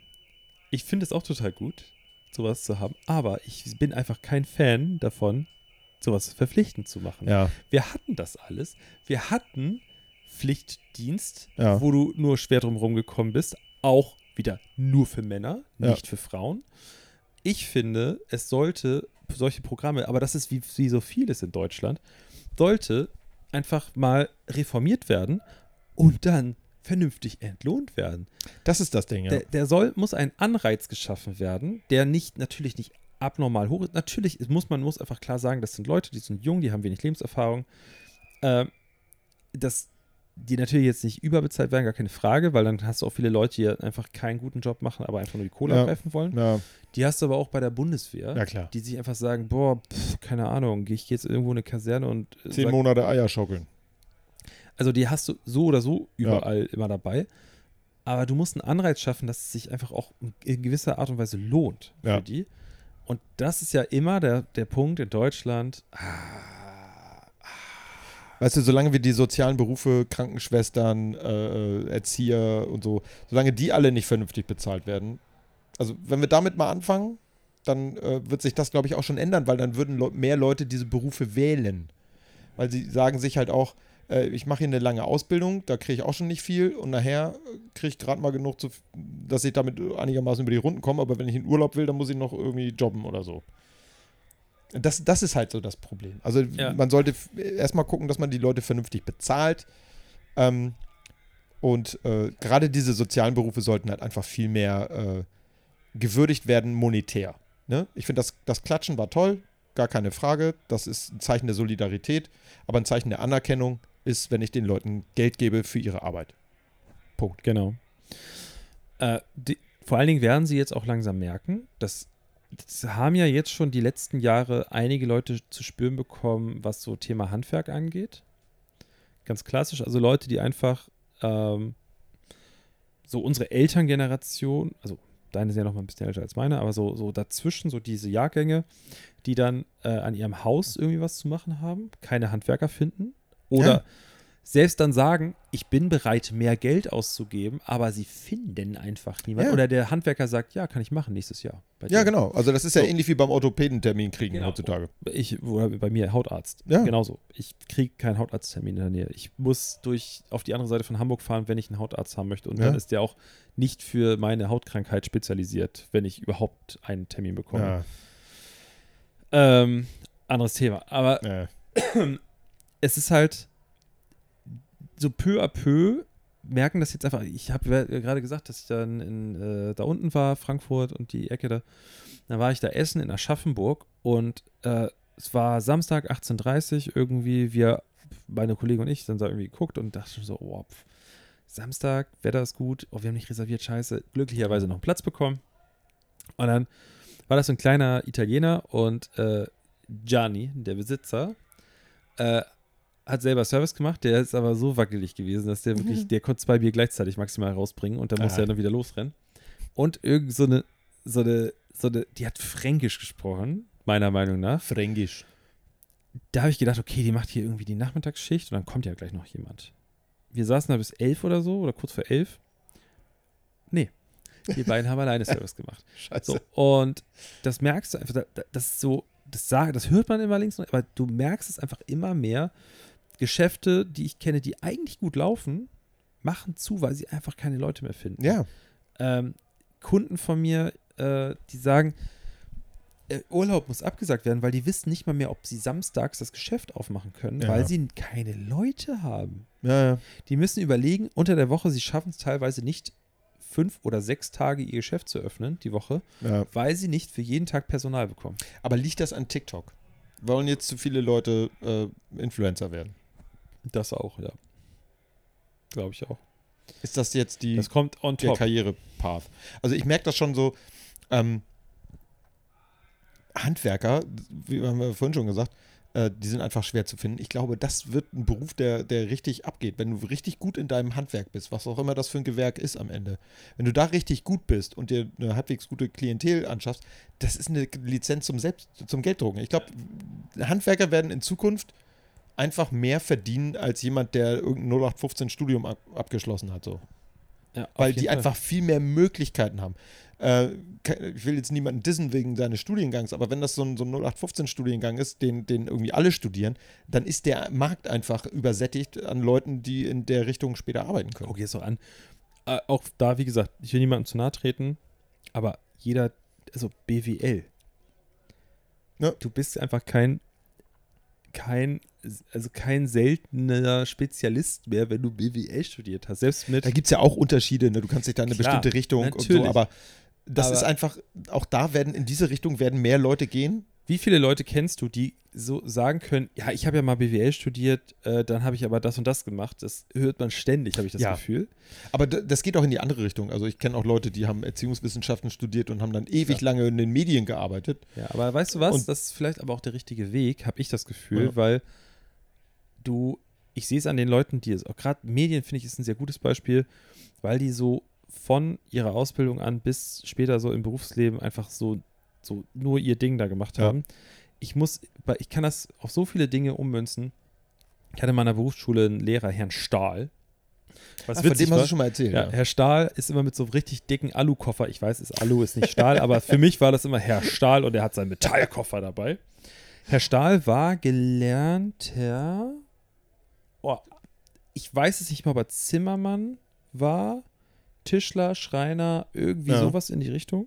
[SPEAKER 3] ich finde es auch total gut, sowas zu haben. Aber ich bin einfach kein Fan davon, sowas verpflichtend zu machen.
[SPEAKER 4] Ja.
[SPEAKER 3] Wir hatten das alles. Wir hatten Pflichtdienst,
[SPEAKER 4] Ja.
[SPEAKER 3] wo du nur schwer drum rumgekommen bist. Auch wieder nur für Männer,
[SPEAKER 4] Ja.
[SPEAKER 3] nicht für Frauen. Ich finde, es sollte solche Programme, aber das ist wie, wie so vieles in Deutschland, sollte einfach mal reformiert werden und dann vernünftig entlohnt werden.
[SPEAKER 4] Das ist das Ding, ja.
[SPEAKER 3] Der, der soll, muss ein Anreiz geschaffen werden, der nicht, natürlich nicht abnormal hoch ist. Natürlich ist- muss man muss einfach klar sagen, das sind Leute, die sind jung, die haben wenig Lebenserfahrung. Ähm, dass die natürlich jetzt nicht überbezahlt werden, gar keine Frage, weil dann hast du auch viele Leute, die einfach keinen guten Job machen, aber einfach nur die Kohle
[SPEAKER 4] Ja.
[SPEAKER 3] abgreifen wollen.
[SPEAKER 4] ja.
[SPEAKER 3] Die hast du aber auch bei der Bundeswehr,
[SPEAKER 4] Ja, klar.
[SPEAKER 3] die sich einfach sagen, boah, pf, keine Ahnung, gehe ich jetzt irgendwo in eine Kaserne und äh,
[SPEAKER 4] Zehn
[SPEAKER 3] sag-
[SPEAKER 4] Monate Eier schaukeln.
[SPEAKER 3] also die hast du so oder so
[SPEAKER 4] Ja.
[SPEAKER 3] überall immer dabei. Aber du musst einen Anreiz schaffen, dass es sich einfach auch in gewisser Art und Weise lohnt für
[SPEAKER 4] Ja.
[SPEAKER 3] die. Und das ist ja immer der, der Punkt in Deutschland. Ah,
[SPEAKER 4] Weißt du, solange wir die sozialen Berufe, Krankenschwestern, äh, Erzieher und so, solange die alle nicht vernünftig bezahlt werden, also wenn wir damit mal anfangen, dann äh, wird sich das, glaube ich, auch schon ändern, weil dann würden Leu- mehr Leute diese Berufe wählen. Weil sie sagen sich halt auch, äh, ich mache hier eine lange Ausbildung, da kriege ich auch schon nicht viel und nachher äh, kriege ich gerade mal genug, zu, dass ich damit äh, einigermaßen über die Runden komme, aber wenn ich in Urlaub will, dann muss ich noch irgendwie jobben oder so. Das, das ist halt so das Problem. Also
[SPEAKER 3] Ja.
[SPEAKER 4] man sollte f- erstmal gucken, dass man die Leute vernünftig bezahlt. Ähm, und äh, gerade diese sozialen Berufe sollten halt einfach viel mehr äh, gewürdigt werden monetär. Ne? Ich finde, das, das Klatschen war toll, gar keine Frage. Das ist ein Zeichen der Solidarität, aber ein Zeichen der Anerkennung ist, wenn ich den Leuten Geld gebe für ihre Arbeit.
[SPEAKER 6] Punkt.
[SPEAKER 3] Genau. Äh, die, vor allen Dingen werden sie jetzt auch langsam merken, dass das haben ja jetzt schon die letzten Jahre einige Leute zu spüren bekommen, was so Thema Handwerk angeht. Ganz klassisch, also Leute, die einfach ähm, so unsere Elterngeneration, also deine sind ja noch mal ein bisschen älter als meine, aber so, so dazwischen, so diese Jahrgänge, die dann äh, an ihrem Haus irgendwie was zu machen haben, keine Handwerker finden oder
[SPEAKER 4] Ja.
[SPEAKER 3] selbst dann sagen, ich bin bereit, mehr Geld auszugeben, aber sie finden einfach niemanden.
[SPEAKER 4] Ja.
[SPEAKER 3] Oder der Handwerker sagt, ja, kann ich machen nächstes Jahr. bei
[SPEAKER 4] Ja,
[SPEAKER 3] dir.
[SPEAKER 4] genau. Also das ist ja ähnlich wie beim Orthopädentermin kriegen
[SPEAKER 3] Genau.
[SPEAKER 4] heutzutage.
[SPEAKER 3] Ich, oder bei mir Hautarzt.
[SPEAKER 4] Ja.
[SPEAKER 3] Genauso. Ich kriege keinen Hautarzttermin in der Nähe. Ich muss durch auf die andere Seite von Hamburg fahren, wenn ich einen Hautarzt haben möchte. Und dann
[SPEAKER 4] Ja.
[SPEAKER 3] ist der auch nicht für meine Hautkrankheit spezialisiert, wenn ich überhaupt einen Termin bekomme.
[SPEAKER 4] Ja,
[SPEAKER 3] Ähm, anderes Thema. Aber
[SPEAKER 4] ja.
[SPEAKER 3] es ist halt so peu à peu merken das jetzt einfach. Ich habe gerade gesagt, dass ich dann in, äh, da unten war, Frankfurt und die Ecke da. Dann war ich da essen in Aschaffenburg und äh, es war Samstag 18.30 Uhr irgendwie. Wir, meine Kollegen und ich, sind da irgendwie geguckt und dachten so, oh, pf, Samstag, Wetter ist gut, oh, wir haben nicht reserviert, scheiße. Glücklicherweise noch einen Platz bekommen. Und dann war das so ein kleiner Italiener und äh, Gianni, der Besitzer, äh, hat selber Service gemacht, der ist aber so wackelig gewesen, dass der wirklich, der konnte zwei Bier gleichzeitig maximal rausbringen und dann musste
[SPEAKER 4] Ah.
[SPEAKER 3] er dann wieder losrennen. Und irgend so eine, so eine, so eine, die hat Fränkisch gesprochen, meiner Meinung nach.
[SPEAKER 4] Fränkisch.
[SPEAKER 3] Da habe ich gedacht, okay, die macht hier irgendwie die Nachmittagsschicht und dann kommt ja gleich noch jemand. Wir saßen da bis elf oder so oder kurz vor elf. Nee, die beiden haben alleine Service gemacht.
[SPEAKER 4] Scheiße.
[SPEAKER 3] So, und das merkst du einfach, da- da- das ist so, das sage, das hört man immer links, und- aber du merkst es einfach immer mehr. Geschäfte, die ich kenne, die eigentlich gut laufen, machen zu, weil sie einfach keine Leute mehr finden.
[SPEAKER 4] Ja,
[SPEAKER 3] Ähm, Kunden von mir, äh, die sagen, äh, Urlaub muss abgesagt werden, weil die wissen nicht mal mehr, ob sie samstags das Geschäft aufmachen können,
[SPEAKER 4] Ja.
[SPEAKER 3] weil sie keine Leute haben.
[SPEAKER 4] ja, ja.
[SPEAKER 3] Die müssen überlegen, unter der Woche, sie schaffen es teilweise nicht, fünf oder sechs Tage ihr Geschäft zu öffnen, die Woche
[SPEAKER 4] ja.
[SPEAKER 3] weil sie nicht für jeden Tag Personal bekommen.
[SPEAKER 4] Aber liegt das an TikTok? Wollen jetzt zu viele Leute äh, Influencer werden?
[SPEAKER 3] Das auch, ja. Glaube ich auch.
[SPEAKER 4] Ist das jetzt die
[SPEAKER 3] Das kommt on
[SPEAKER 4] der
[SPEAKER 3] top.
[SPEAKER 4] Karrierepath. Also ich merke das schon so, ähm, Handwerker, wie haben wir vorhin schon gesagt, äh, die sind einfach schwer zu finden. Ich glaube, das wird ein Beruf, der, der richtig abgeht. Wenn du richtig gut in deinem Handwerk bist, was auch immer das für ein Gewerk ist am Ende, wenn du da richtig gut bist und dir eine halbwegs gute Klientel anschaffst, das ist eine Lizenz zum Selbst, zum Gelddrucken. Ich glaube, Handwerker werden in Zukunft einfach mehr verdienen als jemand, der irgendein 0815 Studium ab, abgeschlossen hat. So
[SPEAKER 3] Ja, auf
[SPEAKER 4] weil
[SPEAKER 3] jeden
[SPEAKER 4] die
[SPEAKER 3] Fall.
[SPEAKER 4] einfach viel mehr Möglichkeiten haben. Äh, ke- ich will jetzt niemanden dissen wegen seines Studiengangs, aber wenn das so ein, so ein 0815-Studiengang ist, den, den irgendwie alle studieren, dann ist der Markt einfach übersättigt an Leuten, die in der Richtung später arbeiten können.
[SPEAKER 3] Genau. Okay, ist doch an. Äh, auch da, wie gesagt, ich will niemandem zu nahe treten, aber jeder, also BWL.
[SPEAKER 4] Ja.
[SPEAKER 3] Du bist einfach kein, kein, also kein seltener Spezialist mehr, wenn du BWL studiert hast. Selbst mit.
[SPEAKER 4] Da gibt es ja auch Unterschiede, ne? du kannst dich da in eine
[SPEAKER 3] Klar,
[SPEAKER 4] bestimmte Richtung und
[SPEAKER 3] natürlich.
[SPEAKER 4] so, aber das
[SPEAKER 3] Aber-
[SPEAKER 4] ist einfach, auch da werden, in diese Richtung werden mehr Leute gehen.
[SPEAKER 3] Wie viele Leute kennst du, die so sagen können, ja, ich habe ja mal BWL studiert, äh, dann habe ich aber das und das gemacht. Das hört man ständig, habe ich das
[SPEAKER 4] Ja.
[SPEAKER 3] Gefühl.
[SPEAKER 4] Aber d- das geht auch in die andere Richtung. Also ich kenne auch Leute, die haben Erziehungswissenschaften studiert und haben dann ewig lange in den Medien gearbeitet.
[SPEAKER 3] Ja, aber weißt du was?
[SPEAKER 4] Und-
[SPEAKER 3] das ist vielleicht aber auch der richtige Weg, habe ich das Gefühl,
[SPEAKER 4] Ja.
[SPEAKER 3] weil du, ich sehe es an den Leuten, die es, auch gerade Medien finde ich ist ein sehr gutes Beispiel, weil die so von ihrer Ausbildung an bis später so im Berufsleben einfach so, so nur ihr Ding da gemacht
[SPEAKER 4] Ja.
[SPEAKER 3] haben. Ich muss, weil ich kann das auf so viele Dinge ummünzen. Ich hatte in meiner Berufsschule einen Lehrer, Herrn Stahl. Was
[SPEAKER 4] Ah, von
[SPEAKER 3] witzig
[SPEAKER 4] dem hast
[SPEAKER 3] war,
[SPEAKER 4] du schon mal erzählt.
[SPEAKER 3] ja, Herr Stahl ist immer mit so einem richtig dicken Alukoffer. Ich weiß, ist Alu ist nicht Stahl, aber für mich war das immer Herr Stahl und er hat seinen Metallkoffer dabei. Herr Stahl war gelernter. Oh, ich weiß es nicht mal, aber Zimmermann war Tischler, Schreiner, irgendwie
[SPEAKER 4] Ja.
[SPEAKER 3] sowas in die Richtung.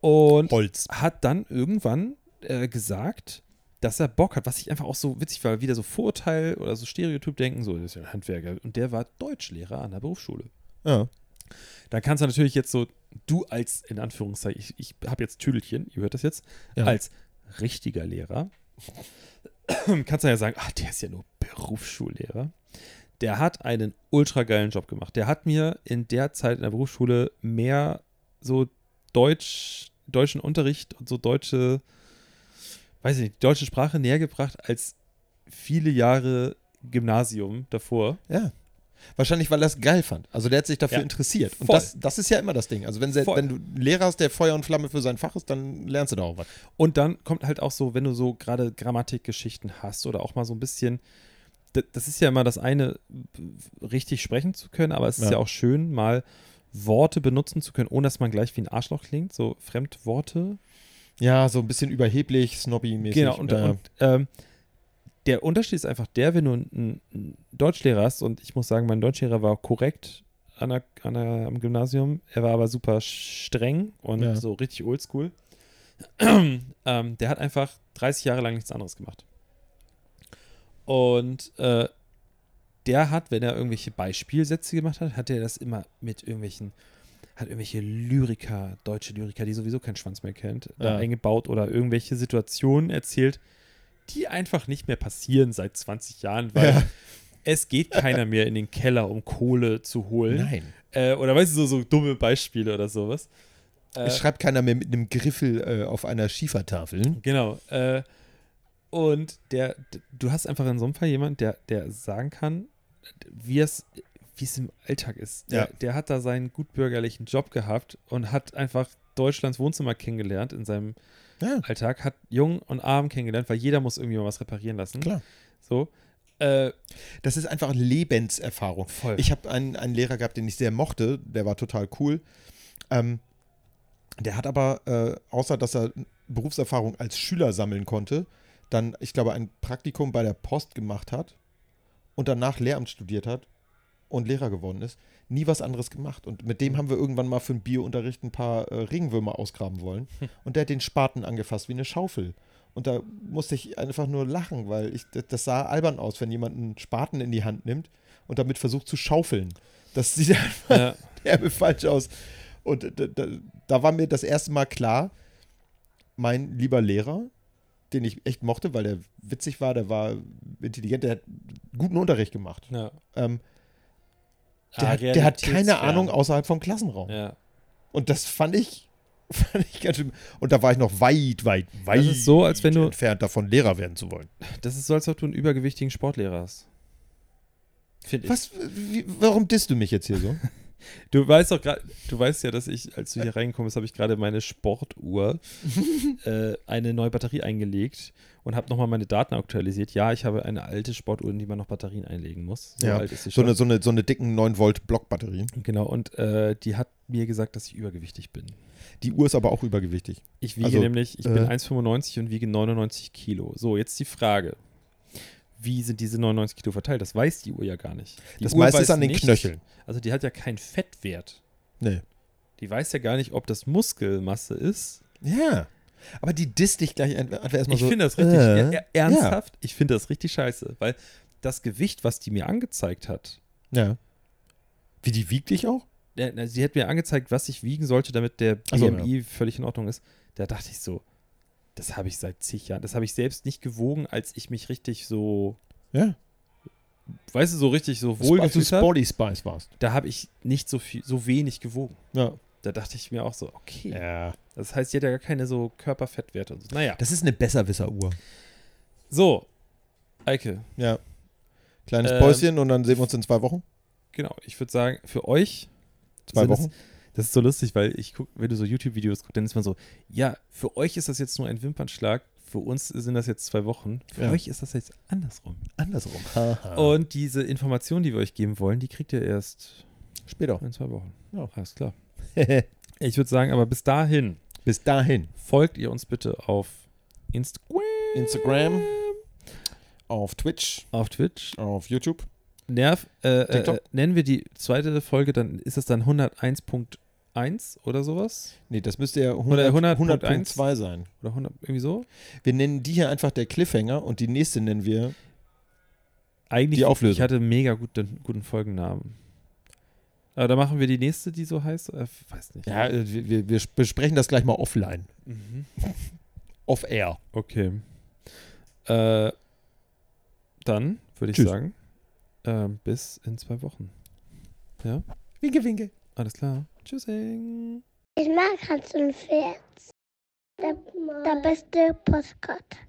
[SPEAKER 3] Und
[SPEAKER 4] Holz.
[SPEAKER 3] hat dann irgendwann äh, gesagt, dass er Bock hat, was ich einfach auch so witzig war, wieder so Vorurteil oder so Stereotyp denken, so, das ist ja ein Handwerker. Und der war Deutschlehrer an der Berufsschule.
[SPEAKER 4] Ja.
[SPEAKER 3] Da kannst du natürlich jetzt so, du als, in Anführungszeichen, ich, ich habe jetzt Tüdelchen, ihr hört das jetzt,
[SPEAKER 4] Ja.
[SPEAKER 3] als richtiger Lehrer, kannst du ja sagen, ach, der ist ja nur Berufsschullehrer. Der hat einen ultra geilen Job gemacht. Der hat mir in der Zeit in der Berufsschule mehr so Deutsch, deutschen Unterricht und so deutsche, weiß ich nicht, deutsche Sprache näher gebracht als viele Jahre Gymnasium davor.
[SPEAKER 4] Ja. Wahrscheinlich, weil er es geil fand. Also der hat sich dafür
[SPEAKER 3] Ja.
[SPEAKER 4] interessiert. Und
[SPEAKER 3] Voll.
[SPEAKER 4] das, das ist ja immer das Ding. Also wenn, se-
[SPEAKER 3] Voll.
[SPEAKER 4] wenn du einen Lehrer hast, der Feuer und Flamme für sein Fach ist, dann lernst du da auch was.
[SPEAKER 3] Und dann kommt halt auch so, wenn du so gerade Grammatikgeschichten hast oder auch mal so ein bisschen, d- das ist ja immer das eine, b- richtig sprechen zu können, aber es ist
[SPEAKER 4] Ja.
[SPEAKER 3] ja. auch schön, mal Worte benutzen zu können, ohne dass man gleich wie ein Arschloch klingt, so Fremdworte.
[SPEAKER 4] Ja, so ein bisschen überheblich, snobby-mäßig. äh,
[SPEAKER 3] Genau, und,
[SPEAKER 4] ja.
[SPEAKER 3] und ähm, der Unterschied ist einfach der, wenn du einen, einen Deutschlehrer hast, und ich muss sagen, mein Deutschlehrer war korrekt an der, an der, am Gymnasium, er war aber super streng und
[SPEAKER 4] Ja.
[SPEAKER 3] so richtig oldschool. ähm, der hat einfach 30 Jahre lang nichts anderes gemacht. Und äh, der hat, wenn er irgendwelche Beispielsätze gemacht hat, hat er das immer mit irgendwelchen, hat irgendwelche Lyriker, deutsche Lyriker, die sowieso keinen Schwanz mehr kennt,
[SPEAKER 4] Ja.
[SPEAKER 3] da eingebaut oder irgendwelche Situationen erzählt, die einfach nicht mehr passieren seit 20 Jahren, weil es geht keiner mehr in den Keller, um Kohle zu holen.
[SPEAKER 4] Nein.
[SPEAKER 3] Äh, oder weißt du, so, so dumme Beispiele oder sowas. Äh,
[SPEAKER 4] es schreibt keiner mehr mit einem Griffel äh, auf einer Schiefertafel.
[SPEAKER 3] Genau. Äh, und der, d- du hast einfach in so einem Fall jemanden, der, der sagen kann, wie es, wie es im Alltag ist. Der,
[SPEAKER 4] Ja.
[SPEAKER 3] der hat da seinen gutbürgerlichen Job gehabt und hat einfach Deutschlands Wohnzimmer kennengelernt in seinem
[SPEAKER 4] Ja.
[SPEAKER 3] Alltag, hat Jung und Arm kennengelernt, weil jeder muss irgendwie mal was reparieren lassen.
[SPEAKER 4] Klar.
[SPEAKER 3] So. Äh,
[SPEAKER 4] Das ist einfach Lebenserfahrung.
[SPEAKER 3] Voll.
[SPEAKER 4] Ich habe einen, einen Lehrer gehabt, den ich sehr mochte. Der war total cool. Ähm, der hat aber, äh, außer dass er Berufserfahrung als Schüler sammeln konnte, dann, ich glaube, ein Praktikum bei der Post gemacht hat und danach Lehramt studiert hat und Lehrer geworden ist, nie was anderes gemacht. Und mit dem haben wir irgendwann mal für den Biounterricht ein paar äh, Regenwürmer ausgraben wollen. Und der hat den Spaten angefasst wie eine Schaufel. Und da musste ich einfach nur lachen, weil ich, das- das sah albern aus, wenn jemand einen Spaten in die Hand nimmt und damit versucht zu schaufeln. Das sieht einfach
[SPEAKER 3] ja.
[SPEAKER 4] derbe falsch aus. Und da, da, da war mir das erste Mal klar, mein lieber Lehrer, den ich echt mochte, weil der witzig war, der war intelligent, der hat guten Unterricht gemacht.
[SPEAKER 3] ja.
[SPEAKER 4] Ähm, der, hat, der hat keine Ahnung außerhalb vom Klassenraum.
[SPEAKER 3] Ja.
[SPEAKER 4] Und das fand ich, fand ich ganz schön. Und da war ich noch weit, weit, weit
[SPEAKER 3] ist so, als wenn du-
[SPEAKER 4] entfernt davon, Lehrer werden zu wollen.
[SPEAKER 3] Das ist so, als ob du einen übergewichtigen Sportlehrer hast. Finde ich.
[SPEAKER 4] Was, wie, warum disst du mich jetzt hier so?
[SPEAKER 3] Du weißt doch gerade, du weißt ja, dass ich, als du hier reingekommen bist, habe ich gerade meine Sportuhr äh, eine neue Batterie eingelegt und habe nochmal meine Daten aktualisiert. Ja, ich habe eine alte Sportuhr, in die man noch Batterien einlegen muss. So
[SPEAKER 4] Ja,
[SPEAKER 3] alt ist sie
[SPEAKER 4] So
[SPEAKER 3] schon.
[SPEAKER 4] eine, so eine, so eine dicken 9-Volt-Blockbatterien.
[SPEAKER 3] genau, und äh, die hat mir gesagt, dass ich übergewichtig bin.
[SPEAKER 4] Die Uhr ist aber auch übergewichtig.
[SPEAKER 3] Ich wiege
[SPEAKER 4] Also,
[SPEAKER 3] nämlich, ich
[SPEAKER 4] äh,
[SPEAKER 3] bin 1,95 und wiege 99 Kilo. So, jetzt die Frage. Wie sind diese 99 Kilo verteilt? Das weiß die Uhr ja gar nicht. Die
[SPEAKER 4] das
[SPEAKER 3] Uhr
[SPEAKER 4] meiste
[SPEAKER 3] weiß
[SPEAKER 4] ist an den
[SPEAKER 3] nicht-
[SPEAKER 4] Knöcheln.
[SPEAKER 3] Also die hat ja keinen Fettwert.
[SPEAKER 4] Nee.
[SPEAKER 3] Die weiß ja gar nicht, ob das Muskelmasse ist
[SPEAKER 4] Ja. Aber die disst dich gleich einfach erstmal
[SPEAKER 3] ich
[SPEAKER 4] so.
[SPEAKER 3] finde das richtig
[SPEAKER 4] äh,
[SPEAKER 3] er- er- ernsthaft. Ich finde das richtig scheiße, weil das Gewicht, was die mir angezeigt hat,
[SPEAKER 4] Ja. Wie die wiegt dich auch?
[SPEAKER 3] äh, na, sie hat mir angezeigt, was ich wiegen sollte, damit der
[SPEAKER 4] Ach so,
[SPEAKER 3] BMI völlig in Ordnung ist. Da dachte ich so, das habe ich seit zig Jahren, das habe ich selbst nicht gewogen, als ich mich richtig so,
[SPEAKER 4] Ja.
[SPEAKER 3] weißt du, so richtig so
[SPEAKER 4] Als du
[SPEAKER 3] wohlgefühlt habe.
[SPEAKER 4] Body Spice warst.
[SPEAKER 3] Da habe ich nicht so viel, so wenig gewogen.
[SPEAKER 4] Ja.
[SPEAKER 3] Da dachte ich mir auch so, okay. Das heißt, sie hat ja gar keine so Körperfettwerte und so. Naja.
[SPEAKER 4] Das ist eine Besserwisser-Uhr.
[SPEAKER 3] So, Eike,
[SPEAKER 4] Ja. Kleines
[SPEAKER 3] Ähm,
[SPEAKER 4] Päuschen und dann sehen wir uns in zwei Wochen.
[SPEAKER 3] genau, ich würde sagen, für euch
[SPEAKER 4] Zwei
[SPEAKER 3] sind es
[SPEAKER 4] Wochen.
[SPEAKER 3] Das ist so lustig, weil ich gucke, wenn du so YouTube-Videos guckst, dann ist man so, ja, für euch ist das jetzt nur ein Wimpernschlag, für Für uns sind das jetzt zwei Wochen. Für
[SPEAKER 4] Ja. Ah.
[SPEAKER 3] euch ist das jetzt andersrum.
[SPEAKER 4] Andersrum. Oh.
[SPEAKER 3] Und diese Informationen, die wir euch geben wollen, die kriegt ihr erst
[SPEAKER 4] Später.
[SPEAKER 3] in zwei Wochen.
[SPEAKER 4] Ja.
[SPEAKER 3] alles klar.
[SPEAKER 4] Oh.
[SPEAKER 3] Ich würde sagen, aber bis dahin
[SPEAKER 4] Bis dahin.
[SPEAKER 3] folgt ihr uns bitte auf Instagram,
[SPEAKER 4] Instagram. Auf Twitch,
[SPEAKER 3] auf Twitch.
[SPEAKER 4] auf YouTube.
[SPEAKER 3] Nerv, äh, äh,
[SPEAKER 4] TikTok.
[SPEAKER 3] äh, nennen wir die zweite Folge, dann ist das dann 101.1 oder sowas?
[SPEAKER 4] Nee, das müsste ja 100,
[SPEAKER 3] Oder 100.1.
[SPEAKER 4] 100.2 sein.
[SPEAKER 3] Oder 100, irgendwie so?
[SPEAKER 4] Wir nennen die hier einfach der Cliffhanger und die nächste nennen wir
[SPEAKER 3] Eigentlich,
[SPEAKER 4] Die Auflösung.
[SPEAKER 3] ich hatte mega gute, guten Folgennamen. Aber da machen wir die nächste, die so heißt? Äh, weiß nicht.
[SPEAKER 4] Ja, äh, wir, wir- wir besprechen das gleich mal offline.
[SPEAKER 3] Mhm.
[SPEAKER 4] Off-air.
[SPEAKER 3] Okay. Äh, dann würde ich
[SPEAKER 4] Tschüss.
[SPEAKER 3] sagen, ähm, bis in zwei Wochen.
[SPEAKER 4] Winke, winke.
[SPEAKER 3] Alles klar. Tschüssing.
[SPEAKER 7] Ich mag Hans und Pferd. Der, der beste Postkarte.